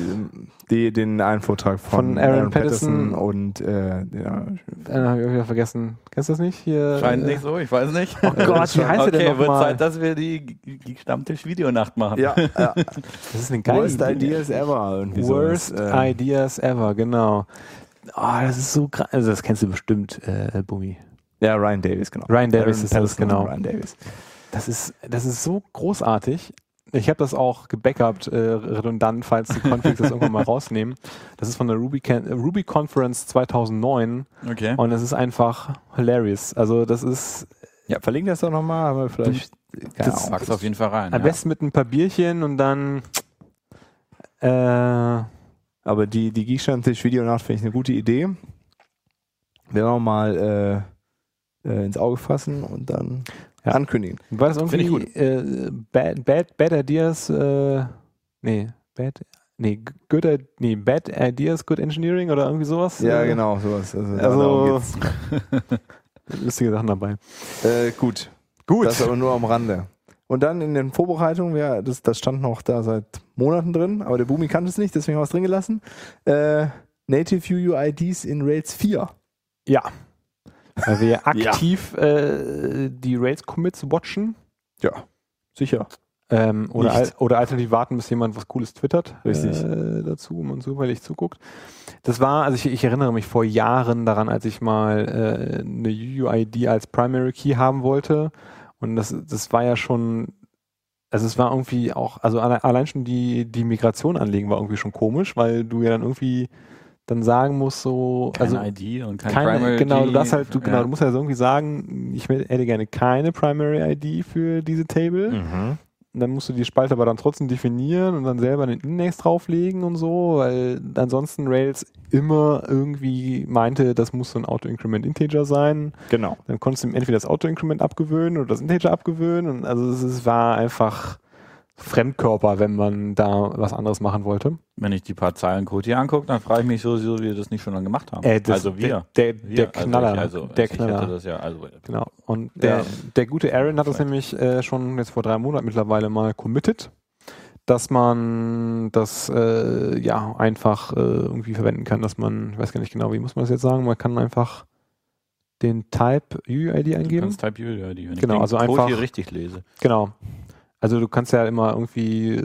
S2: die, den einen Vortrag von,
S1: Von Aaron Patterson.
S2: und
S1: Äh,
S2: äh, ja,
S1: hab ich auch wieder vergessen. Kennst du das nicht? Hier,
S4: Scheint
S1: äh,
S4: nicht so, ich weiß nicht.
S1: Oh Gott, wie heißt
S4: okay,
S1: der denn
S4: wird
S1: nochmal?
S4: Zeit, dass wir die, die Stammtisch-Videonacht machen.
S2: ja, ja.
S1: Das ist eine geile
S2: Worst
S1: Idee.
S2: Ideas ever. Irgendwie
S1: Worst
S2: sowas, äh,
S1: Ideas ever, genau. Ah, das ist so krass. Also das kennst du bestimmt, äh, Bumi.
S2: Ja, Ryan Davis, genau.
S1: Ryan Davis ist das,
S2: Patterson und
S1: genau.
S2: Ryan Davis.
S1: Das ist, das ist so großartig. Ich habe das auch gebackupt, äh, redundant, falls die Configs das irgendwann mal rausnehmen. Das ist von der Ruby, Can- äh, Ruby Conference 2009
S4: Okay.
S1: und es ist einfach hilarious. Also das ist
S2: Ja, verlinken das doch nochmal, aber vielleicht. Genau. Ja,
S1: Das-
S4: Pack's auf jeden Fall rein.
S1: Genau. am
S4: ja.
S1: besten mit ein paar Bierchen und dann äh,
S2: aber die, die Geekstand-Tisch-Videonacht finde ich eine gute Idee. Werden wir mal äh, äh, ins Auge fassen und dann
S1: Ja.
S2: ankündigen.
S1: War das
S4: Find ich
S1: irgendwie äh, bad, bad, bad Ideas, äh, nee, Bad, nee, good, Id- nee, Bad Ideas, Good Engineering oder irgendwie sowas?
S2: Ja,
S1: Äh,
S2: genau, sowas. Also, darum
S1: Also,
S2: geht's.
S1: lustige Sachen dabei.
S2: äh, gut.
S1: Gut.
S2: Das aber nur am Rande. Und dann in den Vorbereitungen, ja, das, das stand noch da seit Monaten drin, aber der Bumi kannte es nicht, deswegen haben wir es drin gelassen. Äh, Native UUIDs in Rails 4.
S1: ja. Weil wir aktiv äh, die Rails-Commits watchen.
S2: Ja, sicher.
S1: Ähm, oder,
S2: Nicht.
S1: al oder alternativ warten, bis jemand was Cooles twittert
S2: Richtig.
S1: Äh, dazu und zufällig zuguckt. Das war, also ich, ich erinnere mich vor Jahren daran, als ich mal äh, eine UUID als Primary Key haben wollte. Und das, das war ja schon, also es war irgendwie auch, also alle- allein schon die, die Migration anlegen war irgendwie schon komisch, weil du ja dann irgendwie dann sagen musst, so,
S4: Keine
S1: also
S4: ID und kein
S1: keine,
S4: Primary
S1: genau, du
S4: Key.
S1: darfst halt, du, genau,
S4: Ja.
S1: du musst ja so irgendwie sagen, ich hätte gerne keine Primary ID für diese Table.
S4: Mhm.
S1: Und dann musst du die Spalte aber dann trotzdem definieren und dann selber einen Index drauflegen und so, weil ansonsten Rails immer irgendwie meinte, das muss so ein Auto-Increment-Integer sein.
S2: Genau.
S1: Dann konntest du ihm entweder das Auto-Increment abgewöhnen oder das Integer abgewöhnen. Und also es, es war einfach Fremdkörper, wenn man da was anderes machen wollte.
S4: Wenn ich die paar Zeilen Code hier angucke, dann frage ich mich so, wie wir das nicht schon lange gemacht haben.
S1: Äh, das-
S4: also wir.
S1: Der, der,
S4: wir.
S1: der Knaller.
S4: Also ich, also,
S1: der
S4: ich
S1: Knaller.
S4: hätte das ja, also
S1: Genau. Und der,
S2: Ja.
S1: der gute Aaron hat das nämlich äh, schon jetzt vor drei Monaten mittlerweile mal committed, dass man das äh, ja einfach äh, irgendwie verwenden kann, dass man, ich weiß gar nicht genau, wie muss man das jetzt sagen, man kann einfach den Type UID
S4: du
S1: eingeben.
S4: kannst Type U, ja, die, wenn
S1: Genau,
S4: ich den
S1: also
S4: Code
S1: einfach-
S4: hier richtig lese.
S1: Genau. Also du kannst ja immer irgendwie äh,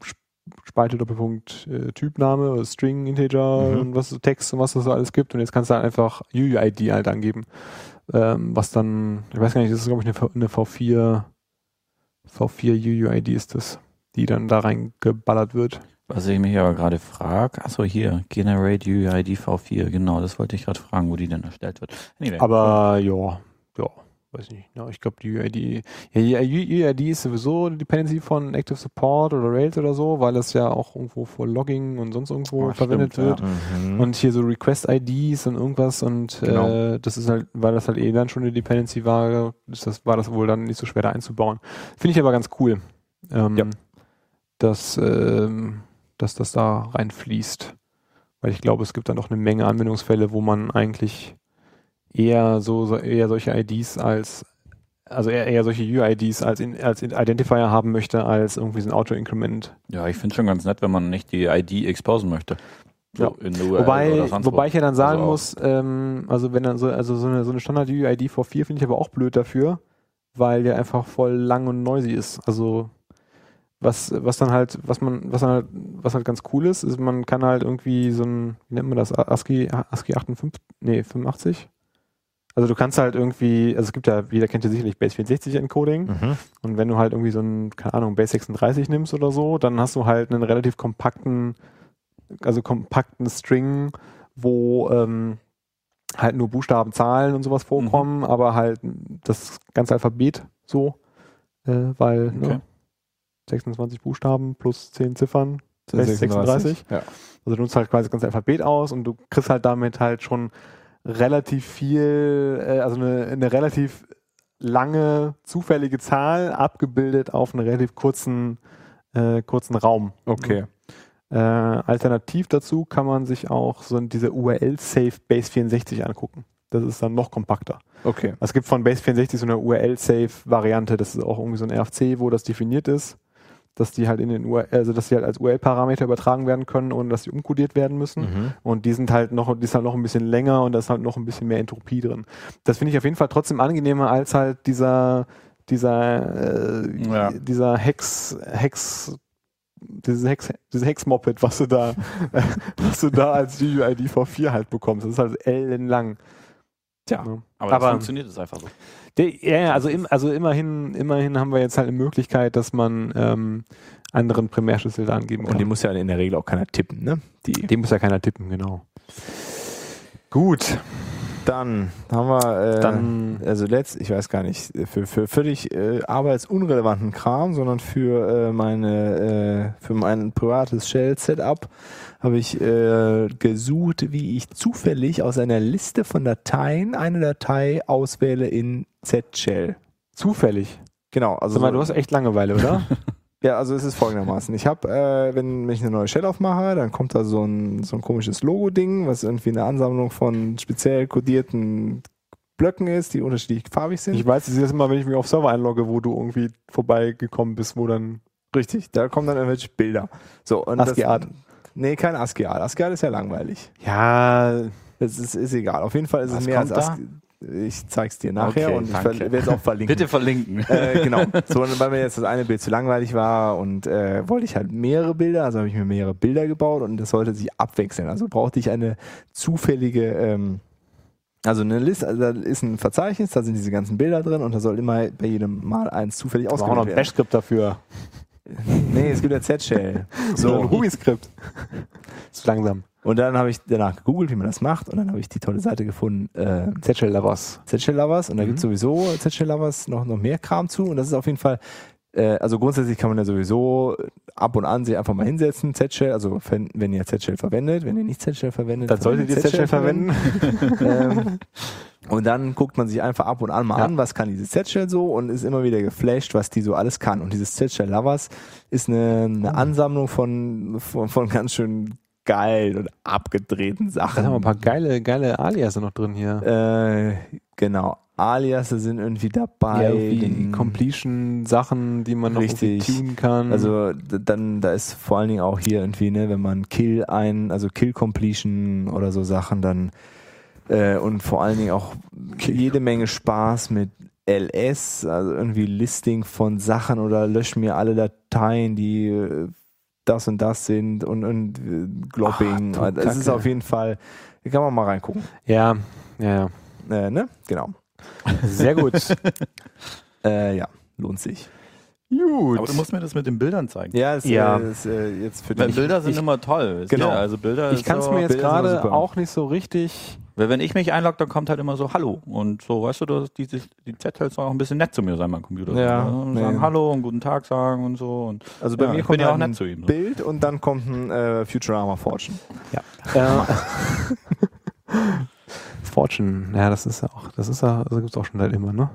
S1: Sp- Spalte Doppelpunkt äh, Typname, oder String, Integer
S2: Mhm.
S1: und was so Text und was es so alles gibt und jetzt kannst du halt einfach UUID halt angeben. Ähm, was dann, ich weiß gar nicht, das ist glaube ich eine, V- eine V4 V4 UUID ist das, die dann da reingeballert wird.
S4: Was ich mich aber gerade frage, achso, hier, Generate UID V4, genau, das wollte ich gerade fragen, wo die denn erstellt wird. Anyway.
S1: Aber ja, ja. weiß nicht, na, ich glaube, die UID, ja, die UID ist sowieso eine Dependency von Active Support oder Rails oder so, weil das ja auch irgendwo vor Logging und sonst irgendwo
S3: Ah,
S1: verwendet
S3: stimmt,
S1: wird. Und hier so Request-IDs und irgendwas und
S2: Mhm. Genau.
S1: äh, das ist halt, weil das halt eh dann schon eine Dependency war, ist das, war das wohl dann nicht so schwer da einzubauen. Finde ich aber ganz cool, ähm,
S2: Ja.
S1: dass, ähm, dass das da reinfließt. Weil ich glaube, es gibt dann doch eine Menge Anwendungsfälle, wo man eigentlich eher so, so eher solche IDs als also eher, eher solche UIDs als, in, als in Identifier haben möchte, als irgendwie so ein Auto-Increment.
S4: Ja, ich finde schon ganz nett, wenn man nicht die ID exposen möchte. So
S1: Ja.
S4: in der URL
S1: Wobei,
S4: oder sonst
S1: wobei ich ja dann sagen
S4: Also auch-
S1: muss, ähm, also wenn dann so, also so eine, so eine Standard-UID V4 finde ich aber auch blöd dafür, weil der einfach voll lang und noisy ist. Also was, was dann halt, was man, was dann halt, was halt ganz cool ist, ist, man kann halt irgendwie so ein, wie nennt man das, ASCII, ASCII 58, nee, 85? Also du kannst halt irgendwie, also es gibt ja, jeder kennt ja sicherlich Base 64 Encoding.
S2: Mhm.
S1: Und wenn du halt irgendwie so einen, keine Ahnung, Base 36 nimmst oder so, dann hast du halt einen relativ kompakten, also kompakten String, wo ähm, halt nur Buchstaben, Zahlen und sowas vorkommen, aber halt das ganze Alphabet so, äh, weil
S4: Okay.
S1: ne, 26 Buchstaben plus 10 Ziffern,
S2: Das
S1: Base
S2: ist
S1: 36.
S2: Ja.
S1: Also du nutzt halt quasi das ganze Alphabet aus und du kriegst halt damit halt schon relativ viel, äh, also eine, eine relativ lange zufällige Zahl abgebildet auf einen relativ kurzen, äh, kurzen Raum.
S2: Okay.
S1: Äh, alternativ dazu kann man sich auch so diese URL-Safe Base 64 angucken. Das ist dann noch kompakter.
S2: Okay.
S1: Es gibt von Base 64 so eine URL-Safe-Variante, das ist auch irgendwie so ein RFC, wo das definiert ist, dass die halt in den URL, also dass die halt als URL-Parameter übertragen werden können, ohne dass sie umkodiert werden müssen.
S2: Mhm.
S1: Und die sind halt noch, die ist halt noch ein bisschen länger und da ist halt noch ein bisschen mehr Entropie drin. Das finde ich auf jeden Fall trotzdem angenehmer als halt dieser, dieser, äh,
S4: Ja.
S1: dieser Hex, Hex, dieses Hex, dieses Hex-Moped, was du da, was du da als GUID V4 halt bekommst. Das ist halt ellenlang.
S4: Tja.
S1: Ja.
S4: Aber das
S1: aber-
S4: funktioniert jetzt einfach so.
S1: Der, ja, ja, also, im, also immerhin, immerhin haben wir jetzt halt eine Möglichkeit, dass man ähm, anderen Primärschlüssel da angeben kann.
S2: Und die muss ja in der Regel auch keiner tippen, ne? Die.
S1: muss ja keiner tippen, genau. Gut,
S2: Dann haben wir. Äh,
S1: dann
S2: also letzt, ich weiß gar nicht, für, für völlig äh, arbeitsunrelevanten Kram, sondern für äh, meine äh, für mein privates Shell-Setup habe ich äh, gesucht, wie ich zufällig aus einer Liste von Dateien eine Datei auswähle in Z-Shell.
S1: zufällig.
S2: Genau, also
S1: Sag mal, du hast echt Langeweile, oder?
S2: ja, also es ist folgendermaßen. Ich habe, äh, wenn, wenn ich eine neue Shell aufmache, dann kommt da so ein, so ein komisches Logo-Ding, was irgendwie eine Ansammlung von speziell kodierten Blöcken ist, die unterschiedlich farbig sind.
S1: ich weiß, das ist jetzt immer, wenn ich mich auf Server einlogge, wo du irgendwie vorbeigekommen bist, wo dann.
S2: Richtig, da kommen dann irgendwelche Bilder. So, und
S1: ASCII Art.
S2: Nee, kein ASCII Art. ASCII Art ist ja langweilig.
S1: Ja,
S2: Das ist, ist egal. Auf jeden Fall ist es
S4: Was
S2: mehr als
S4: kommt da?
S2: ASCII. Ich zeig's dir nachher
S4: Okay,
S2: und ich
S4: danke.
S2: werde es auch verlinken.
S4: Bitte verlinken.
S2: Äh, genau. So, und weil mir jetzt das eine Bild zu langweilig war und äh, wollte ich halt mehrere Bilder, also habe ich mir mehrere Bilder gebaut und das sollte sich abwechseln. Also brauchte ich eine zufällige, ähm, also eine Liste, also da ist ein Verzeichnis, da sind diese ganzen Bilder drin und da soll immer bei jedem Mal eins zufällig
S1: wir brauchen noch
S2: ausgewählt
S1: ein
S2: werden.
S1: Bash-Skript dafür.
S2: Nee, es gibt ja Z-Shell.
S1: Oder ein Ruby-Skript. Ist langsam.
S2: Und dann habe ich danach gegoogelt, wie man das macht. Und dann habe ich die tolle Seite gefunden, äh,
S1: Z-Shell-Lovers.
S2: ZShell Lovers. Und da
S1: Mhm.
S2: gibt's sowieso ZShell Lovers noch, noch mehr Kram zu. Und das ist auf jeden Fall, äh, also grundsätzlich kann man ja sowieso ab und an sich einfach mal hinsetzen. ZShell, also wenn, wenn ihr ZShell verwendet, wenn ihr nicht ZShell verwendet,
S1: Dann solltet ihr Z-Shell verwenden.
S2: ähm, und dann guckt man sich einfach ab und an mal
S1: Ja.
S2: an, was kann diese Z-Shell so und ist immer wieder geflasht, was die so alles kann. Und dieses Z-Shell Lovers ist eine,
S1: Oh.
S2: eine Ansammlung von, von, von ganz schön geilen und abgedrehten
S1: Da
S2: Sachen.
S1: haben wir ein paar geile, geile Alias noch drin hier.
S2: äh, genau. Alias sind irgendwie dabei.
S1: irgendwie Completion-Sachen, die man noch irgendwie
S2: Richtig.
S1: tunen kann.
S2: Also d- dann, da ist vor allen Dingen auch hier irgendwie, ne, wenn man Kill ein, also Kill Completion oder so Sachen, dann äh, und vor allen Dingen auch jede Menge Spaß mit LS, also irgendwie Listing von Sachen oder lösch mir alle Dateien, die äh, das und das sind und, und äh, Glopping.
S1: Ach, du
S2: das ist
S1: Kacke.
S2: auf jeden Fall, da kann man mal reingucken.
S1: ja, ja, ja.
S2: Äh, ne? Genau.
S1: Sehr gut.
S2: Äh, ja, lohnt sich.
S1: gut.
S4: Aber du musst mir das mit den Bildern zeigen.
S2: Ja, ist,
S1: Ja.
S2: Äh, ist äh, jetzt für
S4: Weil
S2: dich.
S4: Bilder sind
S2: ich,
S4: immer toll. wisst ihr?
S2: Genau.
S4: Also Bilder
S1: Ich kann es
S4: so-
S1: mir jetzt
S2: Bilder sind
S1: gerade
S2: super.
S1: auch nicht so richtig
S3: Weil wenn ich mich einlogge, dann kommt halt immer so Hallo. Und so, weißt du, dass die, die, die Chat-Hells sollen auch ein bisschen nett zu mir sein, mein Computer.
S2: Ja,
S3: Und
S2: nee.
S3: Sagen Hallo und guten Tag sagen und so. Und
S2: Also bei
S3: Ja,
S2: mir
S3: ich
S2: kommt
S3: bin ja auch
S2: halt
S3: nett zu ihm,
S2: ein
S3: ne?
S2: Bild und dann kommt ein äh, Futurama Fortune.
S1: Fortune, ja, das ist ja auch, das ist ja, das gibt's auch schon seit immer, ne?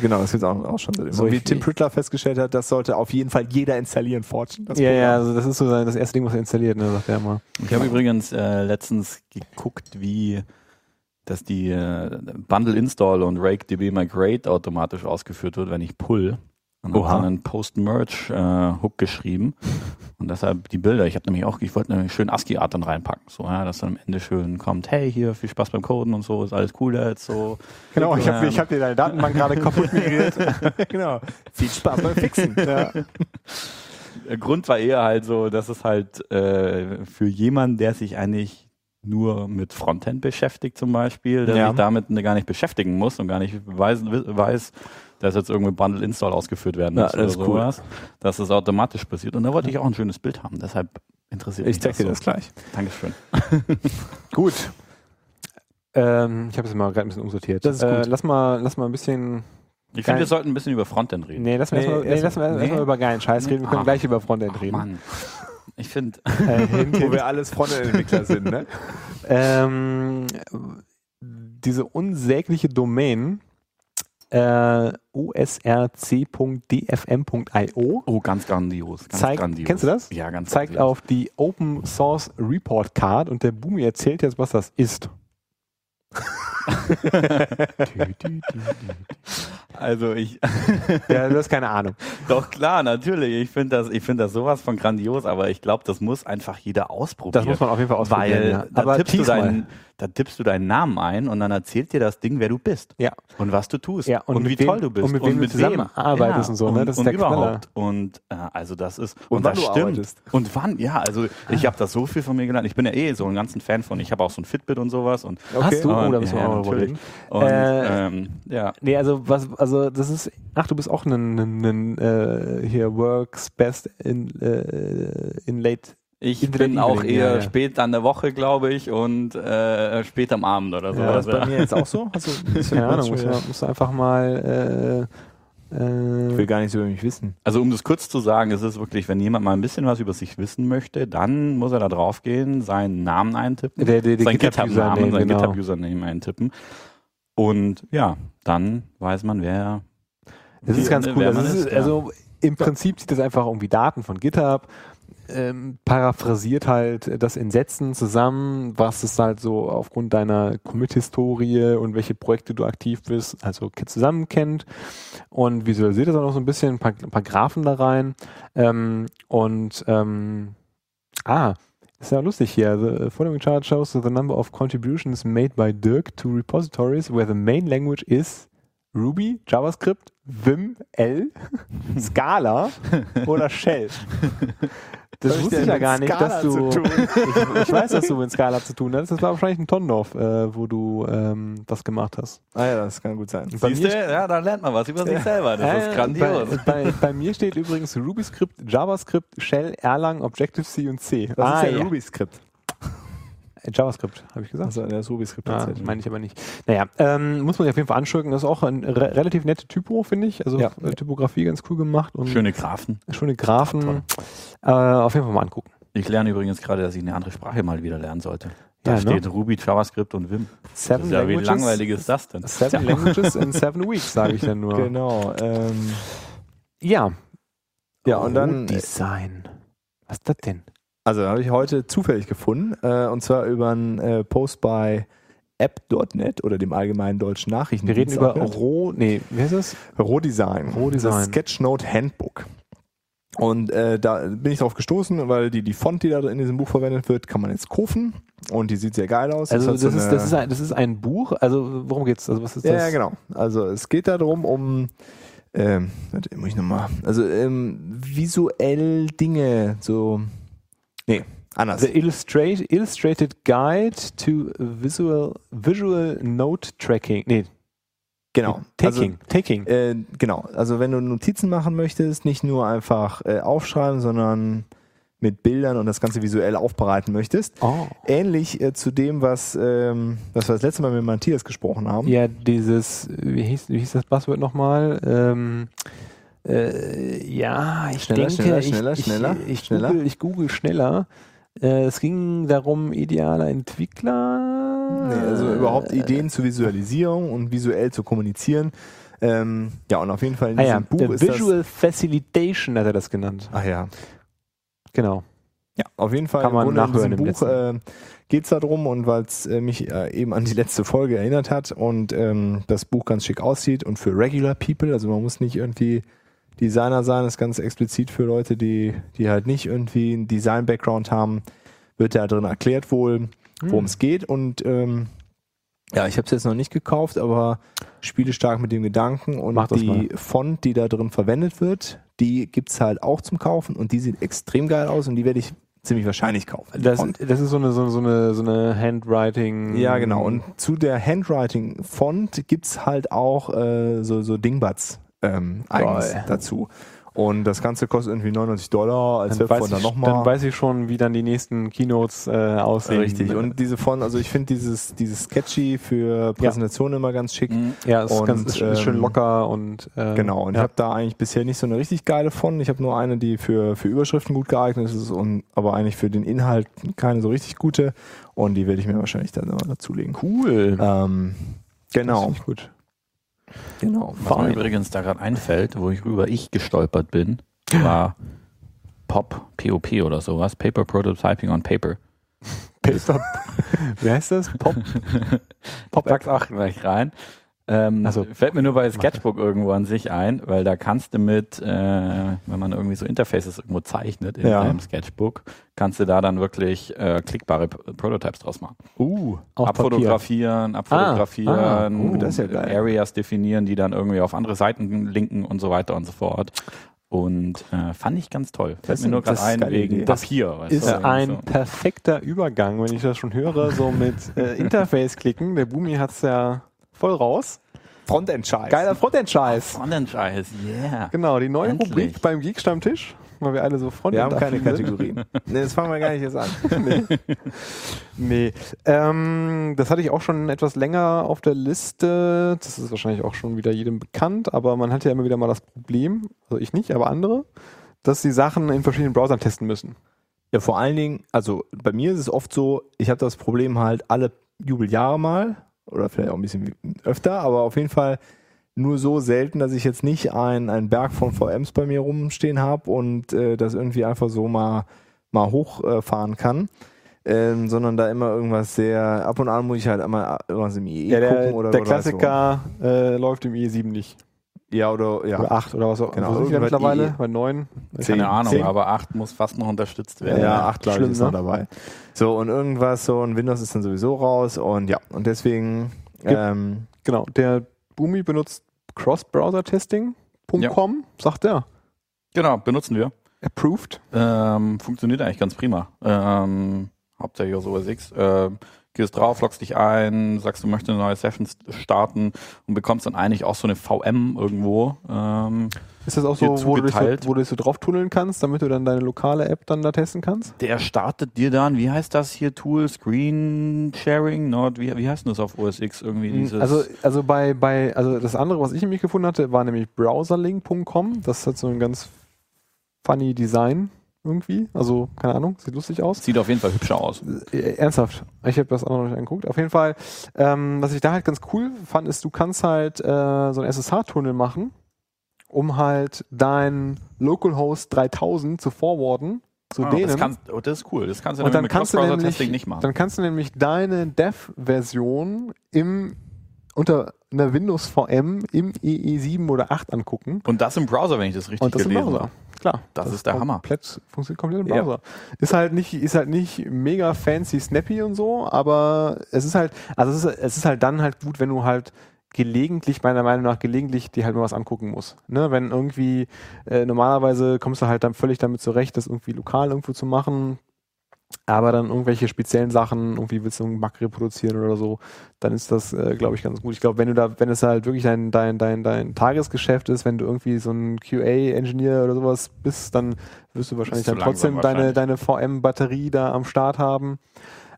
S2: Genau, das gibt auch, auch schon seit immer.
S1: So,
S2: So, wie
S1: ich-
S2: Tim Prittler festgestellt hat, das sollte auf jeden Fall jeder installieren, Fortune. Das
S1: ja, ja,
S2: Programm.
S1: also das ist so sein- das erste Ding, was er installiert, ne, sagt er immer.
S3: ich habe übrigens äh, letztens geguckt, wie dass die äh, Bundle Install und Rake DB Migrate automatisch ausgeführt wird, wenn ich pull. Und habe
S1: Oha.
S3: dann einen Post-Merge-Hook geschrieben. Und deshalb die Bilder. Ich habe nämlich auch, ich wollte nämlich schön ASCII-Art dann reinpacken. So, ja, dass dann am Ende schön kommt, hey, hier, viel Spaß beim Coden und so, ist alles cool jetzt, so.
S2: Genau, ich habe
S3: Ähm.
S2: ich hab dir deine Datenbank gerade kaputt migriert. genau. Viel Spaß beim Fixen. Ja.
S3: Der Grund war eher halt so, dass es halt äh, für jemanden, der sich eigentlich nur mit Frontend beschäftigt zum Beispiel, der
S2: Ja.
S3: sich damit ne- gar nicht beschäftigen muss und gar nicht weiß, wi- weiß dass jetzt irgendwie Bundle Install ausgeführt werden
S6: Ja,
S3: muss
S6: das ist cool.
S3: sowas, dass das automatisch passiert. Und da wollte ich auch ein schönes Bild haben, deshalb interessiert mich so.
S2: gleich.
S3: Dankeschön.
S1: Gut. Ähm, ich habe es mal gerade ein bisschen umsortiert.
S2: Das ist gut.
S1: Äh, lass mal, lass mal ein bisschen.
S3: Ich
S1: Geil.
S3: finde, wir sollten ein bisschen über Frontend reden.
S1: Nee, lass mal
S2: Nee,
S1: erstmal nee,
S2: erst-
S1: lass mal,
S2: nee.
S1: erst mal über geilen Scheiß reden. Wir können
S3: Ah.
S1: gleich über Frontend reden.
S3: Mann. Ich finde,
S1: Äh, hin-
S2: Wo wir alles Frontend-Entwickler sind, ne?
S1: ähm, diese unsägliche Domain äh, usrc.dfm.io
S3: oh, ganz grandios. Ganz
S1: zeigt,
S3: grandios.
S1: kennst du das?
S3: Ja, ganz
S1: Zeigt
S3: grandios.
S1: auf die Open Source Report Card und der Bumi erzählt jetzt, was das ist.
S3: Also ich,
S1: Ja, du hast keine Ahnung.
S3: Doch klar, natürlich. Ich finde das, ich finde das sowas von grandios, aber ich glaube, das muss einfach jeder ausprobieren.
S1: Das muss man auf jeden Fall ausprobieren.
S3: weil
S1: ja.
S3: da, tippst du
S1: tipp's mal.
S3: deinen, da tippst du deinen Namen ein und dann erzählt dir das Ding, wer du bist
S1: Ja.
S3: und was du tust
S1: Ja, und
S3: und,
S1: mit
S3: wie
S1: wem-
S3: toll du bist
S1: und mit wem du zusammenarbeitest und so, ne?
S3: Und,
S1: Das ist
S3: und
S1: der Knaller.
S3: überhaupt. Und äh, also das ist
S2: Und wann
S3: das
S2: du arbeitest.
S3: Und wann? Ja, also ich habe das so viel von mir gelernt. Ich bin ja eh so ein ganzen Fan von. Ich habe auch so ein Fitbit und sowas und
S1: Hast du?
S3: Aber-
S1: Oh, da müssen wir
S3: ja,
S1: auch mal drüber
S3: natürlich.
S1: reden.
S3: und
S1: Äh,
S3: ähm, ja.
S1: Nee, also was, also das ist, ach, du bist auch ein, ein, ein äh, hier Works Best in, äh, in Late.
S3: Ich
S1: Internet
S3: bin auch
S1: Evening,
S3: eher
S1: ja, ja.
S3: spät an der Woche, glaube ich, und äh, spät am Abend oder so.
S1: Ja, das
S2: Bei mir jetzt auch so? Hast du ein bisschen
S1: Keine Ahnung,
S2: schon
S1: musst,
S2: wieder-
S1: du- musst du einfach mal äh,
S2: Ich will
S1: äh,
S2: gar nichts über mich wissen.
S3: Also um das kurz zu sagen, es ist wirklich, wenn jemand mal ein bisschen was über sich wissen möchte, dann muss er da draufgehen, seinen Namen eintippen,
S1: der, der, der
S3: seinen
S1: GitHub-Username,
S3: GitHub-Namen, seinen
S1: genau.
S3: GitHub-Username eintippen. Und ja, dann weiß man, wer.
S1: Das ist
S3: wie-
S1: ganz
S3: ne,
S1: cool.
S3: wer
S1: Also,
S3: man
S1: es ist,
S3: ja.
S1: also im Prinzip zieht das einfach irgendwie Daten von GitHub, ähm, paraphrasiert halt das in Sätzen zusammen, was es halt so aufgrund deiner Commit-Historie und welche Projekte du aktiv bist, also ke- zusammen kennt und visualisiert das auch noch so ein bisschen, ein paar, ein paar Graphen da rein. Ähm, und ähm, ah, ist ja lustig hier. The uh, following chart shows the number of contributions made by Dirk to repositories where the main language is Ruby, JavaScript, Vim, L, Scala oder Shell. Das
S2: Was
S1: wusste
S2: hat
S1: ich ja
S2: denn
S1: gar
S2: mit
S1: nicht,
S2: Scala
S1: dass
S2: zu
S1: du.
S2: tun?
S1: Ich, ich weiß, dass du mit Scala zu tun hast. Das war wahrscheinlich ein Tondorf, äh, wo du ähm, das gemacht hast.
S2: Ah ja, das kann gut sein.
S1: Bei
S3: Siehst
S1: mir
S3: du, ja, da lernt man was über sich selber. Das
S1: Äh,
S3: ist grandios.
S1: Bei, bei, bei mir steht übrigens RubyScript, JavaScript, Shell, Erlang, Objective-C und C.
S2: Was
S1: Ah,
S2: ist denn
S1: ja.
S2: Ruby-Skript?
S1: Äh, JavaScript, habe ich gesagt.
S2: Also das Ruby-Skript
S1: Ah,
S2: tatsächlich.
S1: meine ich aber nicht. Naja, ähm, muss man sich auf jeden Fall anschauen. Das ist auch ein re relativ nette Typo, finde ich. Also
S2: Ja.
S1: äh, Typografie ganz cool gemacht und
S3: Schöne Graphen.
S1: schöne Graphen. äh, auf jeden Fall mal angucken.
S3: Ich lerne übrigens gerade, dass ich eine andere Sprache mal wieder lernen sollte. Da
S1: Ja, ne?
S3: steht Ruby, JavaScript und Vim. Das
S1: Seven
S3: ist ja, wie langweilig ist das denn?
S1: Seven Languages in seven weeks, sage ich dann nur.
S2: Genau. Ähm,
S1: Ja.
S2: ja, und dann, äh,
S1: Design. Was ist das denn?
S2: also habe ich heute zufällig gefunden, äh, und zwar über einen äh, Post bei app.net oder dem allgemeinen deutschen Nachrichten.
S1: Wir reden über Roh. Nee, wie heißt das?
S2: Rohdesign.
S1: Rohdesign.
S2: Das Sketchnote Handbook. Und äh, da bin ich drauf gestoßen, weil die, die Font, die da in diesem Buch verwendet wird, kann man jetzt kaufen. Und die sieht sehr geil aus.
S1: Also
S2: hat
S1: das
S2: halt so
S1: ist,
S2: eine-
S1: das, ist ein, das ist ein Buch. Also worum geht's? Also was ist
S2: Ja,
S1: das?
S2: ja, genau. Also es geht darum, um ähm, warte, muss ich nochmal. Also ähm, visuell Dinge so. Nee, anders.
S1: The Illustrate, Illustrated Guide to Visual, Visual Note Tracking. Nee,
S2: Genau.
S1: Taking. taking.
S2: Also, äh, genau. Also wenn du Notizen machen möchtest, nicht nur einfach äh, aufschreiben, sondern mit Bildern und das Ganze visuell aufbereiten möchtest.
S1: Oh.
S2: Ähnlich äh, zu dem, was, ähm, was wir das letzte Mal mit Matthias gesprochen haben.
S1: Ja, dieses, wie hieß, wie hieß das Buzzword nochmal? Ähm, äh, ja, ich
S2: Schneller,
S1: denke,
S2: schneller,
S1: ich,
S2: schneller,
S1: ich,
S2: schneller,
S1: ich,
S2: schneller.
S1: Google, ich google schneller. Äh, es ging darum, idealer Entwickler. Äh,
S2: Nee, also überhaupt Ideen zur Visualisierung und visuell zu kommunizieren. Ähm, ja, und auf jeden Fall in
S1: Ah ja,
S2: diesem Buch
S1: der
S2: ist das.
S1: Visual Facilitation hat er das genannt.
S2: Ach ja.
S1: Genau.
S2: Ja, auf jeden Fall
S1: Kann man
S2: im Grunde
S1: nachhören
S2: in
S1: im
S2: diesem Buch äh, geht es darum und weil es äh, mich äh, eben an die letzte Folge erinnert hat und ähm, das Buch ganz schick aussieht und für Regular People, also man muss nicht irgendwie Designer sein, ist ganz explizit für Leute, die, die halt nicht irgendwie einen Design-Background haben, wird da drin erklärt wohl,
S1: Hm.
S2: worum es geht und ähm, ja, ich habe es jetzt noch nicht gekauft, aber spiele stark mit dem Gedanken und
S1: Mach das
S2: die
S1: mal.
S2: Font, die da drin verwendet wird, die gibt es halt auch zum Kaufen und die sieht extrem geil aus und die werde ich ziemlich wahrscheinlich kaufen. die
S1: Das,
S2: Font.
S1: das ist so eine, so, so eine, so eine Handwriting.
S2: ja, genau. Und
S1: Mhm.
S2: zu der Handwriting-Font gibt es halt auch äh, so, so Dingbats ähm, eigens
S1: Geil.
S2: dazu. Und das Ganze kostet irgendwie 99 Dollar als
S1: dann weiß,
S2: Webfont dann
S1: ich, dann
S2: nochmal.
S1: weiß ich schon, wie dann die nächsten Keynotes äh, aussehen.
S2: Richtig. Und diese Font, also ich finde dieses, dieses Sketchy für Präsentationen immer ganz schick.
S1: ja, es ist,
S2: und,
S1: ganz, ist, ist schön
S2: ähm,
S1: locker und äh,
S2: Genau, und ich
S1: Mhm. ja.
S2: habe da eigentlich bisher nicht so eine richtig geile von. Ich habe nur eine, die für, für Überschriften gut geeignet ist, und, aber eigentlich für den Inhalt keine so richtig gute. Und die werde ich mir wahrscheinlich dann nochmal dazulegen.
S1: cool.
S2: Ähm, genau.
S1: Finde ich gut.
S2: genau.
S3: Was mir übrigens da gerade einfällt, wo ich über ich gestolpert bin, war POP, POP oder sowas, Paper Prototyping on Paper.
S1: Paper. Wie heißt das? Pop. Pop.
S3: Pack's auch gleich rein. Ähm,
S1: Ach so.
S3: Fällt mir nur bei Sketchbook irgendwo an sich ein, weil da kannst du mit, äh, wenn man irgendwie so Interfaces irgendwo zeichnet in
S2: Ja.
S3: einem Sketchbook, kannst du da dann wirklich äh, klickbare P- Prototypes draus machen.
S2: Uh,
S1: Auf
S3: abfotografieren, abfotografieren,
S1: Ah, ah, uh,
S2: das ist ja geil.
S3: Areas definieren, die dann irgendwie auf andere Seiten linken und so weiter und so fort. Und äh, fand ich ganz toll. Fällt
S2: Das-
S3: mir nur gerade
S2: das ist
S3: ein
S2: geile
S3: wegen
S2: Idee.
S3: Papier. weißt
S1: Ist
S3: du, irgendwie
S1: ein
S3: so.
S1: perfekter Übergang, wenn ich das schon höre, so mit äh, Interface klicken. Der Boomi hat's ja voll raus.
S2: Frontend-Scheiß.
S1: Geiler Frontend-Scheiß.
S3: Frontend-Scheiß, yeah.
S1: Genau, die neue
S3: Endlich.
S1: Rubrik beim Geek-Stammtisch, weil wir alle so
S2: Wir
S1: Frontend
S2: haben keine
S1: affin sind.
S2: Kategorien. nee, das fangen wir gar nicht jetzt an.
S1: Nee, ähm, das hatte ich auch schon etwas länger auf der Liste. Das ist wahrscheinlich auch schon wieder jedem bekannt, aber man hat ja immer wieder mal das Problem, also ich nicht, aber andere, dass die Sachen in verschiedenen Browsern testen müssen.
S2: Ja, vor allen Dingen, also bei mir ist es oft so, ich habe das Problem halt alle Jubeljahre mal oder vielleicht auch ein bisschen öfter, aber auf jeden Fall nur so selten, dass ich jetzt nicht einen, einen Berg von VMs bei mir rumstehen habe und äh, das irgendwie einfach so mal, mal hochfahren kann. Ähm, sondern da immer irgendwas sehr, ab und an muss ich halt einmal irgendwas im IE gucken oder
S1: der
S2: oder weiß
S1: Klassiker äh, läuft im IE7 nicht.
S2: wo. Ja, oder ja.
S1: Oder 8 oder was auch
S2: Genau,
S1: Wo sind die denn
S2: irgendwann
S1: mittlerweile?
S2: IE.
S1: Bei 9?
S2: Zehn.
S3: Keine Ahnung,
S2: Zehn.
S3: aber 8 muss fast noch unterstützt
S2: Ja,
S3: werden.
S2: ja 8 glaube
S1: Schlimm,
S2: ich ist noch
S1: ne?
S2: dabei. So, und irgendwas so, und Windows ist dann sowieso raus und ja, und deswegen
S1: Gibt-
S2: ähm,
S1: Genau, der Boomi benutzt cross-browser-testing.com, sagt er.
S3: Genau, benutzen wir.
S1: Approved.
S3: Ähm, funktioniert eigentlich ganz prima. Ähm, hauptsächlich aus OS X. Ähm, gehst drauf, loggst dich ein, sagst, du möchtest eine neue Session starten und bekommst dann eigentlich auch so eine VM irgendwo. Ähm,
S1: Ist das auch
S3: Dir
S1: so, wo du, dich so,
S3: zugeteilt.
S1: wo du dich so drauf tunneln kannst, damit du dann deine lokale App dann da testen kannst?
S3: der startet dir dann, wie heißt das hier, Tool, Screen Sharing, Nord, wie, wie heißt denn das auf OS X irgendwie? Dieses,
S1: Also, also bei, bei, also das andere, was ich nämlich gefunden hatte, war nämlich browserlink.com. Das hat so ein ganz funny Design irgendwie. Also, keine Ahnung, sieht lustig aus.
S3: sieht auf jeden Fall hübscher aus.
S1: Äh, Ernsthaft, ich habe das andere noch nicht angeguckt. Auf jeden Fall, ähm, was ich da halt ganz cool fand, ist, du kannst halt äh, so einen SSH-Tunnel machen, um halt dein Localhost 3000 zu forwarden zu
S3: Ah,
S1: denen.
S3: das, kannst, oh, das ist cool. Das kannst du
S1: Und
S3: nämlich
S1: dann kannst, du nämlich,
S3: Cross-Browser-Testing nicht machen.
S1: dann kannst du nämlich deine Dev-Version im unter einer Windows VM im EE7 oder 8 angucken.
S3: Und das im Browser, wenn ich das richtig
S1: Und das im
S3: gelesen
S1: Browser.
S3: habe.
S1: Klar.
S3: Das ist der Hammer.
S1: Komplett, funktioniert komplett im
S3: Ja.
S1: Browser. Ist halt nicht, ist halt nicht mega fancy, snappy und so, aber es ist halt, also es ist, es ist halt dann halt gut, wenn du halt gelegentlich, meiner Meinung nach, gelegentlich dir halt mal was angucken musst. Ne? Wenn irgendwie, äh, normalerweise kommst du halt dann völlig damit zurecht, das irgendwie lokal irgendwo zu machen, Aber dann irgendwelche speziellen Sachen, irgendwie willst du einen Bug reproduzieren oder so, dann ist das, äh, glaube ich, ganz gut. Ich glaube, wenn du da, wenn es halt wirklich dein, dein, dein, dein Tagesgeschäft ist, wenn du irgendwie so ein QA-Engineer oder sowas bist, dann wirst du wahrscheinlich
S3: zu
S1: dann
S3: langsam
S1: trotzdem deine, deine VM-Batterie da am Start haben.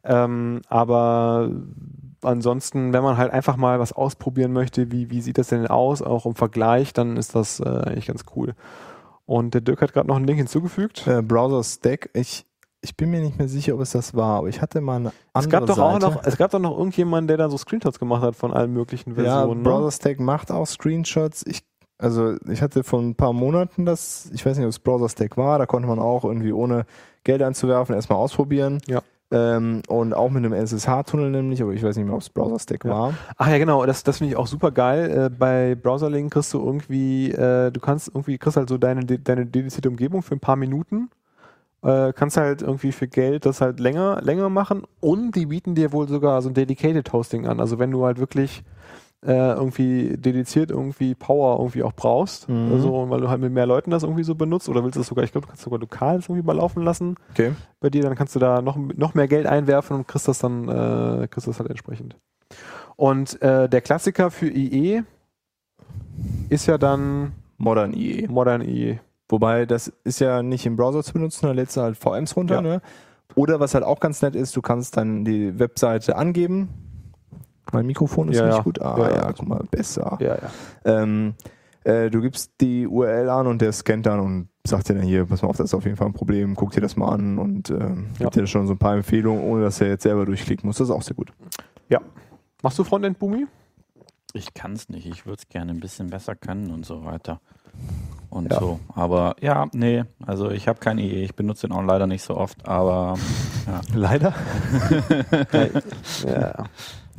S1: Ähm, aber ansonsten, wenn man halt einfach mal was ausprobieren möchte, wie, wie sieht das denn aus, auch im Vergleich, dann ist das äh, eigentlich ganz cool. Und der Dirk hat gerade noch einen Link hinzugefügt.
S2: Äh, Browser Stack, ich, ich bin mir nicht mehr sicher, ob es das war, aber ich hatte mal eine
S1: Es
S2: andere
S1: gab, doch
S2: Seite.
S1: auch noch, es gab doch noch irgendjemanden, der dann so Screenshots gemacht hat von allen möglichen
S2: Ja,
S1: Versionen. ne?
S2: Browser Stack macht auch Screenshots. Ich, also ich hatte vor ein paar Monaten das, ich weiß nicht, ob es Browser Stack war, da konnte man auch irgendwie ohne Geld einzuwerfen erstmal ausprobieren.
S1: Ja.
S2: Ähm, und auch mit einem SSH-Tunnel nämlich, aber ich weiß nicht mehr, ob es Browser Stack
S1: Ja.
S2: war.
S1: Ach ja, genau, das, das finde ich auch super geil. Äh, bei Browserlink kriegst du irgendwie, äh, du kannst irgendwie, kriegst halt so deine, de- deine dedizierte Umgebung für ein paar Minuten. Äh, kannst halt irgendwie für Geld das halt länger, länger machen und die bieten dir wohl sogar so ein Dedicated Hosting an. Also wenn du halt wirklich äh, irgendwie dediziert irgendwie Power irgendwie auch brauchst,
S2: Mhm.
S1: also weil du halt mit mehr Leuten das irgendwie so benutzt oder willst du das sogar, ich glaube, du kannst sogar lokal das irgendwie mal laufen lassen
S2: Okay.
S1: bei dir, dann kannst du da noch, noch mehr Geld einwerfen und kriegst das dann äh, kriegst das halt entsprechend. Und äh, der Klassiker für IE ist ja dann
S2: Modern E. IE.
S1: Modern E. IE.
S2: Wobei, das ist ja nicht im Browser zu benutzen, da lädst du halt VMs runter.
S1: Ja.
S2: Ne? Oder was halt auch ganz nett ist, du kannst dann die Webseite angeben. Mein Mikrofon ist
S1: Ja,
S2: nicht
S1: ja.
S2: gut. Ah
S1: Ja,
S2: ja,
S1: ja.
S2: guck mal, besser.
S1: Ja, ja.
S2: Ähm, äh, du gibst die URL an und der scannt dann und sagt dir dann hier, pass mal auf, das ist auf jeden Fall ein Problem, guck dir das mal an und ähm,
S1: Ja.
S2: gibt dir schon so ein paar Empfehlungen, ohne dass er jetzt selber durchklicken muss. Das ist auch sehr gut.
S1: Machst du Frontend Boomi?
S3: Ich kann es nicht. Ich würde es gerne ein bisschen besser können und so weiter. Und
S1: Ja.
S3: so. Aber ja, nee. Also ich habe keine Idee. Ich benutze den auch leider nicht so oft. Aber
S2: Leider.
S1: Ja.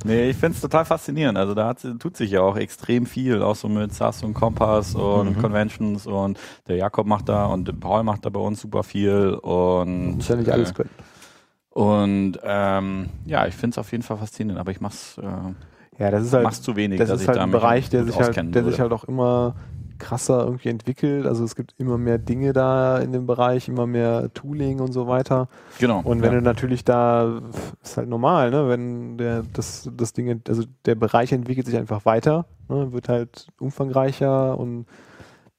S3: nee, ich finde es total faszinierend. Also da hat, tut sich ja auch extrem viel. Auch so mit SAS und Kompass
S1: Mhm.
S3: und Conventions. Und der Jakob macht da und Paul macht da bei uns super viel. Und äh,
S1: Muss ja nicht alles können.
S3: Und ähm, ja, ich finde es auf jeden Fall faszinierend, aber ich mach's, äh,
S1: Ja, das ist halt,
S3: mach's zu wenig,
S1: das ist halt ein
S3: mich
S1: Bereich, der
S3: gut
S1: sich halt,
S3: auskennen
S1: der
S3: würde.
S1: sich halt auch immer krasser irgendwie entwickelt. Also es gibt immer mehr Dinge da in dem Bereich, immer mehr Tooling und so weiter.
S3: genau.
S1: halt- Und wenn
S3: ja.
S1: du natürlich da, pf, ist halt normal, ne? wenn der, das, das Ding, ent- also der Bereich entwickelt sich einfach weiter, ne? wird halt umfangreicher und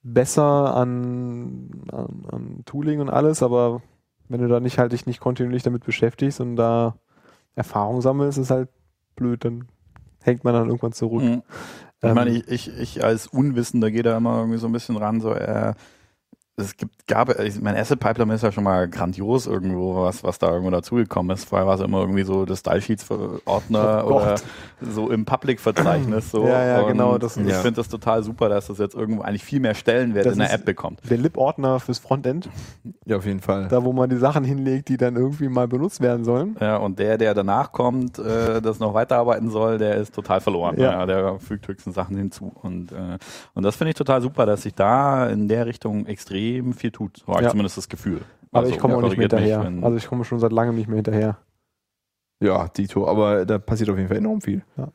S1: besser an, an, an Tooling und alles, aber wenn du da nicht halt dich nicht kontinuierlich damit beschäftigst und da Erfahrung sammelst, ist halt blöd, dann hängt man dann irgendwann zurück.
S3: Mhm. Ich
S1: Ähm,
S3: meine, ich, ich, ich als Unwissender gehe da immer irgendwie so ein bisschen ran, so, äh, es gibt, gab, äh, ich mein Asset Pipeline ist ja schon mal grandios irgendwo, was, was da irgendwo dazugekommen ist. Vorher war es immer irgendwie so das Style Sheets Ordner
S1: Oh Gott.
S3: oder so im Public Verzeichnis, so.
S1: Ja, ja,
S3: Und
S1: genau, das-
S3: ich
S1: ja.
S3: finde das total super, dass das jetzt irgendwo eigentlich viel mehr Stellenwert
S1: Das
S3: in der
S1: ist-
S3: App bekommt.
S1: Der Lib-Ordner fürs Frontend,
S2: Ja, auf jeden Fall.
S1: da wo man die Sachen hinlegt, die dann irgendwie mal benutzt werden sollen.
S3: Ja, und der, der danach kommt, äh, das noch weiterarbeiten soll, der ist total verloren.
S1: Ja.
S3: Ja. der fügt höchstens Sachen hinzu. Und, äh, und das finde ich total super, dass sich da in der Richtung extrem viel tut. So habe ich
S1: Ja.
S3: zumindest das Gefühl.
S1: Aber
S3: Also,
S1: ich komme auch nicht mehr
S3: korrigiert mich,
S1: hinterher.
S3: wenn-
S1: also ich komme schon seit langem nicht mehr hinterher.
S2: Ja, Dito, aber da passiert auf jeden Fall enorm viel.
S1: Ja.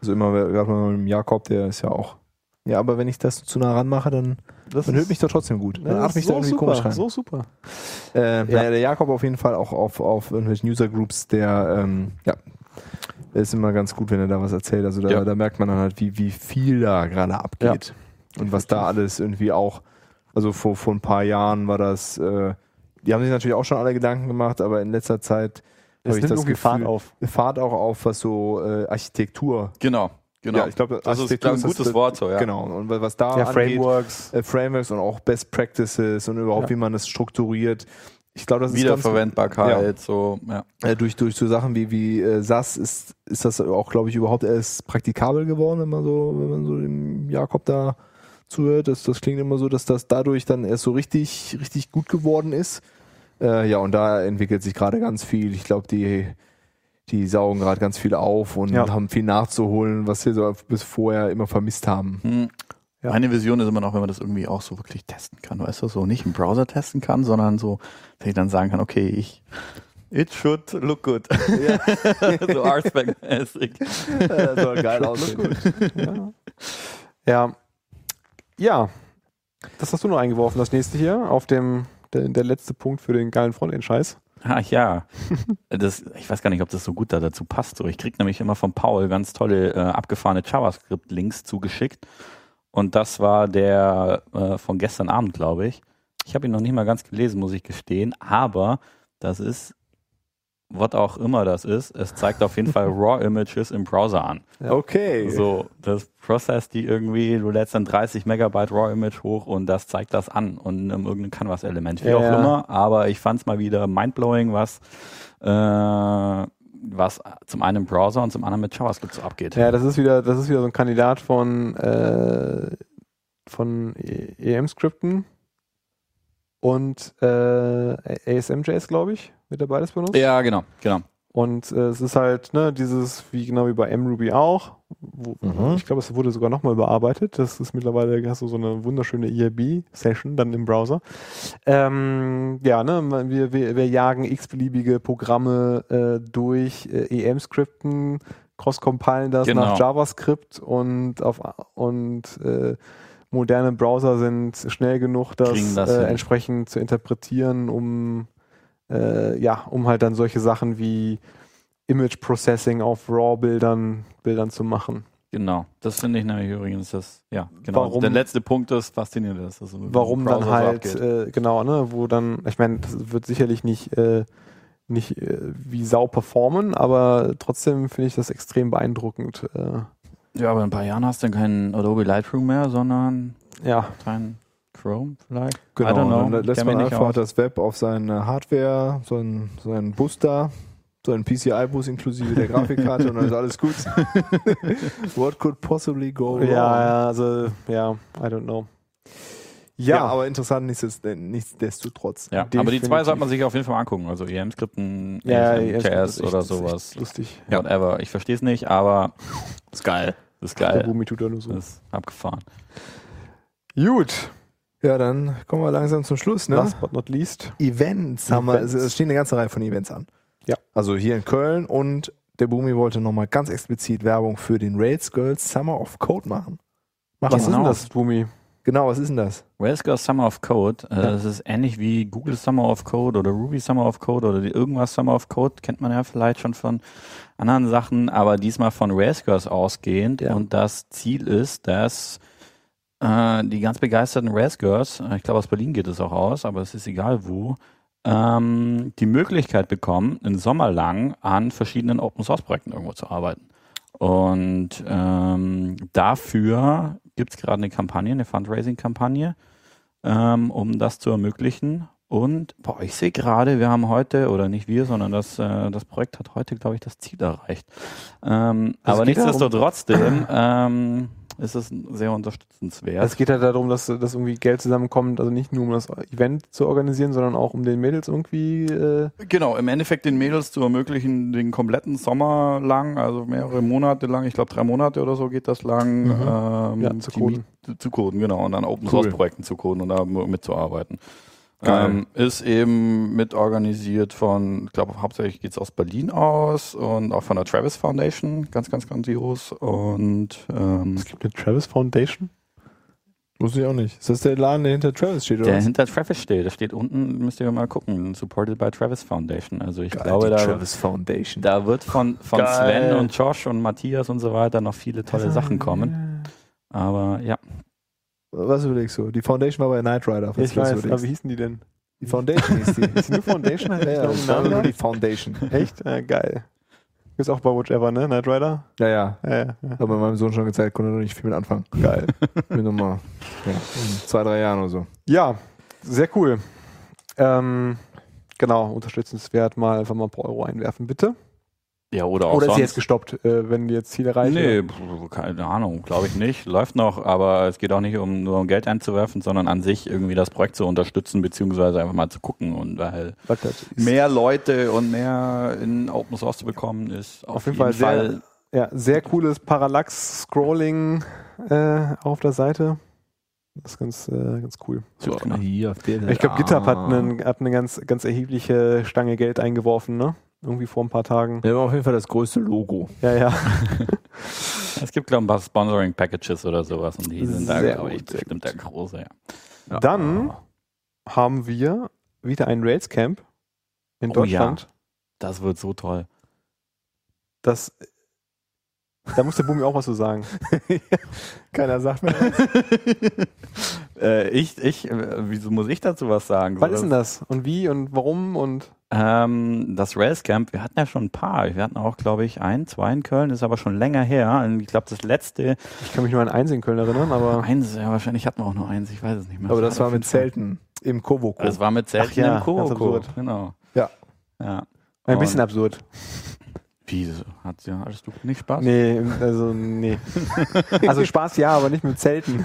S2: Also immer, gerade mal mit dem Jakob, der ist ja auch. Ja, aber wenn ich das zu nah ranmache, dann,
S1: Das
S2: dann hört mich da trotzdem gut.
S1: Ja,
S2: Dann
S1: Ne, das
S2: atme ich
S1: ist
S2: da irgendwie
S1: super,
S2: komisch rein.
S1: So super.
S2: Äh,
S1: Ja.
S2: naja, der Jakob auf jeden Fall auch auf, auf irgendwelchen User-Groups, der ähm, ja, ist immer ganz gut, wenn er da was erzählt. Also da,
S3: Ja.
S2: da merkt man dann halt, wie, wie viel da gerade abgeht. Und was da alles irgendwie auch, also vor, vor ein paar Jahren war das, äh, die haben sich natürlich auch schon alle Gedanken gemacht, aber in letzter Zeit
S1: Es
S2: habe ich
S1: nimmt
S2: das
S1: irgendwie
S2: Gefühl,
S1: Fahrt auf.
S2: Fahrt auch auf, was so äh, Architektur.
S3: Genau, genau.
S2: Ja, ich glaube,
S3: das ist
S2: Architektur
S3: glaub, ein
S2: das-
S3: gutes Wort so, ja.
S2: Genau, und was da
S1: Ja,
S2: angeht,
S1: Frameworks.
S2: äh, Frameworks und auch Best Practices und überhaupt,
S1: Ja.
S2: wie man das strukturiert. Ich glaube, das ist ganz,
S3: Wiederverwendbarkeit, so, ja.
S2: äh, durch, durch so Sachen wie, wie äh, SAS ist, ist das auch, glaube ich, überhaupt erst praktikabel geworden, wenn man so, wenn man so dem Jakob da zuhört. Das, das klingt immer so, dass das dadurch dann erst so richtig, richtig gut geworden ist. Äh, ja, und da entwickelt sich gerade ganz viel. Ich glaube, die, die saugen gerade ganz viel auf und
S1: Ja.
S2: haben viel nachzuholen, was sie so bis vorher immer vermisst haben.
S3: Hm.
S1: Ja.
S3: Meine Vision ist immer noch, wenn man das irgendwie auch so wirklich testen kann, weißt du, so nicht im Browser testen kann, sondern so, dass ich dann sagen kann, okay, ich, it should look good. so RSpec-mäßig.
S2: das Äh, soll geil aussehen.
S1: Ja. ja. Ja. Das hast du noch eingeworfen, das nächste hier. Auf dem, der, der letzte Punkt für den geilen Frontend-Scheiß.
S3: Ach Ah, ja. Das, ich weiß gar nicht, ob das so gut da dazu passt. So, ich krieg nämlich immer von Paul ganz tolle äh, abgefahrene JavaScript-Links zugeschickt. Und das war der äh, von gestern Abend, glaube ich. Ich habe ihn noch nicht mal ganz gelesen, muss ich gestehen. Aber das ist, was auch immer das ist, es zeigt auf jeden Fall RAW-Images im Browser an.
S2: Okay.
S3: So, das process die irgendwie, du lädst dann 30 Megabyte RAW-Image hoch und das zeigt das an und ähm, irgendein Canvas-Element, wie
S2: Ja.
S3: auch immer. Aber ich fand's mal wieder mindblowing, was, äh, was zum einen im Browser und zum anderen mit JavaScript so abgeht.
S1: Ja, das ist wieder, das ist wieder so ein Kandidat von, äh, von E- EM-Skripten und äh, ASMJS, glaube ich, wird da beides benutzt.
S3: Ja, genau, genau.
S1: Und äh, es ist halt, ne, dieses, wie genau wie bei mRuby auch, wo,
S2: Mhm.
S1: ich glaube, es wurde sogar nochmal überarbeitet. Das ist mittlerweile, hast du so eine wunderschöne IRB-Session dann im Browser. Ähm, ja, ne, man- wir, wir, wir jagen x-beliebige Programme äh, durch äh, EM-Skripten, cross-compilen das
S4: Genau.
S1: nach JavaScript und auf und äh, moderne Browser sind schnell genug, das,
S3: Kriegen das
S1: äh,
S3: hin.
S1: entsprechend zu interpretieren, um äh, ja, um halt dann solche Sachen wie Image Processing auf RAW-Bildern Bildern zu machen.
S4: Genau. Das finde ich nämlich übrigens das, ja, genau.
S1: Warum-
S4: Der letzte Punkt ist faszinierend, dass das im
S1: warum
S4: Browser
S1: dann
S4: so
S1: halt,
S4: abgeht.
S1: äh, genau, ne, wo dann, ich meine, das wird sicherlich nicht, äh, nicht äh, wie Sau performen, aber trotzdem finde ich das extrem beeindruckend. Äh,
S4: ja, aber in ein paar Jahren hast du dann keinen Adobe Lightroom mehr, sondern
S1: ja,
S4: keinen Chrome vielleicht. I don't
S2: Genau,
S4: know.
S2: dann lä- lässt
S4: Kenn mich
S2: man
S4: nicht
S2: einfach
S4: aus.
S2: das Web auf seine Hardware, so einen, so einen Bus da, so einen PCI-Bus inklusive der Grafikkarte und dann ist alles gut. What could possibly go wrong?
S1: ja, also, ja, I don't know.
S2: Ja,
S1: Ja,
S2: aber interessant nichtsdes- nichtsdestotrotz.
S4: Ja, aber die zwei
S1: definitiv.
S4: sollte man sich auf jeden Fall angucken. Also
S3: E
S4: EM-Skripten,
S1: ja, ja,
S4: ESMJS
S1: ist echt-
S4: oder
S1: ist echt
S4: sowas.
S1: Lustig.
S3: Ja.
S4: Whatever. Ich verstehe es nicht, aber ist geil. Ist
S1: Der
S4: geil.
S1: Bumi tut da nur so.
S4: Ist abgefahren.
S1: Gut,
S2: Ja, dann kommen wir langsam zum Schluss. Ne?
S1: last but not least.
S2: Events haben wir,
S1: Events.
S2: es stehen eine ganze Reihe von Events an.
S1: Ja.
S2: Also hier in Köln und der Bumi wollte nochmal ganz explizit Werbung für den Rails Girls Summer of Code machen. Mach
S1: Was
S2: mal.
S1: ist denn
S4: Genau.
S1: das, Bumi?
S2: Genau, was ist denn das?
S3: Railscale Summer of Code, äh, das ist ähnlich wie Google Summer of Code oder Ruby Summer of Code oder die irgendwas Summer of Code, kennt man ja vielleicht schon von anderen Sachen, aber diesmal von Railscales ausgehend
S1: Ja.
S3: und das Ziel ist, dass äh, die ganz begeisterten Railscales, äh, ich glaube aus Berlin geht es auch aus, aber es ist egal wo, ähm, die Möglichkeit bekommen, einen Sommer lang an verschiedenen Open Source Projekten irgendwo zu arbeiten. Und ähm, dafür gibt's gerade eine Kampagne, eine Fundraising-Kampagne, ähm, um das zu ermöglichen. Und boah, ich sehe gerade, wir haben heute, oder nicht wir, sondern das, äh, das Projekt hat heute, glaube ich, das Ziel erreicht. Ähm,
S1: Es
S3: aber
S1: geht darum-
S3: nichtsdestotrotz ähm, ist es sehr unterstützenswert.
S1: Es geht halt darum, dass, dass irgendwie Geld zusammenkommt, also nicht nur um das Event zu organisieren, sondern auch um den Mädels irgendwie äh,
S4: Genau, im Endeffekt den Mädels zu ermöglichen, den kompletten Sommer lang, also mehrere Monate lang, ich glaube drei Monate oder so geht das lang, ähm,
S1: Mhm. Ja, zu
S4: die
S1: coden.
S4: Miet- zu coden, genau, und an Open
S2: Cool.
S4: Source Projekten zu coden und da m- mitzuarbeiten.
S2: Geil.
S4: Ähm, ist eben mit organisiert von, ich glaube, hauptsächlich geht's aus Berlin aus und auch von der Travis Foundation, ganz, ganz grandios. Und ähm,
S1: Es gibt eine Travis Foundation.
S2: Wusste ich auch nicht. Ist das der Laden, der hinter Travis steht? Oder
S3: Der
S2: was?
S3: hinter Travis steht, da steht unten, müsst ihr mal gucken, supported by Travis Foundation. Also ich
S2: Geil,
S3: glaube,
S2: die
S3: da,
S2: Travis Foundation.
S3: da wird von, von
S4: Geil.
S3: Sven und Josh und Matthias und so weiter noch viele tolle Sachen kommen. Aber ja,
S2: Was überlegst du? Die Foundation war bei Knight Rider. falls
S1: ich
S2: du
S1: weiß,
S2: das
S1: aber
S2: überlegst.
S1: wie hießen die denn?
S2: die Foundation ist die.
S1: Ist die nur Foundation? Hat die
S2: ja,
S1: noch einen
S2: das war nur
S1: Namen?
S2: die Foundation.
S1: Echt? Ja, geil. Ist auch bei Whichever, ne? Knight Rider?
S2: Ja, ja.
S1: Ja, ja, ja.
S2: Habe meinem Sohn schon gezeigt, konnte noch nicht viel mit anfangen. Geil. Bin nochmal ja, in zwei, drei Jahren oder so.
S1: ja sehr cool. Ähm, genau, unterstützenswert mal einfach mal ein paar Euro einwerfen, bitte.
S3: ja oder auch
S1: Oder ist sie jetzt
S3: sonst.
S1: gestoppt, äh, wenn die jetzt Ziel erreichen?
S3: Nee, pf, keine Ahnung, glaube ich nicht. Läuft noch, aber es geht auch nicht um nur um Geld einzuwerfen, sondern an sich irgendwie das Projekt zu unterstützen, beziehungsweise einfach mal zu gucken und weil
S1: Was das ist.
S3: mehr Leute und mehr in Open Source zu bekommen, ist auf, jeden, Fall,
S1: sehr, ja, sehr cooles Parallax-Scrolling äh, auf der Seite. Das ist ganz, äh, ganz cool.
S3: zu
S1: ah.
S4: guck mal hier auf der
S1: Ich glaube, GitHub
S2: Ah.
S1: hat, einen, hat eine ganz, ganz erhebliche Stange Geld eingeworfen, ne? Irgendwie vor ein paar Tagen.
S2: Wir haben auf jeden Fall das größte Logo.
S1: Ja, ja.
S3: Es gibt, glaube ich, ein paar Sponsoring-Packages oder sowas und die sind da,
S1: Sehr
S3: glaube ich,
S1: gut, sehr
S3: bestimmt der große. Ja.
S1: Dann haben wir wieder ein Rails Camp. in
S3: Oh ja.
S1: Deutschland.
S3: Das wird so toll.
S1: Das, da muss der Bumi auch was zu sagen.
S2: Keiner sagt mir.
S3: Äh, ich, ich, äh, wieso muss ich dazu was sagen?
S1: Wann
S3: So,
S1: ist denn das? Und wie und warum und
S3: Ähm, das Railscamp, wir hatten ja schon ein paar. Wir hatten auch, glaube ich, ein, zwei in Köln, ist aber schon länger her. Und Ich glaube, das letzte,
S1: ich kann mich nur an eins in Köln erinnern, aber
S3: eins, ja, wahrscheinlich hatten wir auch nur eins, ich weiß es nicht mehr.
S2: Aber das
S3: Schade
S2: war
S3: auf
S2: mit
S3: jeden Fall.
S2: Zelten im Kovo.
S3: Das war mit Zelten
S1: Ach ja,
S3: im Koko.
S1: ganz absurd.
S3: Genau.
S2: Ja.
S3: ja.
S1: ein bisschen absurd.
S3: Wie, das hat ja alles du- nicht Spaß?
S1: Nee, also nee. Also Spaß ja, aber nicht mit Zelten.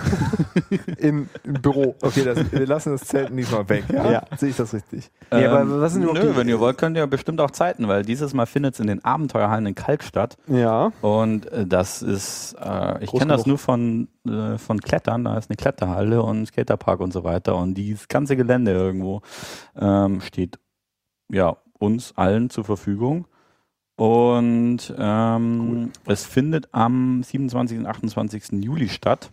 S1: In, Im Büro.
S2: Okay, das, wir lassen das Zelten diesmal weg. Ja,
S1: Ja.
S2: sehe ich das richtig.
S1: Nee, aber was sind überhaupt
S3: Ähm, nö,
S1: die-
S3: wenn ihr wollt, könnt ihr bestimmt auch Zeiten, weil dieses Mal findet es in den Abenteuerhallen in Kalk statt.
S1: Ja.
S3: Und äh, das ist, äh, ich
S1: Groß
S3: kenne das
S1: genug.
S3: nur von, äh, von Klettern, da ist eine Kletterhalle und ein Skaterpark und so weiter. Und dieses ganze Gelände irgendwo ähm, steht ja uns allen zur Verfügung. Und ähm, es findet am 27. und 28. Juli statt.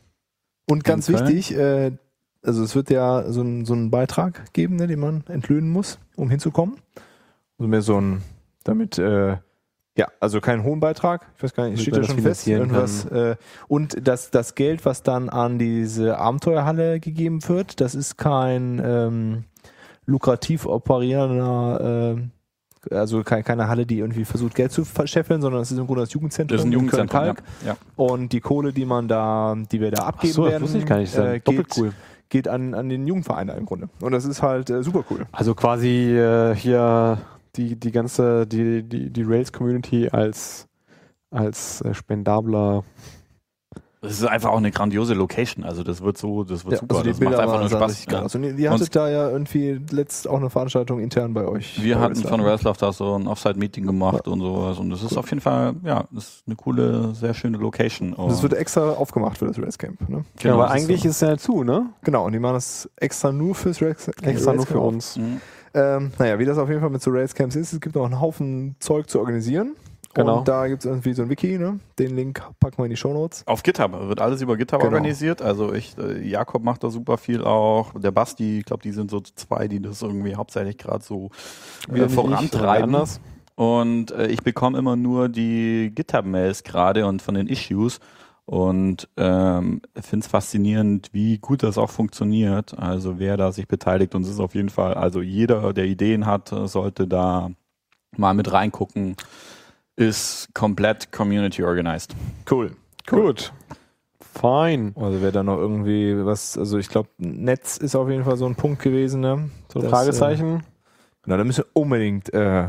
S2: Und ganz
S3: Fall.
S2: wichtig, äh, also es wird ja so, ein, so einen Beitrag geben, ne, den man entlöhnen muss, um hinzukommen. Also mehr so ein, damit, äh, ja, also keinen hohen Beitrag. Ich weiß gar nicht,
S1: Damit
S2: steht
S1: man
S2: ja
S1: das
S2: schon fest.
S1: finanzieren
S2: Irgendwas, äh, und das, das Geld, was dann an diese Abenteuerhalle gegeben wird, das ist kein ähm, lukrativ operierender, äh, also kein, keine Halle, die irgendwie versucht, Geld zu verscheffeln, sondern es ist im Grunde das Jugendzentrum. halt in Köln-Kalk.
S3: Ja.
S2: Und die Kohle, die man da, die wir da abgeben werden, äh, geht,
S1: Doppelt cool.
S2: geht an, an den Jugendverein da im Grunde. Und das ist halt äh, super cool.
S1: Also quasi äh, hier die, die ganze, die, die, die Rails-Community als, als äh, spendabler.
S3: Das ist einfach auch eine grandiose Location. Also das wird so, das wird super.
S2: also die
S3: das
S2: Bilder
S3: macht einfach
S2: waren
S3: nur
S2: sahen
S3: Spaß.
S2: richtig geil
S3: Ja.
S2: aus. Und ihr, ihr
S3: Und-
S2: hattet da ja irgendwie letzt auch eine Veranstaltung intern bei euch.
S3: Wir
S2: bei
S3: hatten
S2: Wrestler.
S3: von Wrestlove da so ein Offside-Meeting gemacht und sowas. Und das ist auf jeden Fall, ja, das ist eine coole, sehr schöne Location.
S2: Und
S3: Und
S2: Das wird extra aufgemacht für das Racecamp. Ne?
S1: Genau, aber
S3: das ist
S1: eigentlich ist ja zu, ne?
S2: Genau, und die machen das extra nur fürs Racecamp.
S1: Extra nur für uns.
S3: so. Mhm.
S2: Ähm, naja, wie das auf jeden Fall mit so Racecamps ist, es gibt noch einen Haufen Zeug zu organisieren.
S1: Genau.
S2: Und da gibt es irgendwie so ein Wiki, ne? Den Link packen wir in die Shownotes.
S3: Auf GitHub, wird alles über GitHub
S2: Genau.
S3: organisiert. Also ich, äh, Jakob macht da super viel auch. Der Basti, ich glaube, die sind so zwei, die das irgendwie hauptsächlich gerade so wieder
S1: nicht ich,
S3: vorantreiben.
S1: sondern anders.
S3: Und äh, ich bekomme immer nur die GitHub-Mails gerade und von den Issues und ähm, finde es faszinierend, wie gut das auch funktioniert. Also wer da sich beteiligt und es ist auf jeden Fall, also jeder, der Ideen hat, äh, sollte da mal mit reingucken. Ist komplett community organized.
S2: Cool.
S1: Gut. Fine.
S2: Also wer da noch irgendwie was, also ich glaube, Netz ist auf jeden Fall so ein Punkt gewesen, ne?
S1: So
S2: Das,
S1: Fragezeichen.
S2: Äh, genau, da müssen wir unbedingt äh,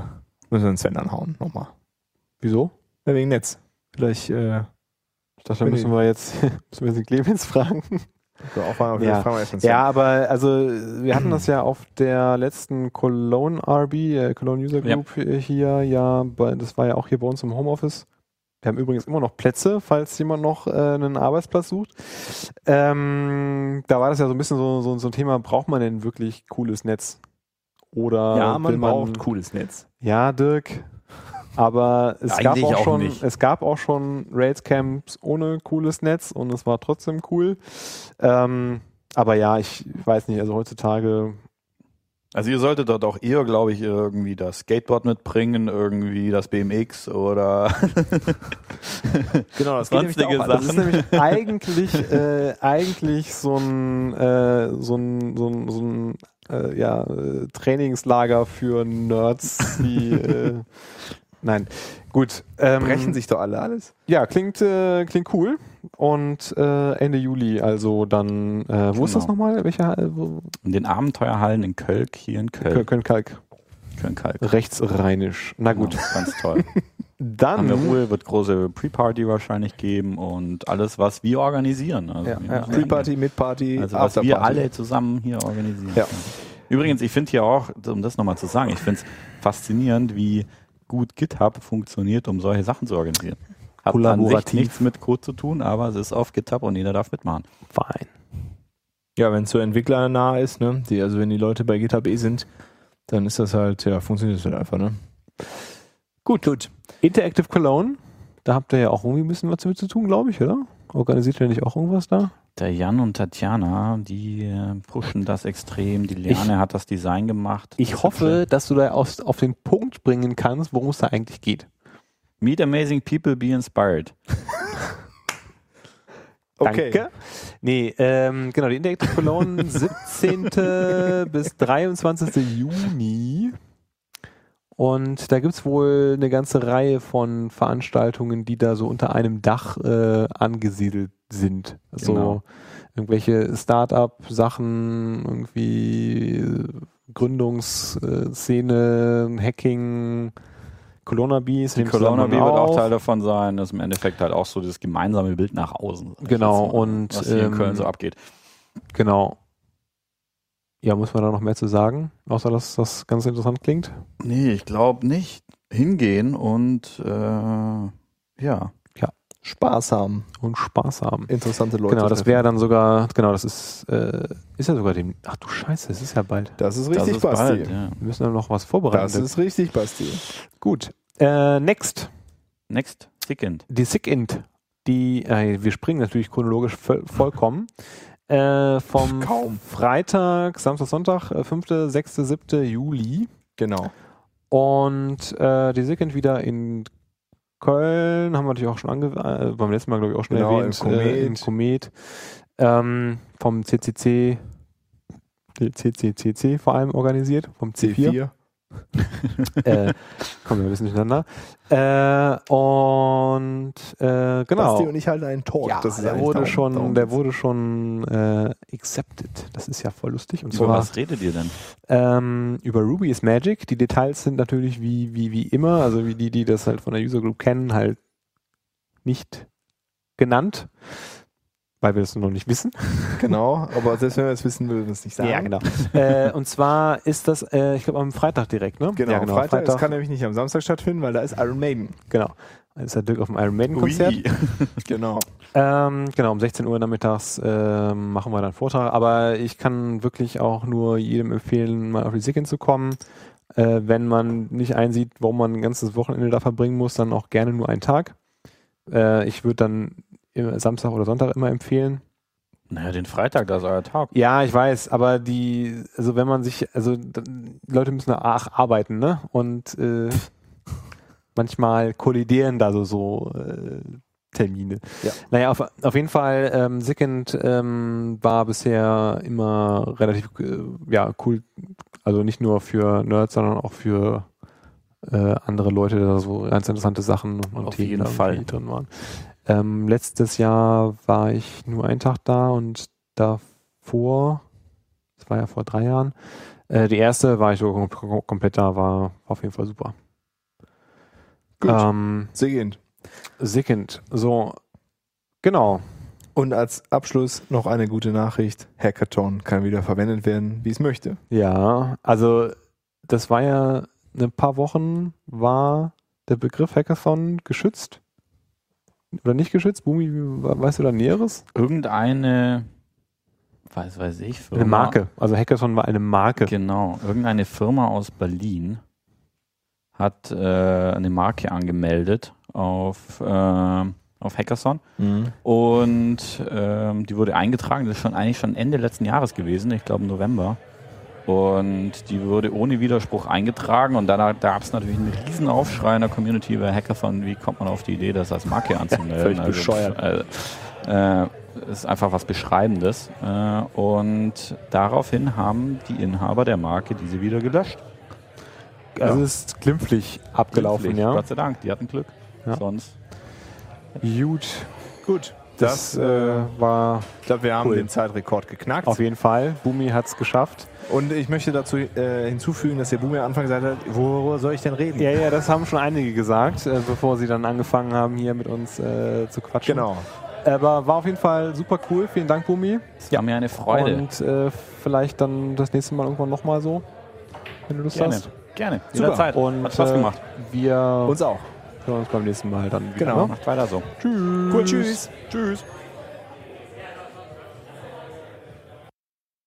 S2: müssen wir einen Sven anhauen, nochmal.
S1: Wieso?
S2: Ja, wegen Netz. Vielleicht äh,
S1: Ich dachte, da
S2: Bin
S1: müssen
S2: ich-
S1: wir jetzt müssen wir jetzt den Clemens fragen.
S2: so auch mal,
S1: Ja.
S2: fragen wir erst mal Sven.
S1: Ja, aber also wir hatten das ja auf der letzten Cologne RB, äh, Cologne User
S3: Ja.
S1: Group äh, hier, ja, bei, das war ja auch hier bei uns im Homeoffice. Wir haben übrigens immer noch Plätze, falls jemand noch äh, einen Arbeitsplatz sucht. Ähm, da war das ja so ein bisschen so, so, so ein Thema, braucht man denn wirklich cooles Netz? Oder
S2: ja, man
S1: will
S2: braucht cooles Netz.
S1: Ja, Dirk. Aber es, gab
S3: Eigentlich
S1: auch
S3: auch
S1: schon,
S3: nicht.
S1: es gab auch schon Rails-Camps ohne cooles Netz und es war trotzdem cool. Ähm, aber ja, ich weiß nicht, also heutzutage,
S3: Also ihr solltet dort auch eher, glaube ich, irgendwie das Skateboard mitbringen, irgendwie das BMX oder
S2: Genau, das
S3: geht nämlich da Sonstige auch an.
S1: das ist nämlich eigentlich, äh, eigentlich so ein, äh, so ein, so ein, so ein äh, ja, äh, Trainingslager für Nerds, die, äh, nein, gut. Ähm,
S2: Brechen sich doch alle alles.
S1: Ja, klingt, äh, klingt cool. Und äh, Ende Juli, also dann, äh, wo ist
S3: Genau.
S1: das nochmal? Welcher? Äh, wo-
S3: in den Abenteuerhallen in Kölk, hier in Köln.
S1: Köln- Köln-Kalk.
S3: Köln-Kalk.
S1: Rechtsrheinisch. Na
S3: Genau,
S1: gut.
S3: ganz toll. Haben wir
S1: Dann.
S3: Ruhe, wird große Pre-Party wahrscheinlich geben und alles, was wir organisieren. Also,
S1: Ja,
S3: wir
S1: ja.
S3: müssen
S2: Pre-Party, Mid-Party,
S3: Also was wir
S2: Afterparty.
S3: alle zusammen hier organisieren.
S2: Ja.
S3: Übrigens, ich finde hier auch, um das nochmal zu sagen, ich finde es faszinierend, wie gut GitHub funktioniert, um solche Sachen zu organisieren. Hat an sich
S1: Kollaborativ.
S3: nichts mit Code zu tun, aber es ist auf GitHub und jeder darf mitmachen.
S1: Fein.
S2: Ja, wenn es so Entwickler nah ist, ne? Die, also wenn die Leute bei GitHub eh sind, dann ist das halt, ja, funktioniert das halt einfach, ne? Gut, gut.
S1: Interactive Cologne. Da habt ihr ja auch irgendwie ein bisschen was damit zu tun, glaube ich, oder? Organisiert ihr nicht auch irgendwas da?
S3: Der Jan und Tatjana, die äh, pushen das extrem. Die Liane hat das Design gemacht.
S1: Ich hoffe, dass du da auf, auf den Punkt bringen kannst, worum es da eigentlich geht.
S3: Meet amazing people, be inspired.
S2: Okay.
S1: Danke. Nee, ähm, genau, die Interactive Cologne 17. bis 23. Juni. Und da gibt es wohl eine ganze Reihe von Veranstaltungen, die da so unter einem Dach äh, angesiedelt sind. Also
S3: Genau.
S1: irgendwelche Start-up-Sachen, irgendwie äh, Gründungsszene, Hacking, Colonna Bees.
S3: Die
S1: nehmen zusammen
S3: Corona wird
S1: auf.
S3: auch Teil davon sein. Das ist im Endeffekt halt auch so das gemeinsame Bild nach außen. sag ich
S1: Genau,
S3: jetzt mal,
S1: und,
S3: was hier
S1: ähm,
S3: in Köln so abgeht.
S1: Genau. Ja, muss man da noch mehr zu sagen, außer dass das ganz interessant klingt.
S4: Nee, ich glaube nicht. Hingehen und äh, ja.
S2: Spaß haben.
S1: Und Spaß haben.
S2: Interessante Leute.
S1: Genau, das
S2: treffen.
S1: wäre dann sogar, genau, das ist, äh, ist ja sogar dem, ach du Scheiße, es ist ja bald.
S2: Das ist richtig, Basti.
S3: bald, ja.
S1: Wir müssen ja noch was vorbereiten.
S2: Das ist richtig, Basti.
S1: gut. Äh, next,
S3: Next, Second.
S1: die SickInt. Die, äh, wir springen natürlich chronologisch voll, vollkommen. Äh, vom
S2: Kaum.
S1: Freitag, Samstag, Sonntag, äh, 5., 6., 7. Juli.
S2: Genau.
S1: Und äh, die Second wieder in Köln, haben wir natürlich auch schon ange äh, beim letzten Mal, glaube ich, auch schon
S2: Genau,
S1: erwähnt.
S2: im Komet.
S1: Äh, im Komet. Ähm, vom CCC, die CCCC vor allem organisiert, vom C4.
S2: C4.
S1: äh, kommen wir ein bisschen durcheinander. Äh, und äh, genau.
S2: Basti und ich halten einen Talk.
S1: ja,
S2: das ist
S1: der,
S2: eigentlich
S1: wurde
S2: Daumen-
S1: schon,
S2: Daumen-
S1: der wurde schon äh, accepted. Das ist ja voll lustig. Und
S3: Über
S1: zwar
S3: was redet ihr denn?
S1: ähm, über Ruby is Magic. Die Details sind natürlich wie, wie, wie immer, also wie die, die das halt von der User Group kennen, halt nicht genannt, weil wir das noch nicht wissen.
S2: Genau, aber selbst wenn wir es wissen, würden wir es nicht sagen.
S1: äh, und zwar ist das, äh, ich glaube, am Freitag direkt, ne?
S2: Genau,
S1: ja,
S2: genau. Freitag, Das kann nämlich nicht am Samstag stattfinden, weil da ist Iron Maiden.
S1: genau. Da ist der Dirk auf dem Iron Maiden Konzert.
S4: Ui.
S2: Genau.
S1: Ähm, genau, um 16 Uhr nachmittags äh, machen wir dann Vortrag. Aber ich kann wirklich auch nur jedem empfehlen, mal auf die Sicken zu kommen. Äh, wenn man nicht einsieht, warum man ein ganzes Wochenende da verbringen muss, dann auch gerne nur einen Tag. Äh, ich würde dann immer Samstag oder Sonntag immer empfehlen.
S3: Naja, den Freitag, da ist euer Tag.
S1: Ja, ich weiß, aber die, also wenn man sich, also dann, Leute müssen auch arbeiten, ne? Und äh, manchmal kollidieren da so, so äh, Termine.
S2: Ja.
S1: Naja, auf, auf jeden Fall, ähm, Sickend ähm, war bisher immer relativ, äh, ja, cool, also nicht nur für Nerds, sondern auch für äh, andere Leute, da so ganz interessante Sachen und
S3: Auf
S1: Themen
S3: jeden
S1: da
S3: Fall.
S1: irgendwie drin waren. Ähm, letztes Jahr war ich nur einen Tag da und davor, das war ja vor drei Jahren, äh, die erste war ich so kom- kom- komplett da, war auf jeden Fall super.
S2: Gut.
S1: Ähm,
S2: Siegend.
S1: Sickend. So, genau.
S2: Und als Abschluss noch eine gute Nachricht. Hackathon kann wieder verwendet werden, wie es möchte.
S1: Ja, also das war ja ein paar Wochen war der Begriff Hackathon geschützt oder nicht geschützt. Bumi, wie- weißt du da Näheres?
S3: Irgendeine, weiß, weiß ich, Firma.
S1: Eine Marke. Also Hackathon war eine Marke.
S3: Genau, irgendeine Firma aus Berlin hat äh, eine Marke angemeldet auf, äh, auf Hackathon.
S2: Mhm.
S3: Und ähm, die wurde eingetragen, das ist schon eigentlich schon Ende letzten Jahres gewesen, ich glaube im November. Und die wurde ohne Widerspruch eingetragen und dann gab es natürlich einen riesen Aufschrei in der Community über Hackathon, wie kommt man auf die Idee, das als Marke anzumelden.
S2: völlig
S3: Also,
S2: bescheuert.
S3: äh, äh, ist einfach was Beschreibendes. Äh, und daraufhin haben die Inhaber der Marke diese wieder gelöscht.
S1: Also es ist glimpflich abgelaufen,
S3: Glücklich, Gott sei Dank, die hatten Glück.
S1: Ja.
S3: Sonst
S1: ja. Gut.
S2: Gut.
S1: Das,
S2: Das,
S1: äh, war
S2: ich glaube, wir haben
S1: cool.
S2: den Zeitrekord geknackt.
S1: auf jeden Fall. Bumi hat es geschafft.
S2: Und ich möchte dazu äh, hinzufügen, dass der Boomer am Anfang gesagt hat, worüber soll ich denn reden?
S1: Ja, ja, das haben schon einige gesagt, äh, bevor sie dann angefangen haben, hier mit uns äh, zu quatschen.
S2: Genau.
S1: Aber war auf jeden Fall super cool. Vielen Dank, Bumi.
S3: es war mir eine Freude.
S1: Und äh, vielleicht dann das nächste Mal irgendwann nochmal so, wenn du Lust
S3: Gerne.
S1: hast.
S3: Gerne,
S2: Super.
S3: jederzeit.
S1: Und,
S3: Hat Spaß
S1: äh,
S3: gemacht.
S1: Wir
S2: Uns auch.
S1: hören uns beim nächsten Mal dann wieder.
S2: Genau.
S1: ne?
S3: Macht weiter so.
S1: Tschüss.
S2: Cool, tschüss. Tschüss.